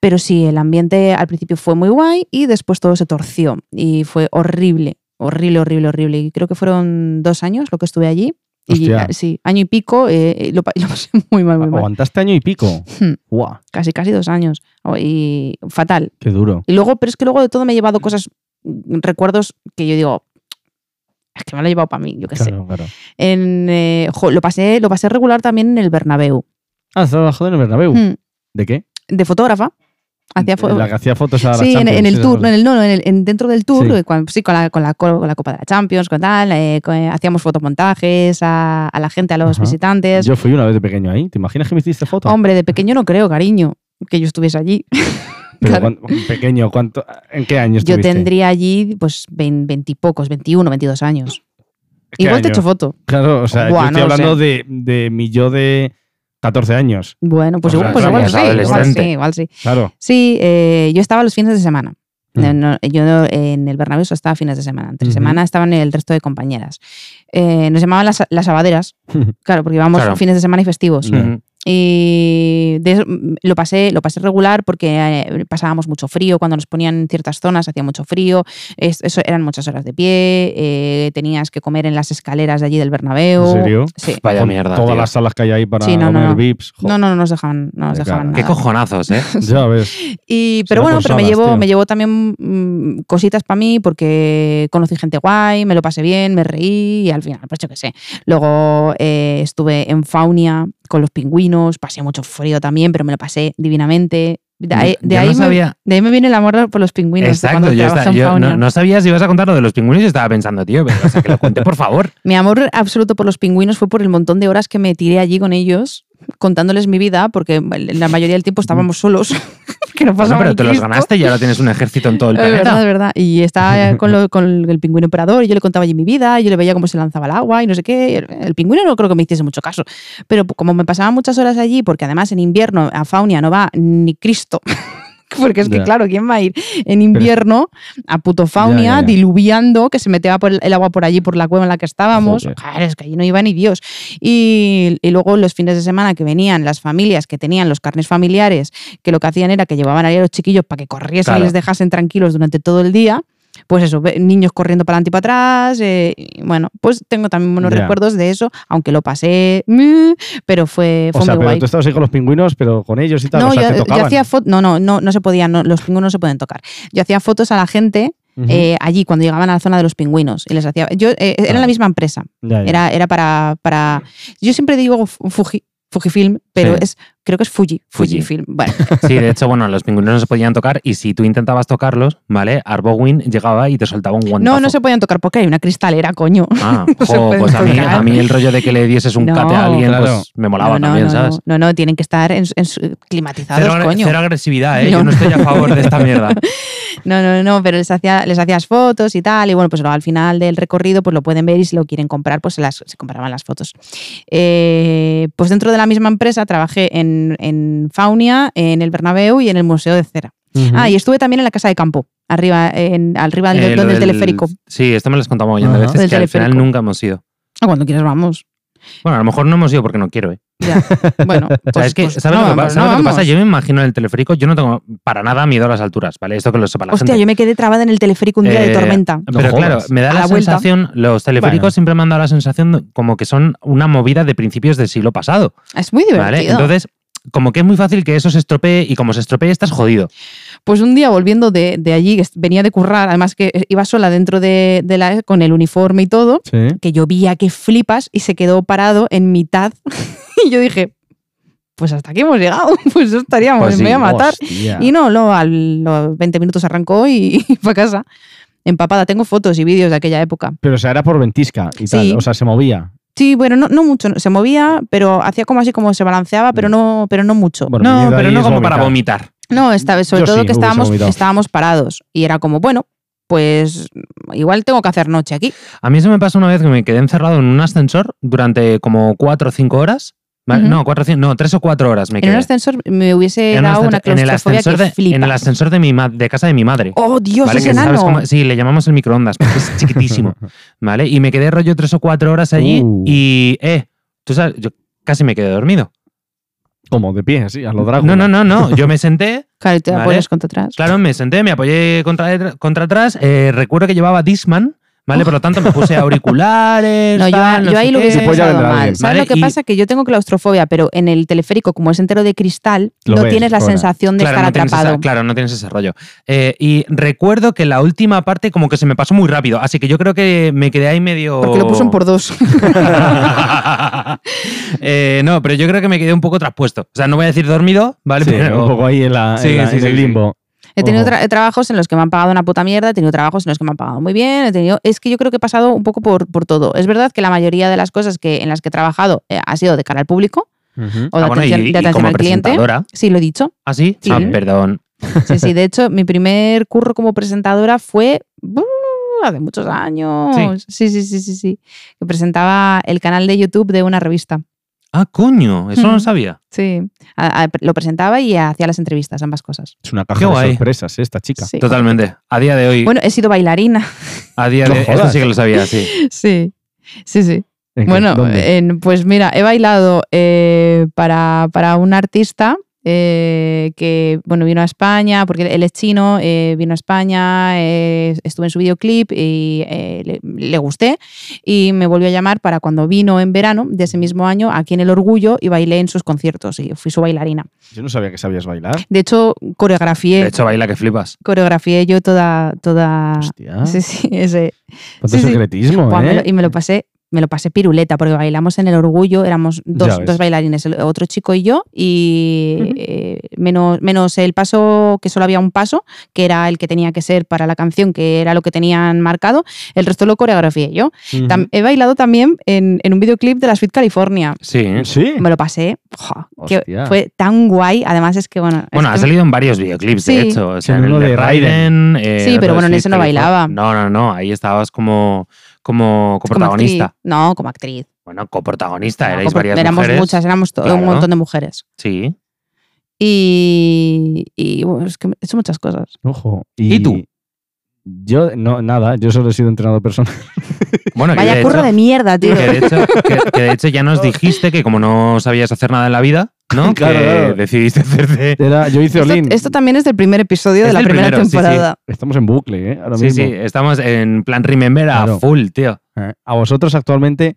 [SPEAKER 1] Pero sí, el ambiente al principio fue muy guay y después todo se torció y fue horrible, horrible, horrible, horrible. Y creo que fueron dos años lo que estuve allí. Y,
[SPEAKER 4] Hostia.
[SPEAKER 1] sí, año y pico, eh, eh, lo, pa- lo pasé muy mal, muy mal.
[SPEAKER 4] Aguantaste año y pico.
[SPEAKER 1] Hmm
[SPEAKER 4] ¡Guau!
[SPEAKER 1] casi casi dos años o- y fatal
[SPEAKER 4] ¡Qué duro!
[SPEAKER 1] y luego pero es que luego de todo me he llevado cosas mm, recuerdos que yo digo es que me lo he llevado para mí yo qué sé
[SPEAKER 4] Claro, claro.
[SPEAKER 1] en eh, jo, lo pasé lo pasé regular también en el Bernabéu
[SPEAKER 4] Ah, has trabajado en el Bernabéu.
[SPEAKER 1] Mm,
[SPEAKER 4] ¿De qué?
[SPEAKER 1] de fotógrafa hacía fo-
[SPEAKER 4] La que hacía fotos a la
[SPEAKER 1] Sí, en,
[SPEAKER 4] Champions,
[SPEAKER 1] en el
[SPEAKER 4] sí,
[SPEAKER 1] tour,
[SPEAKER 4] sí,
[SPEAKER 1] no, en el, no, no, en el- en- dentro del tour,
[SPEAKER 4] Sí.
[SPEAKER 1] eh, cuan- sí, con, la, con, la, co- con la Copa de la Champions, con tal, eh, co- eh, hacíamos fotomontajes a, a la gente, a los
[SPEAKER 4] Ajá.
[SPEAKER 1] visitantes.
[SPEAKER 4] Yo fui una vez de pequeño ahí. ¿Te imaginas que me hiciste fotos?
[SPEAKER 1] Hombre, de pequeño no creo, cariño, que yo estuviese allí.
[SPEAKER 4] Pero
[SPEAKER 1] claro.
[SPEAKER 4] cuán- pequeño, ¿cuánto, ¿en qué año
[SPEAKER 1] Yo
[SPEAKER 4] estuviste?
[SPEAKER 1] tendría allí pues veintipocos, 21, 22 años.
[SPEAKER 4] ¿Qué
[SPEAKER 1] Igual te
[SPEAKER 4] año?
[SPEAKER 1] echo foto.
[SPEAKER 4] Claro, o sea,
[SPEAKER 1] Buah,
[SPEAKER 4] yo estoy
[SPEAKER 1] no lo
[SPEAKER 4] hablando de, de mi yo de 14 años.
[SPEAKER 1] Bueno, pues,
[SPEAKER 4] O
[SPEAKER 1] igual,
[SPEAKER 4] sea,
[SPEAKER 1] pues
[SPEAKER 4] claro,
[SPEAKER 1] igual
[SPEAKER 4] ya
[SPEAKER 1] sí,
[SPEAKER 4] es
[SPEAKER 1] igual sí,
[SPEAKER 3] adolescente.
[SPEAKER 1] igual sí.
[SPEAKER 4] Claro.
[SPEAKER 1] Sí, eh, yo estaba los fines de semana. No,
[SPEAKER 4] Mm.
[SPEAKER 1] no, yo eh, en el Bernabéu solo estaba fines de semana. Entre
[SPEAKER 4] Ujú.
[SPEAKER 1] semana estaban el resto de compañeras. Eh, nos llamaban las, las abaderas, claro, porque íbamos
[SPEAKER 3] Claro.
[SPEAKER 1] fines de semana y festivos.
[SPEAKER 4] Ya.
[SPEAKER 3] Ujú.
[SPEAKER 1] Y de eso, mm, lo pasé, lo pasé regular porque eh, pasábamos mucho frío, cuando nos ponían en ciertas zonas hacía mucho frío, es- eso eran muchas horas de pie, eh, tenías que comer en las escaleras de allí del Bernabéu.
[SPEAKER 4] ¿En serio?
[SPEAKER 1] Sí.
[SPEAKER 3] Vaya
[SPEAKER 4] Con
[SPEAKER 3] mierda.
[SPEAKER 4] Todas
[SPEAKER 3] tío.
[SPEAKER 4] las salas que hay ahí para
[SPEAKER 1] Sí, no, no,
[SPEAKER 4] comer
[SPEAKER 1] no.
[SPEAKER 4] VIPs. jo,
[SPEAKER 1] No, no, no nos dejaban, no nos
[SPEAKER 4] Qué
[SPEAKER 1] dejaban
[SPEAKER 4] cara.
[SPEAKER 3] Qué
[SPEAKER 1] nada.
[SPEAKER 3] cojonazos, ¿eh?
[SPEAKER 4] Ya ves.
[SPEAKER 1] Y, pero
[SPEAKER 4] Será
[SPEAKER 1] bueno,
[SPEAKER 4] por
[SPEAKER 1] pero me
[SPEAKER 4] salas,
[SPEAKER 1] llevó,
[SPEAKER 4] tío.
[SPEAKER 1] me llevó también mm, cositas para mí porque conocí gente guay, me lo pasé bien, me reí y al final, pues yo qué sé. Luego eh, estuve en Faunia con los pingüinos, pasé mucho frío también, pero me lo pasé divinamente. De ahí, de
[SPEAKER 3] Yo
[SPEAKER 1] ahí
[SPEAKER 3] no
[SPEAKER 1] me,
[SPEAKER 3] sabía.
[SPEAKER 1] de ahí me viene el amor por los pingüinos. de
[SPEAKER 3] Exacto,
[SPEAKER 1] este cuando
[SPEAKER 3] yo,
[SPEAKER 1] trabajé
[SPEAKER 3] esta-
[SPEAKER 1] en
[SPEAKER 3] yo
[SPEAKER 1] Faunia.
[SPEAKER 3] no, no sabía si ibas a contar lo de los pingüinos y estaba pensando, tío, pero, o sea, que lo cuente, por favor.
[SPEAKER 1] Mi amor absoluto por los pingüinos fue por el montón de horas que me tiré allí con ellos contándoles mi vida, porque la mayoría del tiempo estábamos solos. que no
[SPEAKER 3] Mm. Bueno,
[SPEAKER 1] pasaba
[SPEAKER 3] pero
[SPEAKER 1] ni
[SPEAKER 3] te los
[SPEAKER 1] Cristo.
[SPEAKER 3] ganaste y ahora tienes un ejército en todo el
[SPEAKER 1] Pues Es verdad,
[SPEAKER 3] planeta.
[SPEAKER 1] es verdad. Y estaba con, lo- con el pingüino emperador y yo le contaba allí mi vida, y yo le veía cómo se lanzaba el agua y no sé qué. El- El pingüino no creo que me hiciese mucho caso. Pero como me pasaba muchas horas allí, porque además en invierno a Faunia no va ni Cristo. Porque es que,
[SPEAKER 4] Ya.
[SPEAKER 1] claro, ¿quién va a ir en invierno a puto faunia
[SPEAKER 4] ya, ya.
[SPEAKER 1] diluviando que se metía por el, el agua por allí, por la cueva en la que estábamos?
[SPEAKER 4] Joder.
[SPEAKER 1] Claro, es que allí no iba ni Dios. Y, y luego los fines de semana que venían las familias que tenían los carnes familiares, que lo que hacían era que llevaban ahí a los chiquillos para que corriesen y
[SPEAKER 3] Claro.
[SPEAKER 1] les dejasen tranquilos durante todo el día. Pues eso, ve- niños corriendo para adelante y para atrás. eh, y bueno, pues tengo también buenos
[SPEAKER 4] Ya.
[SPEAKER 1] recuerdos de eso, aunque lo pasé, mm, pero fue, fue
[SPEAKER 4] O sea,
[SPEAKER 1] muy
[SPEAKER 4] pero
[SPEAKER 1] guay.
[SPEAKER 4] tú estabas ahí con los pingüinos, pero con ellos y tal.
[SPEAKER 1] No,
[SPEAKER 4] o sea, te
[SPEAKER 1] yo, yo
[SPEAKER 4] tocaban.
[SPEAKER 1] hacía fotos. No, no, no, no se podían, no, los pingüinos no se pueden tocar. Yo hacía fotos a la gente
[SPEAKER 4] Ujú.
[SPEAKER 1] eh, allí cuando llegaban a la zona de los pingüinos y les hacía. Yo eh, era
[SPEAKER 4] Ah.
[SPEAKER 1] la misma empresa.
[SPEAKER 4] Ya, ya.
[SPEAKER 1] Era, era para, para. Yo siempre digo fu- Fuji. Fujifilm, pero
[SPEAKER 3] Sí.
[SPEAKER 1] es creo que es Fuji,
[SPEAKER 3] Fuji.
[SPEAKER 1] Fujifilm. Bueno,
[SPEAKER 3] Sí, de hecho, bueno, los pingüinos no se podían tocar y si tú intentabas tocarlos, ¿vale? Arbowin llegaba y te soltaba un guantazo.
[SPEAKER 1] no, no se podían tocar porque hay una cristalera, coño.
[SPEAKER 3] Ah,
[SPEAKER 1] no se
[SPEAKER 3] jo,
[SPEAKER 1] pueden
[SPEAKER 3] pues a mí,
[SPEAKER 1] tocar.
[SPEAKER 3] a mí el rollo de que le dieses un
[SPEAKER 1] No.
[SPEAKER 3] cate a alguien
[SPEAKER 4] Claro.
[SPEAKER 3] pues me molaba
[SPEAKER 1] no, no,
[SPEAKER 3] también,
[SPEAKER 1] no,
[SPEAKER 3] ¿sabes?
[SPEAKER 1] no, no, no, tienen que estar en, su- en su- climatizados,
[SPEAKER 3] Cero,
[SPEAKER 1] coño.
[SPEAKER 3] cero agresividad, ¿eh?
[SPEAKER 1] No.
[SPEAKER 3] Yo no estoy a favor de esta mierda.
[SPEAKER 1] No, no, no, pero les, hacía, les hacías fotos y tal. Y bueno, pues luego al final del recorrido, pues lo pueden ver y si lo quieren comprar, pues se, las, se compraban las fotos. Eh, pues dentro de la misma empresa trabajé en, en Faunia, en el Bernabéu y en el Museo de Cera.
[SPEAKER 4] Ujú.
[SPEAKER 1] Ah, y estuve también en la Casa de Campo, arriba, en, arriba del,
[SPEAKER 3] Eh, lo
[SPEAKER 1] donde el
[SPEAKER 3] del-
[SPEAKER 1] teleférico.
[SPEAKER 3] Sí, esto me lo has contado mogollón de
[SPEAKER 4] Ajá.
[SPEAKER 1] Del
[SPEAKER 3] veces, que al final
[SPEAKER 1] teleférico.
[SPEAKER 3] nunca hemos ido.
[SPEAKER 1] Ah, cuando quieras vamos.
[SPEAKER 3] Bueno, a lo mejor no hemos ido porque no quiero, ¿eh?
[SPEAKER 1] Ya. Bueno,
[SPEAKER 3] O sea,
[SPEAKER 1] pues-
[SPEAKER 3] es que,
[SPEAKER 1] pues
[SPEAKER 3] ¿sabes,
[SPEAKER 1] no
[SPEAKER 3] lo, que, pa-
[SPEAKER 1] vamos,
[SPEAKER 3] sabes
[SPEAKER 1] no
[SPEAKER 3] lo que pasa?
[SPEAKER 1] vamos.
[SPEAKER 3] Yo me imagino en el teleférico, yo no tengo para nada miedo a las alturas, ¿vale? Esto que lo sepa la
[SPEAKER 1] Hostia,
[SPEAKER 3] gente.
[SPEAKER 1] yo me quedé trabada en el teleférico un día de
[SPEAKER 3] Eh,
[SPEAKER 1] tormenta.
[SPEAKER 3] Pero
[SPEAKER 4] No
[SPEAKER 3] claro,
[SPEAKER 4] jodas.
[SPEAKER 3] me da
[SPEAKER 1] A
[SPEAKER 3] la,
[SPEAKER 1] la vuelta.
[SPEAKER 3] sensación, los teleféricos
[SPEAKER 4] Bueno.
[SPEAKER 3] siempre me han dado la sensación como que son una movida de principios del siglo pasado,
[SPEAKER 1] Es muy divertido.
[SPEAKER 3] ¿vale? Entonces, como que es muy fácil que eso se estropee y como se estropee estás jodido.
[SPEAKER 1] Pues un día volviendo de, de allí, que venía de currar, además que iba sola dentro de, de la con el uniforme y todo,
[SPEAKER 4] Sí.
[SPEAKER 1] que llovía que flipas y se quedó parado en mitad. y yo dije, pues hasta aquí hemos llegado, pues eso estaríamos,
[SPEAKER 3] Pues sí,
[SPEAKER 1] me voy a matar.
[SPEAKER 4] Hostia.
[SPEAKER 1] Y no, luego a los 20 minutos arrancó y, y fue a casa. Empapada, tengo fotos y vídeos de aquella época.
[SPEAKER 4] Pero o sea, era por ventisca y tal.
[SPEAKER 1] Sí.
[SPEAKER 4] O sea, se movía.
[SPEAKER 1] Sí, bueno, no, no mucho, se movía, pero hacía como así como se balanceaba,
[SPEAKER 3] Mm.
[SPEAKER 1] pero no, pero no mucho.
[SPEAKER 4] Bueno, mi miedo
[SPEAKER 3] no, pero
[SPEAKER 4] ahí
[SPEAKER 3] no
[SPEAKER 4] es
[SPEAKER 3] como
[SPEAKER 4] vomitar.
[SPEAKER 3] para vomitar.
[SPEAKER 1] No, esta vez, sobre
[SPEAKER 4] Yo
[SPEAKER 1] todo
[SPEAKER 4] sí,
[SPEAKER 1] que
[SPEAKER 4] hubiese
[SPEAKER 1] estábamos,
[SPEAKER 4] vomitado.
[SPEAKER 1] estábamos parados y era como, bueno, pues igual tengo que hacer noche aquí.
[SPEAKER 3] A mí eso me pasó una vez que me quedé encerrado en un ascensor durante como cuatro o cinco horas. ¿vale?
[SPEAKER 1] Ujú.
[SPEAKER 3] No, cuatro, o cin- no, tres o cuatro horas me
[SPEAKER 1] En
[SPEAKER 3] quedé.
[SPEAKER 1] un ascensor me hubiese
[SPEAKER 3] En un
[SPEAKER 1] dado una
[SPEAKER 3] ascensor- en el
[SPEAKER 1] claustrofobia que
[SPEAKER 3] ascensor de, en
[SPEAKER 1] flipas.
[SPEAKER 3] el ascensor de, mi ma- de casa de mi madre.
[SPEAKER 1] ¡Oh, Dios,
[SPEAKER 3] ¿Vale?
[SPEAKER 1] es
[SPEAKER 3] Que sabes
[SPEAKER 1] enano!
[SPEAKER 3] cómo- sí, le llamamos el microondas, porque es chiquitísimo. ¿Vale? Y me quedé rollo tres o cuatro horas allí
[SPEAKER 4] Uh.
[SPEAKER 3] y, eh, tú sabes, yo casi me quedé dormido.
[SPEAKER 4] Como de pie, sí, a lo drago.
[SPEAKER 3] No, no, no, no. Yo me senté,
[SPEAKER 1] Claro, y te
[SPEAKER 3] Vale.
[SPEAKER 1] apoyas contra atrás.
[SPEAKER 3] claro, me senté, me apoyé contra, detr- contra atrás. eh, recuerdo que llevaba Disman, ¿vale? Por lo tanto, me puse auriculares.
[SPEAKER 1] No, yo,
[SPEAKER 3] tal, no
[SPEAKER 1] yo
[SPEAKER 3] sé
[SPEAKER 1] ahí lo
[SPEAKER 3] qué.
[SPEAKER 1] hubiese
[SPEAKER 4] Sí, pues ya
[SPEAKER 1] pasado
[SPEAKER 4] vendrá
[SPEAKER 1] mal.
[SPEAKER 4] alguien.
[SPEAKER 1] ¿Sabes
[SPEAKER 3] Vale,
[SPEAKER 1] lo que
[SPEAKER 3] y-
[SPEAKER 1] pasa? Que yo tengo claustrofobia, pero en el teleférico, como es entero de cristal,
[SPEAKER 4] Lo
[SPEAKER 1] no
[SPEAKER 4] ves,
[SPEAKER 1] tienes la
[SPEAKER 4] fuera.
[SPEAKER 1] sensación de
[SPEAKER 3] no
[SPEAKER 1] estar
[SPEAKER 3] tienes esa-
[SPEAKER 1] atrapado.
[SPEAKER 3] claro, no tienes ese rollo. Eh, y recuerdo que la última parte como que se me pasó muy rápido, así que yo creo que me quedé ahí medio...
[SPEAKER 1] Porque lo puso en por dos.
[SPEAKER 3] Eh, no, pero yo creo que me quedé un poco traspuesto. O sea, no voy a decir dormido, ¿vale?
[SPEAKER 4] Sí,
[SPEAKER 3] pero
[SPEAKER 4] un poco ahí en, la, en
[SPEAKER 3] Sí,
[SPEAKER 4] la-
[SPEAKER 3] sí,
[SPEAKER 4] en
[SPEAKER 3] sí,
[SPEAKER 4] el
[SPEAKER 3] sí.
[SPEAKER 4] limbo.
[SPEAKER 1] He tenido
[SPEAKER 4] Ojo.
[SPEAKER 1] tra- eh, trabajos en los que me han pagado una puta mierda, he tenido trabajos en los que me han pagado muy bien, he tenido... Es que yo creo que he pasado un poco por, por todo. Es verdad que la mayoría de las cosas que, en las que he trabajado eh, ha sido de cara al público o de
[SPEAKER 3] Ah, bueno, y-
[SPEAKER 1] atención, de
[SPEAKER 3] y
[SPEAKER 1] atención
[SPEAKER 3] como
[SPEAKER 1] al cliente.
[SPEAKER 3] presentadora.
[SPEAKER 1] Sí, lo he dicho.
[SPEAKER 3] ¿Ah, sí?
[SPEAKER 1] Sí.
[SPEAKER 3] Ah, perdón.
[SPEAKER 1] Sí, sí. De hecho, mi primer curro como presentadora fue... uh, hace muchos años. Sí. sí, sí, sí, sí, Que presentaba el canal de YouTube de una revista.
[SPEAKER 3] Ah, coño, eso no
[SPEAKER 1] Ujú.
[SPEAKER 3] lo sabía.
[SPEAKER 1] Sí. A- a- lo presentaba y hacía las entrevistas, ambas cosas.
[SPEAKER 2] Es una caja
[SPEAKER 3] Qué
[SPEAKER 2] de
[SPEAKER 3] guay.
[SPEAKER 2] sorpresas eh, esta chica.
[SPEAKER 1] Sí.
[SPEAKER 3] Totalmente. A día de hoy,
[SPEAKER 1] Bueno, he sido bailarina.
[SPEAKER 3] a día
[SPEAKER 2] no
[SPEAKER 3] de esto
[SPEAKER 2] jodas.
[SPEAKER 3] sí que lo sabía, sí.
[SPEAKER 1] Sí. Sí, sí.
[SPEAKER 2] ¿En qué?
[SPEAKER 1] Bueno,
[SPEAKER 2] ¿Dónde?
[SPEAKER 1] en- pues mira, he bailado eh, para, para un artista eh, que bueno, vino a España, porque él es chino, eh, vino a España, eh, estuve en su videoclip y eh, le, le gusté y me volvió a llamar para cuando vino en verano de ese mismo año aquí en El Orgullo y bailé en sus conciertos y fui su bailarina.
[SPEAKER 2] Yo no sabía que sabías bailar.
[SPEAKER 1] De hecho, coreografié,
[SPEAKER 3] De hecho, baila que flipas.
[SPEAKER 1] coreografié yo toda... toda
[SPEAKER 2] Hostia.
[SPEAKER 1] ah, sí, sí, ese,
[SPEAKER 2] Cuánto
[SPEAKER 1] sí, sí.
[SPEAKER 2] secretismo,
[SPEAKER 1] Buah, me
[SPEAKER 2] ¿eh?
[SPEAKER 1] lo- y me lo pasé me lo pasé piruleta porque bailamos en el orgullo éramos
[SPEAKER 2] Ya
[SPEAKER 1] dos,
[SPEAKER 2] ves.
[SPEAKER 1] dos bailarines el otro chico y yo y eh, menos menos el paso que solo había un paso que era el que tenía que ser para la canción que era lo que tenían marcado el resto lo coreografié yo
[SPEAKER 2] Ujú.
[SPEAKER 1] Tam- he bailado también en, en un videoclip de la Sweet California
[SPEAKER 3] Sí.
[SPEAKER 2] Sí.
[SPEAKER 1] me lo pasé jo, que
[SPEAKER 2] Hostia.
[SPEAKER 1] fue tan guay además es que bueno, es
[SPEAKER 3] Bueno,
[SPEAKER 1] que-
[SPEAKER 3] ha salido en varios videoclips, de
[SPEAKER 1] Sí.
[SPEAKER 3] hecho. O sea,
[SPEAKER 2] En
[SPEAKER 3] en el
[SPEAKER 2] uno
[SPEAKER 3] de
[SPEAKER 2] de
[SPEAKER 3] Raiden. eh,
[SPEAKER 1] Sí, pero
[SPEAKER 3] otro
[SPEAKER 1] bueno, en
[SPEAKER 3] de
[SPEAKER 1] ese no
[SPEAKER 3] Sweet
[SPEAKER 1] bailaba.
[SPEAKER 3] California. No, no, no. Ahí estabas como, como
[SPEAKER 1] como actriz.
[SPEAKER 3] coprotagonista.
[SPEAKER 1] no como actriz
[SPEAKER 3] Bueno, coprotagonista.
[SPEAKER 1] No,
[SPEAKER 3] erais
[SPEAKER 1] como-
[SPEAKER 3] varias
[SPEAKER 1] éramos
[SPEAKER 3] mujeres.
[SPEAKER 1] muchas éramos to- un
[SPEAKER 3] Claro.
[SPEAKER 1] montón de mujeres
[SPEAKER 3] Sí.
[SPEAKER 1] Y, y, bueno, es que he hecho muchas cosas.
[SPEAKER 2] Ojo.
[SPEAKER 3] ¿Y tú?
[SPEAKER 2] Yo, no, nada, yo solo he sido entrenador personal.
[SPEAKER 3] Bueno, que
[SPEAKER 1] Vaya
[SPEAKER 3] de
[SPEAKER 1] curro
[SPEAKER 3] hecho-
[SPEAKER 1] de mierda, tío.
[SPEAKER 3] Que de, hecho, que- que de hecho ya nos dijiste que como no sabías hacer nada en la vida, ¿no?
[SPEAKER 2] Claro,
[SPEAKER 3] que
[SPEAKER 2] claro.
[SPEAKER 3] decidiste hacerte...
[SPEAKER 2] Era, yo hice
[SPEAKER 1] Esto,
[SPEAKER 2] Olin.
[SPEAKER 1] esto también es del primer episodio de
[SPEAKER 3] Es
[SPEAKER 1] la
[SPEAKER 3] del
[SPEAKER 1] primera
[SPEAKER 3] primero, sí, sí.
[SPEAKER 1] temporada.
[SPEAKER 2] Estamos en bucle, ¿eh? Ahora
[SPEAKER 3] Sí, sí,
[SPEAKER 2] mismo.
[SPEAKER 3] estamos en plan remember a
[SPEAKER 2] Claro.
[SPEAKER 3] full, tío.
[SPEAKER 2] Eh, A vosotros actualmente,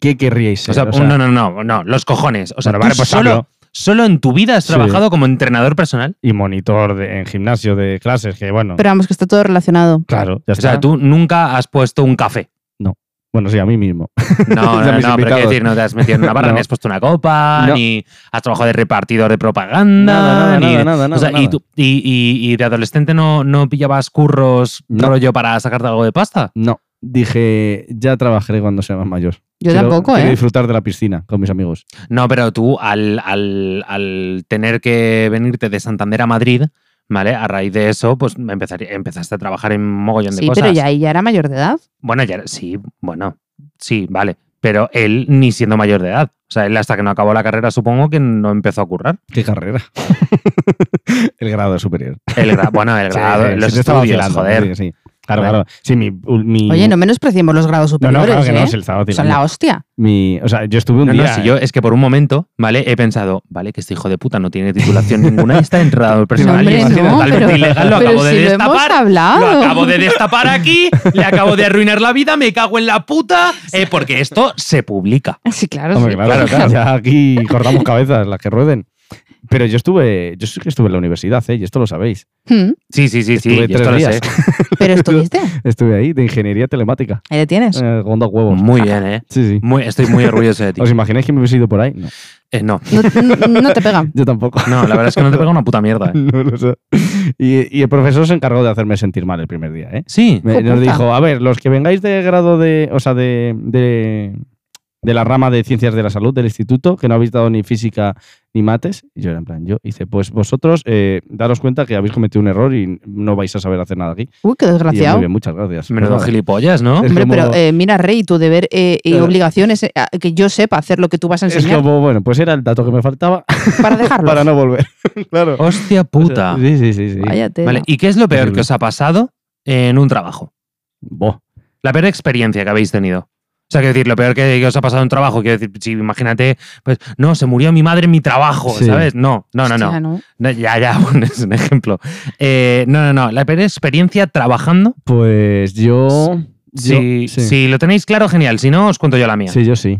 [SPEAKER 2] ¿qué querríais ser?
[SPEAKER 3] O sea, no, no, no, no, los cojones. O sea,
[SPEAKER 2] bueno, vale,
[SPEAKER 3] tú
[SPEAKER 2] pues
[SPEAKER 3] solo,
[SPEAKER 2] hablo.
[SPEAKER 3] solo en tu vida has
[SPEAKER 2] Sí.
[SPEAKER 3] trabajado como entrenador personal.
[SPEAKER 2] Y monitor de- en gimnasio de clases, que bueno,
[SPEAKER 1] Pero vamos, que está todo relacionado.
[SPEAKER 2] claro, ya
[SPEAKER 3] O sea,
[SPEAKER 2] está.
[SPEAKER 3] tú nunca has puesto un café.
[SPEAKER 2] Bueno, sí, a mí mismo.
[SPEAKER 3] No,
[SPEAKER 2] O sea, mis
[SPEAKER 3] no, no, pero
[SPEAKER 2] invitados.
[SPEAKER 3] quiero decir, no te has metido en una barra,
[SPEAKER 2] No.
[SPEAKER 3] ni has puesto una copa,
[SPEAKER 2] No.
[SPEAKER 3] ni has trabajado de repartidor de propaganda,
[SPEAKER 2] Nada, nada,
[SPEAKER 3] ni
[SPEAKER 2] nada, nada,
[SPEAKER 3] O sea,
[SPEAKER 2] nada.
[SPEAKER 3] ¿y, tú- y- y- y de adolescente no, no pillabas curros
[SPEAKER 2] No.
[SPEAKER 3] rollo para sacarte algo de pasta?
[SPEAKER 2] No, dije, ya trabajaré cuando sea más mayor.
[SPEAKER 1] Yo
[SPEAKER 2] Quiero-
[SPEAKER 1] tampoco,
[SPEAKER 2] quiero
[SPEAKER 1] ¿eh?
[SPEAKER 2] disfrutar de la piscina con mis amigos.
[SPEAKER 3] No, pero tú al, al- al tener que venirte de Santander a Madrid, ¿vale? A raíz de eso, pues empezar- empezaste a trabajar en mogollón de
[SPEAKER 1] Sí,
[SPEAKER 3] cosas.
[SPEAKER 1] pero ya, ya era mayor de edad.
[SPEAKER 3] Bueno, ya, sí, bueno, sí, vale. Pero él ni siendo mayor de edad. O sea, él hasta que no acabó la carrera supongo que no empezó a currar.
[SPEAKER 2] ¿Qué carrera? el grado superior.
[SPEAKER 3] El gra- bueno, el
[SPEAKER 2] Sí,
[SPEAKER 3] grado,
[SPEAKER 2] sí,
[SPEAKER 3] los
[SPEAKER 2] te estaba
[SPEAKER 3] estudios,
[SPEAKER 2] vacilando,
[SPEAKER 3] joder.
[SPEAKER 2] Sí, sí. Claro,
[SPEAKER 3] Bueno.
[SPEAKER 2] claro. Sí, mi, mi-
[SPEAKER 1] Oye, no menospreciemos los grados
[SPEAKER 2] No, no,
[SPEAKER 1] superiores,
[SPEAKER 2] claro que
[SPEAKER 1] ¿eh?
[SPEAKER 2] no, se le estaba
[SPEAKER 1] Son
[SPEAKER 2] vacilando.
[SPEAKER 1] la hostia.
[SPEAKER 2] Mi- o sea, yo estuve un
[SPEAKER 3] No, no,
[SPEAKER 2] día. eh.
[SPEAKER 3] si yo es que por un momento, ¿vale? He pensado, vale, que este hijo de puta no tiene titulación ninguna y está enredado
[SPEAKER 1] No,
[SPEAKER 3] personal. y
[SPEAKER 1] hombre,
[SPEAKER 3] es
[SPEAKER 1] no,
[SPEAKER 3] totalmente
[SPEAKER 1] pero,
[SPEAKER 3] ilegal, lo
[SPEAKER 1] pero
[SPEAKER 3] acabo de
[SPEAKER 1] si lo hemos
[SPEAKER 3] destapar.
[SPEAKER 1] hablado.
[SPEAKER 3] Lo acabo de destapar aquí, le acabo de arruinar la vida, me cago en la puta, eh, porque esto se publica.
[SPEAKER 1] Sí, claro,
[SPEAKER 2] Hombre,
[SPEAKER 1] sí.
[SPEAKER 2] claro, claro, ya aquí cortamos cabezas, las que rueden. Pero yo estuve, yo sí que estuve en la universidad, ¿eh? y esto lo sabéis.
[SPEAKER 1] Mm,
[SPEAKER 3] Sí, sí, sí, sí,
[SPEAKER 2] Estuve
[SPEAKER 3] yo esto
[SPEAKER 2] tres
[SPEAKER 3] lo
[SPEAKER 2] días.
[SPEAKER 3] sé.
[SPEAKER 1] Pero estuviste.
[SPEAKER 2] Estuve ahí de ingeniería telemática,
[SPEAKER 1] Ahí le tienes.
[SPEAKER 2] eh, gonda huevos.
[SPEAKER 3] Muy bien, ¿eh?
[SPEAKER 2] Sí, sí.
[SPEAKER 3] Muy- estoy muy orgulloso de ti.
[SPEAKER 2] ¿Os imagináis que me hubiese ido por ahí? No,
[SPEAKER 3] Eh, no,
[SPEAKER 1] No, no- no te pega.
[SPEAKER 2] yo tampoco.
[SPEAKER 3] no, la verdad es que no te pega una puta mierda. ¿eh?
[SPEAKER 2] No lo sé. Y, y el profesor se encargó de hacerme sentir mal el primer día, ¿eh?
[SPEAKER 3] Sí,
[SPEAKER 2] Me-
[SPEAKER 1] Hijo
[SPEAKER 2] nos
[SPEAKER 1] puta.
[SPEAKER 2] dijo, a ver, los que vengáis de grado de, o sea, de, de, de la rama de ciencias de la salud del instituto, que no habéis dado ni física ni mates, y yo era en plan, yo hice, pues vosotros eh, daros cuenta que habéis cometido un error y no vais a saber hacer nada aquí.
[SPEAKER 1] Uy, qué
[SPEAKER 2] Y yo, muy
[SPEAKER 1] desgraciado.
[SPEAKER 2] bien, muchas gracias.
[SPEAKER 3] menudo
[SPEAKER 2] Pues nada.
[SPEAKER 3] gilipollas, ¿no?
[SPEAKER 2] Es
[SPEAKER 1] Hombre,
[SPEAKER 2] como-
[SPEAKER 1] pero eh, mira, Rey, tu deber eh, y
[SPEAKER 2] Claro.
[SPEAKER 1] obligación es eh, a- que yo sepa hacer lo que tú vas a
[SPEAKER 2] Es
[SPEAKER 1] enseñar
[SPEAKER 2] como, bueno, pues era el dato que me faltaba
[SPEAKER 1] para dejarlo.
[SPEAKER 2] para no volver. claro.
[SPEAKER 3] Hostia Oh, puta.
[SPEAKER 2] Sí, sí, sí. sí.
[SPEAKER 1] Vaya tela.
[SPEAKER 3] Vale, ¿y qué es lo peor
[SPEAKER 2] Terrible.
[SPEAKER 3] que os ha pasado en un trabajo?
[SPEAKER 2] Buah.
[SPEAKER 3] La peor experiencia que habéis tenido. O sea, quiero decir, lo peor que, que os ha pasado en un trabajo, quiero decir, si imagínate, pues, no, se murió mi madre en mi trabajo,
[SPEAKER 2] Sí.
[SPEAKER 3] ¿sabes? No, no, no, no.
[SPEAKER 1] Hostia, no.
[SPEAKER 3] No, Ya, ya, bueno, es un ejemplo. Eh, no, no, no. La peor experiencia trabajando.
[SPEAKER 2] Pues yo... yo-
[SPEAKER 3] si,
[SPEAKER 2] sí.
[SPEAKER 3] si lo tenéis claro, genial. Si no, os cuento yo la mía.
[SPEAKER 2] Sí, yo sí.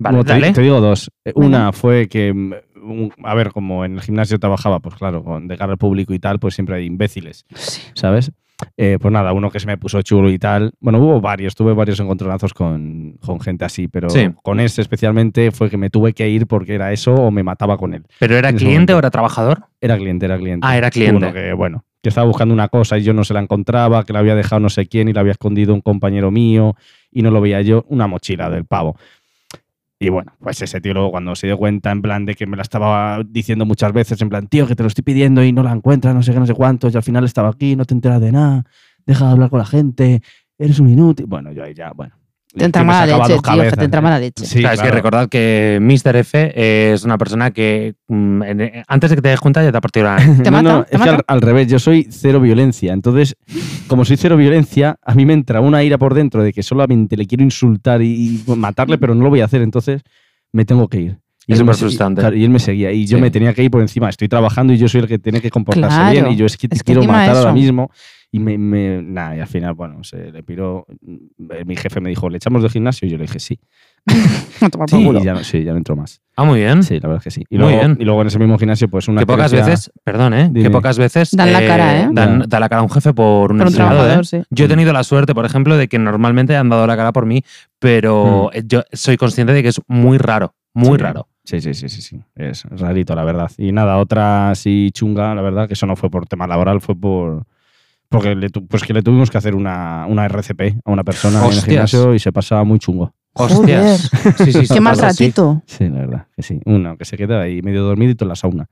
[SPEAKER 3] Vale,
[SPEAKER 2] Bueno, te,
[SPEAKER 3] dale.
[SPEAKER 2] te digo dos. Eh,
[SPEAKER 1] Venga.
[SPEAKER 2] Una fue que, mm, un- a ver, como en el gimnasio trabajaba, pues claro, con de cara al público y tal, pues siempre hay imbéciles,
[SPEAKER 1] Sí.
[SPEAKER 2] ¿sabes? Eh, pues nada, uno que se me puso chulo y tal. Bueno, hubo varios, tuve varios encontronazos con, con gente así, pero
[SPEAKER 3] Sí.
[SPEAKER 2] con ese especialmente fue que me tuve que ir porque era eso o me mataba con él.
[SPEAKER 3] ¿Pero era
[SPEAKER 2] en ese
[SPEAKER 3] cliente
[SPEAKER 2] momento.
[SPEAKER 3] o era trabajador?
[SPEAKER 2] Era cliente, era cliente.
[SPEAKER 3] Ah, era cliente.
[SPEAKER 2] Uno que, bueno, que estaba buscando una cosa y yo no se la encontraba, que la había dejado no sé quién y la había escondido un compañero mío y no lo veía yo, una mochila del pavo. Y bueno, pues ese tío luego cuando se dio cuenta, en plan de que me la estaba diciendo muchas veces, en plan, tío, que te lo estoy pidiendo y no la encuentras, no sé qué, no sé cuántos, y al final estaba aquí, no te enteras de nada. deja de hablar con la gente, eres un inútil. Bueno, yo ahí ya, bueno.
[SPEAKER 1] Te entra
[SPEAKER 2] Que me
[SPEAKER 1] mala
[SPEAKER 2] sacaba
[SPEAKER 1] leche,
[SPEAKER 2] dos
[SPEAKER 1] tío,
[SPEAKER 2] cabezas,
[SPEAKER 1] te entra
[SPEAKER 2] ¿eh?
[SPEAKER 1] mala leche.
[SPEAKER 2] Sí,
[SPEAKER 3] Claro, Es que
[SPEAKER 2] claro.
[SPEAKER 3] recordad que Mr. F es una persona que mm, en- eh, antes de que te des cuenta ya te ha partido la...
[SPEAKER 1] Te
[SPEAKER 2] no,
[SPEAKER 1] mata,
[SPEAKER 2] no,
[SPEAKER 1] te
[SPEAKER 2] es que al,
[SPEAKER 1] mata.
[SPEAKER 2] al revés, yo soy cero violencia. Entonces, como soy cero violencia, a mí me entra una ira por dentro de que solamente le quiero insultar y, y matarle, pero no lo voy a hacer, entonces me tengo que ir. Y
[SPEAKER 3] Es
[SPEAKER 2] él me
[SPEAKER 3] súper
[SPEAKER 2] se- y-
[SPEAKER 3] frustrante.
[SPEAKER 2] claro, Y, él me seguía y yo
[SPEAKER 3] Sí.
[SPEAKER 2] me tenía que ir por encima. Estoy trabajando y yo soy el que tiene que comportarse
[SPEAKER 1] Claro,
[SPEAKER 2] bien. Y yo es que te
[SPEAKER 1] es que
[SPEAKER 2] quiero
[SPEAKER 1] encima
[SPEAKER 2] matar ahora
[SPEAKER 1] eso.
[SPEAKER 2] mismo. Y me, me- nada, y al final, bueno, se le piró. Mi jefe me dijo, ¿le echamos del gimnasio? Y yo le dije, sí.
[SPEAKER 1] A tomar por
[SPEAKER 2] Sí,
[SPEAKER 1] culo.
[SPEAKER 2] y ya, no- sí, ya no entró más.
[SPEAKER 3] Ah, muy bien.
[SPEAKER 2] Sí, la verdad es que sí. Y,
[SPEAKER 3] Muy
[SPEAKER 2] luego,
[SPEAKER 3] bien.
[SPEAKER 2] y luego en ese mismo gimnasio, pues una
[SPEAKER 3] que pocas
[SPEAKER 2] terapia-
[SPEAKER 3] veces, perdón, ¿eh?
[SPEAKER 2] Dime.
[SPEAKER 3] Que pocas veces...
[SPEAKER 1] Dan la cara, ¿eh?
[SPEAKER 3] Dan,
[SPEAKER 2] Ya.
[SPEAKER 3] da la cara a un jefe por un,
[SPEAKER 1] Por un
[SPEAKER 3] empleado,
[SPEAKER 1] trabajador,
[SPEAKER 3] ¿eh?
[SPEAKER 1] sí.
[SPEAKER 3] Yo
[SPEAKER 2] Mm.
[SPEAKER 3] he tenido la suerte, por ejemplo, de que normalmente han dado la cara por mí, pero eh, yo soy consciente de que es muy raro, muy
[SPEAKER 2] Mm. Sí.
[SPEAKER 3] raro.
[SPEAKER 2] Sí, sí, sí, sí, sí. Es rarito, la verdad. Y nada, otra así chunga, la verdad, que eso no fue por tema laboral, fue por. Porque le, tu- pues que le tuvimos que hacer una, una RCP a una persona en el
[SPEAKER 3] Hostias.
[SPEAKER 2] gimnasio y se pasaba muy chungo.
[SPEAKER 3] Hostias. Sí, sí, sí,
[SPEAKER 1] Qué mal
[SPEAKER 3] pasa, sí.
[SPEAKER 1] ratito.
[SPEAKER 2] Sí, la verdad, que sí. Uno que se queda ahí medio dormidito en la sauna.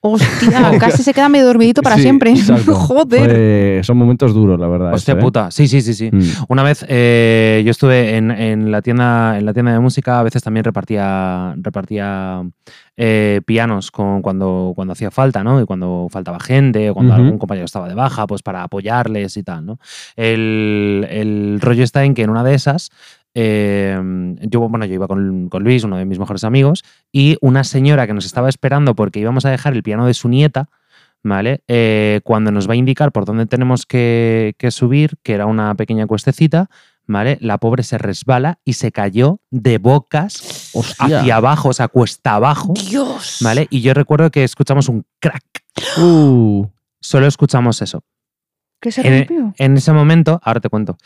[SPEAKER 1] Hostia, casi se queda medio dormidito para
[SPEAKER 2] Sí,
[SPEAKER 1] siempre.
[SPEAKER 2] exacto.
[SPEAKER 1] Joder.
[SPEAKER 2] Fue- son momentos duros, la verdad.
[SPEAKER 3] Hostia
[SPEAKER 2] esto, ¿eh?
[SPEAKER 3] puta. Sí, sí, sí, sí.
[SPEAKER 2] Mm.
[SPEAKER 3] Una vez eh, yo estuve en, en la tienda, en la tienda de música, a veces también repartía, repartía eh, pianos con, cuando, cuando hacía falta, ¿no? Y cuando faltaba gente, o cuando
[SPEAKER 2] Ujú.
[SPEAKER 3] algún compañero estaba de baja, pues para apoyarles y tal, ¿no? El, el rollo está en que en una de esas. eh, yo, bueno, yo iba con, con Luis, uno de mis mejores amigos, y una señora que nos estaba esperando porque íbamos a dejar el piano de su nieta, ¿vale? Eh, cuando nos va a indicar por dónde tenemos que, que subir, que era una pequeña cuestecita, ¿vale? La pobre se resbala y se cayó de bocas
[SPEAKER 2] Hostia.
[SPEAKER 3] hacia abajo, o sea, cuesta abajo,
[SPEAKER 1] Dios.
[SPEAKER 3] ¿vale? Y yo recuerdo que escuchamos un crack.
[SPEAKER 2] Uh,
[SPEAKER 3] Solo escuchamos eso.
[SPEAKER 1] ¿Qué se
[SPEAKER 3] en,
[SPEAKER 1] rompió?
[SPEAKER 3] en ese momento, ahora te cuento,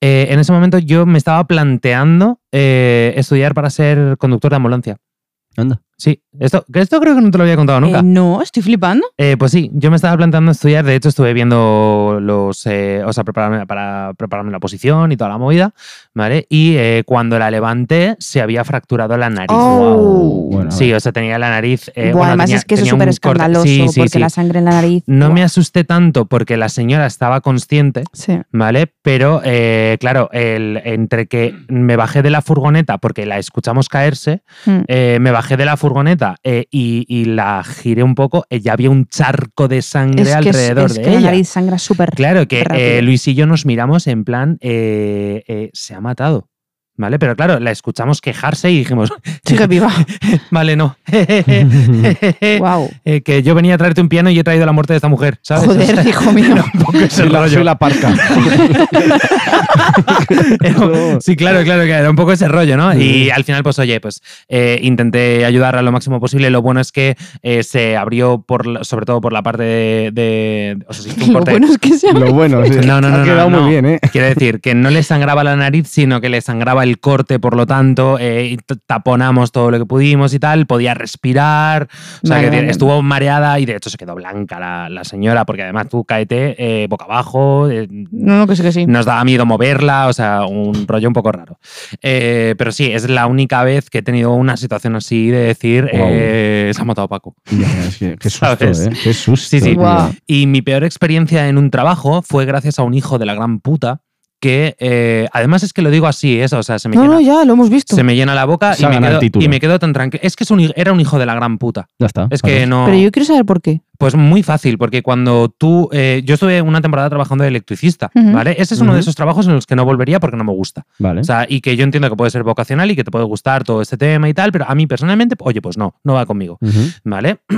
[SPEAKER 3] Eh, en ese momento yo me estaba planteando eh, estudiar para ser conductor de ambulancia.
[SPEAKER 2] anda.
[SPEAKER 3] Sí, esto, que esto creo que no te lo había contado nunca.
[SPEAKER 1] Eh, no, estoy flipando.
[SPEAKER 3] Eh, pues sí, yo me estaba planteando estudiar, de hecho estuve viendo los, eh, o sea, prepararme para prepararme la posición y toda la movida, ¿vale? Y eh, cuando la levanté se había fracturado la nariz.
[SPEAKER 1] Oh.
[SPEAKER 2] Bueno, a
[SPEAKER 3] Sí,
[SPEAKER 2] ver.
[SPEAKER 3] o sea, tenía la nariz...
[SPEAKER 1] Buah,
[SPEAKER 3] eh, bueno,
[SPEAKER 1] además
[SPEAKER 3] tenía-
[SPEAKER 1] es que eso es
[SPEAKER 3] tenía un
[SPEAKER 1] súper
[SPEAKER 3] corte-
[SPEAKER 1] escandaloso
[SPEAKER 3] Sí, sí,
[SPEAKER 1] porque
[SPEAKER 3] sí.
[SPEAKER 1] la sangre en la nariz.
[SPEAKER 3] No me
[SPEAKER 1] buah.
[SPEAKER 3] asusté tanto porque la señora estaba consciente,
[SPEAKER 1] Sí.
[SPEAKER 3] ¿vale? Pero, eh, claro, el, entre que me bajé de la furgoneta porque la escuchamos caerse,
[SPEAKER 1] Mm.
[SPEAKER 3] eh, me bajé de la furgoneta eh, y, y la giré un poco, eh, ya había un charco de sangre
[SPEAKER 1] Es que, es-
[SPEAKER 3] alrededor
[SPEAKER 1] es
[SPEAKER 3] de
[SPEAKER 1] que la
[SPEAKER 3] ella.
[SPEAKER 1] nariz sangra súper.
[SPEAKER 3] Claro que
[SPEAKER 1] rápido.
[SPEAKER 3] eh, Luis y yo nos miramos en plan, eh, eh, se ha matado. ¿Vale? Pero claro, la escuchamos quejarse y dijimos,
[SPEAKER 1] Sigue viva.
[SPEAKER 3] vale, no.
[SPEAKER 1] wow.
[SPEAKER 3] Eh, que yo venía a traerte un piano y he traído la muerte de esta mujer, ¿sabes? O sea,
[SPEAKER 1] Joder, hijo mío.
[SPEAKER 3] era un poco ese
[SPEAKER 2] Soy la,
[SPEAKER 3] rollo.
[SPEAKER 2] soy la parca.
[SPEAKER 3] Era- Sí, claro, claro, que era un poco ese rollo, ¿no? Y al final, pues oye, pues eh, intenté ayudar a lo máximo posible. Lo bueno es que eh, se abrió, por, la- sobre todo por la parte de... de- o sea, se hizo un
[SPEAKER 1] Lo
[SPEAKER 3] corte.
[SPEAKER 1] bueno es que se
[SPEAKER 2] Lo bueno, sí.
[SPEAKER 3] No, no, no,
[SPEAKER 2] Ha
[SPEAKER 3] no,
[SPEAKER 2] quedado
[SPEAKER 3] no.
[SPEAKER 2] muy bien, ¿eh?
[SPEAKER 3] Quiero decir, que no le sangraba la nariz, sino que le sangraba el corte, por lo tanto, eh, y t- taponamos todo lo que pudimos y tal, podía respirar, o sea,
[SPEAKER 1] Vale,
[SPEAKER 3] que tiene-
[SPEAKER 1] vale.
[SPEAKER 3] estuvo mareada y de hecho se quedó blanca la, la señora, porque además tú caete eh, boca abajo, eh,
[SPEAKER 1] No, no, que sí, que sí.
[SPEAKER 3] nos daba miedo moverla, o sea, un rollo un poco raro. Eh, pero sí, es la única vez que he tenido una situación así de decir,
[SPEAKER 2] Guau.
[SPEAKER 3] eh, se ha matado Paco.
[SPEAKER 2] Ya, es que- qué susto,
[SPEAKER 3] ¿Sabes?
[SPEAKER 2] ¿eh? Qué susto.
[SPEAKER 3] Sí, sí.
[SPEAKER 2] tío.
[SPEAKER 1] Guau.
[SPEAKER 3] Y mi peor experiencia en un trabajo fue gracias a un hijo de la gran puta que, eh, además es que lo digo así, eso, o sea, se me
[SPEAKER 1] No,
[SPEAKER 3] llena
[SPEAKER 1] no, ya, lo hemos visto.
[SPEAKER 3] se me llena la boca
[SPEAKER 2] Se
[SPEAKER 3] y
[SPEAKER 2] ha
[SPEAKER 3] me,
[SPEAKER 2] ganado el
[SPEAKER 3] quedo,
[SPEAKER 2] título.
[SPEAKER 3] y me quedo tan tranquilo. Es que es un hij- era un hijo de la gran puta.
[SPEAKER 2] Ya está.
[SPEAKER 3] Es
[SPEAKER 2] vale.
[SPEAKER 3] que no.
[SPEAKER 1] Pero yo quiero saber por qué.
[SPEAKER 3] Pues muy fácil, porque cuando tú. eh, yo estuve una temporada trabajando de electricista,
[SPEAKER 1] Ujú.
[SPEAKER 3] ¿vale? Ese es uno
[SPEAKER 2] Ujú.
[SPEAKER 3] de esos trabajos en los que no volvería porque no me gusta.
[SPEAKER 2] Vale.
[SPEAKER 3] O sea, y que yo entiendo que puede ser vocacional y que te puede gustar todo este tema y tal, pero a mí personalmente, oye, pues no, no va conmigo.
[SPEAKER 2] Ujú.
[SPEAKER 3] ¿vale?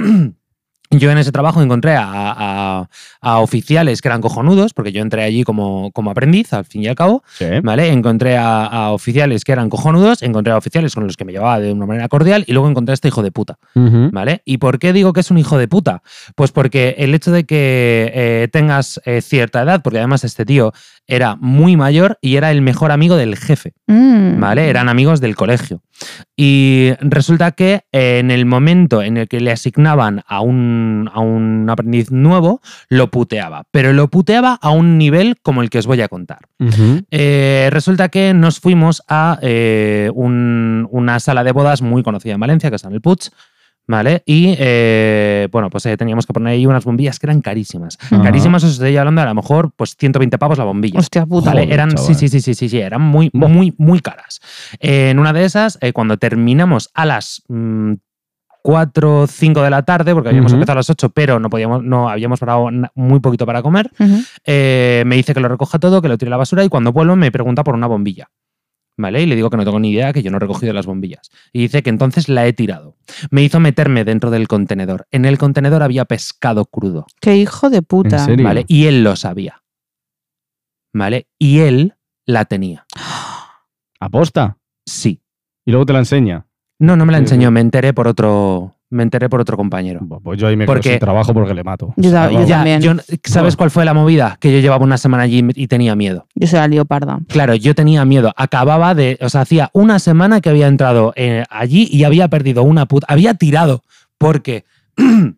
[SPEAKER 3] Yo en ese trabajo encontré a, a- a oficiales que eran cojonudos, porque yo entré allí como, como aprendiz, al fin y al cabo,
[SPEAKER 2] Sí.
[SPEAKER 3] ¿vale? Encontré a, a oficiales que eran cojonudos, encontré a oficiales con los que me llevaba de una manera cordial y luego encontré a este hijo de puta,
[SPEAKER 2] Ujú.
[SPEAKER 3] ¿vale? ¿Y por qué digo que es un hijo de puta? Pues porque el hecho de que eh, tengas eh, cierta edad, porque además este tío era muy mayor y era el mejor amigo del jefe.
[SPEAKER 1] Mm.
[SPEAKER 3] ¿vale? Eran amigos del colegio. Y resulta que eh, en el momento en el que le asignaban a un, a un aprendiz nuevo, lo puteaba, pero lo puteaba a un nivel como el que os voy a contar.
[SPEAKER 2] Ujú.
[SPEAKER 3] Eh, resulta que nos fuimos a eh, un- una sala de bodas muy conocida en Valencia, que está en el Puig, ¿Vale? Y eh, bueno, pues eh, teníamos que poner ahí unas bombillas que eran carísimas.
[SPEAKER 1] Ajá.
[SPEAKER 3] Carísimas, os estoy hablando, a lo mejor, pues 120 pavos la bombilla.
[SPEAKER 1] Hostia puta.
[SPEAKER 3] Vale,
[SPEAKER 4] Joder,
[SPEAKER 3] eran, sí,
[SPEAKER 4] chaval.
[SPEAKER 3] sí, sí, sí, sí, sí, eran muy,
[SPEAKER 4] Buah.
[SPEAKER 3] muy, muy caras. Eh, en una de esas, eh, cuando terminamos a las mm, 4 o 5 de la tarde, porque habíamos
[SPEAKER 4] Ujú.
[SPEAKER 3] empezado a las 8, pero no podíamos, no habíamos parado na- muy poquito para comer,
[SPEAKER 1] Ujú.
[SPEAKER 3] eh, me dice que lo recoja todo, que lo tire a la basura y cuando vuelvo me pregunta por una bombilla. ¿Vale? Y le digo que no tengo ni idea, que yo no he recogido las bombillas. Y dice que entonces la he tirado. Me hizo meterme dentro del contenedor. En el contenedor había pescado crudo.
[SPEAKER 1] Qué hijo de puta.
[SPEAKER 4] ¿En serio?
[SPEAKER 3] ¿Vale? Y él lo sabía. ¿Vale? Y él la tenía.
[SPEAKER 4] Aposta.
[SPEAKER 3] Sí.
[SPEAKER 4] Y luego te la enseña.
[SPEAKER 3] No, no me la
[SPEAKER 4] Sí,
[SPEAKER 3] enseñó, me enteré por otro. Me enteré por otro compañero.
[SPEAKER 4] Buah, Pues yo ahí me
[SPEAKER 3] Porque-
[SPEAKER 4] quedo sin trabajo porque le mato.
[SPEAKER 1] Yo da- yo
[SPEAKER 4] vamos.
[SPEAKER 1] da-
[SPEAKER 3] Ya,
[SPEAKER 1] también.
[SPEAKER 3] yo- ¿Sabes cuál fue la movida? Que yo llevaba una semana allí y tenía miedo.
[SPEAKER 1] Yo soy la leoparda.
[SPEAKER 3] Claro, yo tenía miedo. Acababa de. O sea, hacía una semana que había entrado eh, allí y había perdido una puta. Había tirado porque.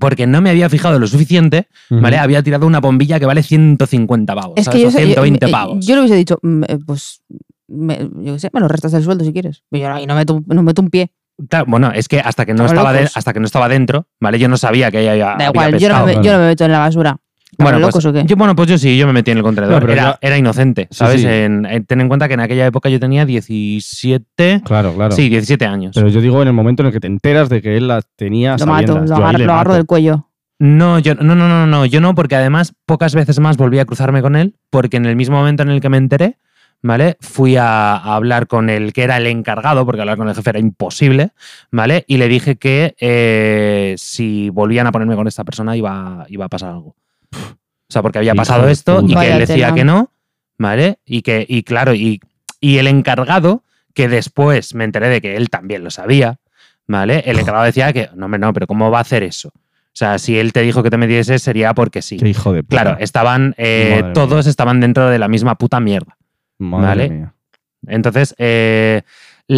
[SPEAKER 3] Porque no me había fijado lo suficiente, ¿vale?
[SPEAKER 4] Ujú.
[SPEAKER 3] Había tirado una bombilla que vale 150 pavos.
[SPEAKER 1] Es que
[SPEAKER 3] ¿sabes?
[SPEAKER 1] yo,
[SPEAKER 3] O
[SPEAKER 1] sé- yo-
[SPEAKER 3] 120
[SPEAKER 1] eh,
[SPEAKER 3] pavos.
[SPEAKER 1] yo le hubiese dicho, mm, eh, pues, me, yo qué sé, me lo restas del sueldo si quieres. Y yo ahí no meto, no meto un pie.
[SPEAKER 3] Claro, bueno, es que hasta que no
[SPEAKER 1] Estamos
[SPEAKER 3] estaba de-
[SPEAKER 1] locos.
[SPEAKER 3] hasta que no estaba dentro, ¿vale? Yo no sabía que ella había,
[SPEAKER 1] Da
[SPEAKER 3] había
[SPEAKER 1] igual, yo no,
[SPEAKER 3] Ah, pescado.
[SPEAKER 1] me,
[SPEAKER 4] claro.
[SPEAKER 1] yo no me meto en la basura.
[SPEAKER 3] Bueno,
[SPEAKER 1] Bueno,
[SPEAKER 3] pues,
[SPEAKER 1] locos o qué?
[SPEAKER 3] Yo, bueno, pues yo sí, yo me metí en el
[SPEAKER 4] No,
[SPEAKER 3] contenedor.
[SPEAKER 4] pero
[SPEAKER 3] era,
[SPEAKER 4] ya-
[SPEAKER 3] era inocente,
[SPEAKER 4] Sí,
[SPEAKER 3] ¿sabes?
[SPEAKER 4] sí.
[SPEAKER 3] En- en- ten en cuenta que en aquella época yo tenía 17.
[SPEAKER 4] Claro, claro.
[SPEAKER 3] Sí, 17 años.
[SPEAKER 4] Pero yo digo en el momento en el que te enteras de que él la tenía
[SPEAKER 1] lo mato,
[SPEAKER 4] sabiendas. Yo
[SPEAKER 1] lo,
[SPEAKER 4] ahí
[SPEAKER 1] agarro,
[SPEAKER 4] le
[SPEAKER 1] lo agarro
[SPEAKER 4] mato.
[SPEAKER 1] del cuello.
[SPEAKER 3] No, yo no, no, no, no, yo no, porque además pocas veces más volví a cruzarme con él, porque en el mismo momento en el que me enteré, ¿vale? Fui a, a hablar con el que era el encargado, porque hablar con el jefe era imposible, ¿vale? Y le dije que eh, si volvían a ponerme con esta persona iba, iba a pasar algo. O sea, porque había
[SPEAKER 4] Hijo
[SPEAKER 3] pasado
[SPEAKER 4] de
[SPEAKER 3] esto y
[SPEAKER 4] puta.
[SPEAKER 3] que él
[SPEAKER 1] Vaya
[SPEAKER 3] decía
[SPEAKER 1] tela.
[SPEAKER 3] que no, ¿vale? Y que, y claro, y, y el encargado, que después me enteré de que él también lo sabía, ¿vale? El encargado decía que, no, hombre, no, pero ¿cómo va a hacer eso? O sea, si él te dijo que te metiese sería porque sí.
[SPEAKER 4] Qué hijo de puta.
[SPEAKER 3] Claro, estaban, eh,
[SPEAKER 4] Madre
[SPEAKER 3] todos estaban dentro de la misma puta mierda.
[SPEAKER 4] Madre
[SPEAKER 3] vale.
[SPEAKER 4] mía.
[SPEAKER 3] Entonces, eh,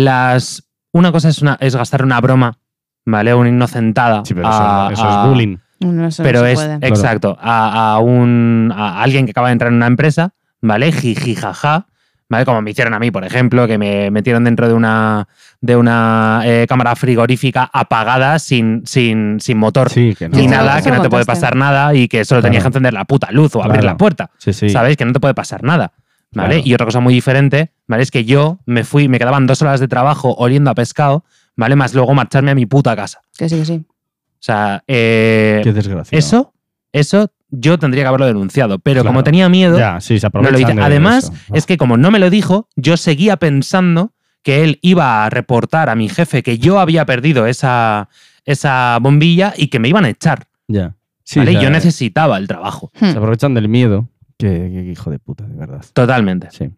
[SPEAKER 3] las, una cosa es, una, es gastar una broma, ¿vale? Una inocentada.
[SPEAKER 4] Sí, pero eso,
[SPEAKER 3] a-
[SPEAKER 4] eso
[SPEAKER 3] a-
[SPEAKER 4] es bullying.
[SPEAKER 1] No, eso no
[SPEAKER 3] pero
[SPEAKER 1] se
[SPEAKER 3] es
[SPEAKER 1] puede.
[SPEAKER 3] exacto a, a un a alguien que acaba de entrar en una empresa vale jiji jaja vale como me hicieron a mí por ejemplo que me metieron dentro de una de una eh, cámara frigorífica apagada sin sin sin motor
[SPEAKER 4] Sí, que no.
[SPEAKER 3] ni
[SPEAKER 1] Sí,
[SPEAKER 3] nada
[SPEAKER 1] eso
[SPEAKER 3] que
[SPEAKER 1] lo
[SPEAKER 3] no te puede
[SPEAKER 1] contaste.
[SPEAKER 3] pasar nada y que solo tenías que
[SPEAKER 4] Claro.
[SPEAKER 3] encender la puta luz o abrir
[SPEAKER 4] Claro.
[SPEAKER 3] la puerta
[SPEAKER 4] Sí, sí.
[SPEAKER 3] sabes que no te puede pasar nada vale
[SPEAKER 4] Claro.
[SPEAKER 3] y otra cosa muy diferente vale es que yo me fui me quedaban dos horas de trabajo oliendo a pescado vale más luego marcharme a mi puta casa
[SPEAKER 1] Que sí, que sí.
[SPEAKER 3] o sea eh,
[SPEAKER 4] Qué desgracia.
[SPEAKER 3] eso, eso yo tendría que haberlo denunciado, pero
[SPEAKER 4] Claro.
[SPEAKER 3] como tenía miedo,
[SPEAKER 4] Ya, sí, se
[SPEAKER 3] no lo
[SPEAKER 4] aprovechan
[SPEAKER 3] hice.
[SPEAKER 4] de
[SPEAKER 3] Además,
[SPEAKER 4] eso.
[SPEAKER 3] es que como no me lo dijo, yo seguía pensando que él iba a reportar a mi jefe que yo había perdido esa, esa bombilla y que me iban a echar.
[SPEAKER 4] Ya. Sí,
[SPEAKER 3] ¿vale?
[SPEAKER 4] ya,
[SPEAKER 3] Yo
[SPEAKER 4] ya.
[SPEAKER 3] necesitaba el trabajo.
[SPEAKER 1] Hmm.
[SPEAKER 4] Se aprovechan del miedo. Qué, qué hijo de puta, de verdad.
[SPEAKER 3] Totalmente.
[SPEAKER 4] Sí.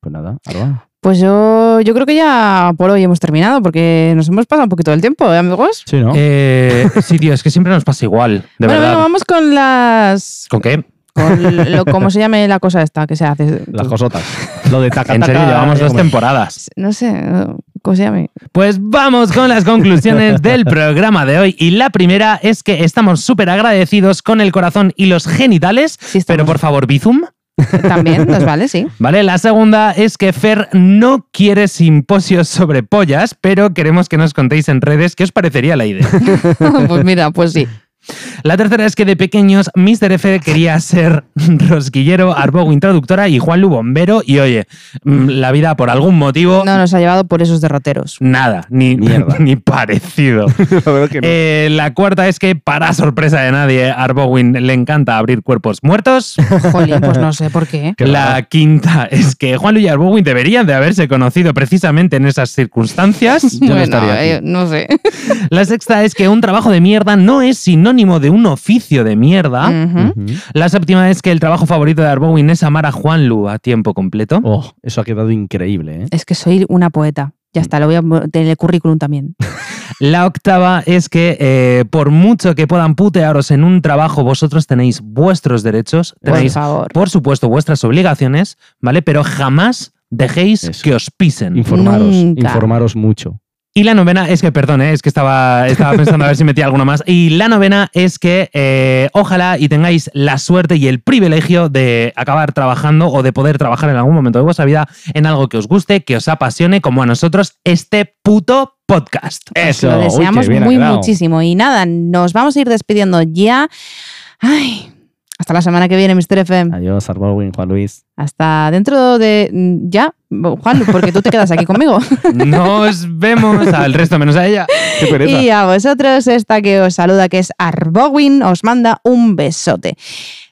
[SPEAKER 4] Pues nada, Arba.
[SPEAKER 1] Pues yo, yo creo que ya por hoy hemos terminado porque nos hemos pasado un poquito del tiempo, ¿eh, amigos?
[SPEAKER 4] Sí, ¿no?
[SPEAKER 3] Eh, sí, tío, es que siempre nos pasa igual, de
[SPEAKER 1] bueno,
[SPEAKER 3] verdad.
[SPEAKER 1] bueno, vamos con las...
[SPEAKER 3] ¿Con qué?
[SPEAKER 1] Con lo, ¿Cómo se llame la cosa esta que se hace?
[SPEAKER 4] Las josotas. lo de taca,
[SPEAKER 3] En serio,
[SPEAKER 4] taca,
[SPEAKER 3] llevamos dos
[SPEAKER 4] hombre.
[SPEAKER 3] temporadas.
[SPEAKER 1] No sé, ¿cómo se llame?
[SPEAKER 3] Pues vamos con las conclusiones del programa de hoy. Y la primera es que estamos súper agradecidos con el corazón y los genitales,
[SPEAKER 1] Sí,
[SPEAKER 3] pero
[SPEAKER 1] estamos-
[SPEAKER 3] por favor, Bizum.
[SPEAKER 1] También, nos vale, sí.
[SPEAKER 3] ¿Vale? La segunda es que Fer no quiere simposios sobre pollas, pero queremos que nos contéis en redes qué os parecería la idea.
[SPEAKER 1] pues mira, pues sí.
[SPEAKER 3] La tercera es que de pequeños Mr. F quería ser rosquillero, Arbogo introductora y Juan Lu bombero. Y oye, mm, la vida por algún motivo,
[SPEAKER 1] No nos ha llevado por esos derroteros.
[SPEAKER 3] nada, ni,
[SPEAKER 4] Mierda.
[SPEAKER 3] ni parecido.
[SPEAKER 2] La verdad que no.
[SPEAKER 3] Eh, la cuarta es que, para sorpresa de nadie, a Arbowin le encanta abrir cuerpos muertos.
[SPEAKER 1] Jolín, pues no sé por qué.
[SPEAKER 4] Qué
[SPEAKER 3] la
[SPEAKER 4] raro.
[SPEAKER 3] quinta es que Juan Luis y Arbowin deberían de haberse conocido precisamente en esas circunstancias.
[SPEAKER 4] Yo no
[SPEAKER 1] bueno,
[SPEAKER 4] estaría aquí.
[SPEAKER 1] eh, no sé.
[SPEAKER 3] la sexta es que un trabajo de mierda no es sinónimo de un oficio de
[SPEAKER 4] ¿Ah?
[SPEAKER 3] mierda.
[SPEAKER 1] Ujú.
[SPEAKER 4] Ujú.
[SPEAKER 3] La séptima es que el trabajo favorito de Arbowin es amar a Juan Lu a tiempo completo.
[SPEAKER 4] Oh, eso ha quedado increíble, ¿eh?
[SPEAKER 1] Es que soy una poeta. Ya está, lo voy a poner en el currículum también.
[SPEAKER 3] La octava es que eh, por mucho que puedan putearos en un trabajo, vosotros tenéis vuestros derechos,
[SPEAKER 1] Por
[SPEAKER 3] tenéis
[SPEAKER 1] favor.
[SPEAKER 3] por supuesto, vuestras obligaciones, ¿vale? Pero jamás dejéis
[SPEAKER 4] Eso.
[SPEAKER 3] que os pisen.
[SPEAKER 4] Eh, Informaros,
[SPEAKER 1] Nunca.
[SPEAKER 4] informaros mucho.
[SPEAKER 3] Y la novena es que, perdón, ¿eh? es que estaba, estaba pensando a ver si metía alguna más. Y la novena es que eh, ojalá y tengáis la suerte y el privilegio de acabar trabajando o de poder trabajar en algún momento de vuestra vida en algo que os guste, que os apasione, como a nosotros, este puto podcast.
[SPEAKER 2] Eh.
[SPEAKER 4] Eso.
[SPEAKER 1] Lo
[SPEAKER 4] uy, qué
[SPEAKER 1] deseamos
[SPEAKER 4] bien
[SPEAKER 1] muy
[SPEAKER 4] aclarado.
[SPEAKER 1] muchísimo. Y nada, nos vamos a ir despidiendo ya. Ay, hasta la semana que viene, Mr. FM.
[SPEAKER 4] Adiós, Arbolwin, Juan Luis.
[SPEAKER 1] Hasta dentro de mm, ya, Juan, porque tú te quedas aquí conmigo.
[SPEAKER 3] Nos vemos al resto, menos a ella.
[SPEAKER 2] Qué pereza.
[SPEAKER 1] Y a vosotros, esta que os saluda, que es Arbowin, os manda un besote.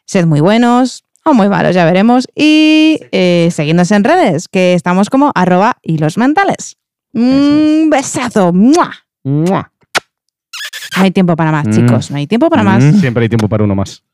[SPEAKER 1] Sed muy buenos o muy malos, ya veremos. Y eh, seguidnos en redes, que estamos como arroba hilos mentales. Un besazo. ¡Mua!
[SPEAKER 4] ¡Mua!
[SPEAKER 1] No hay tiempo para más,
[SPEAKER 3] Mm.
[SPEAKER 1] chicos. No hay tiempo para más.
[SPEAKER 3] Mm.
[SPEAKER 4] Siempre hay tiempo para uno más.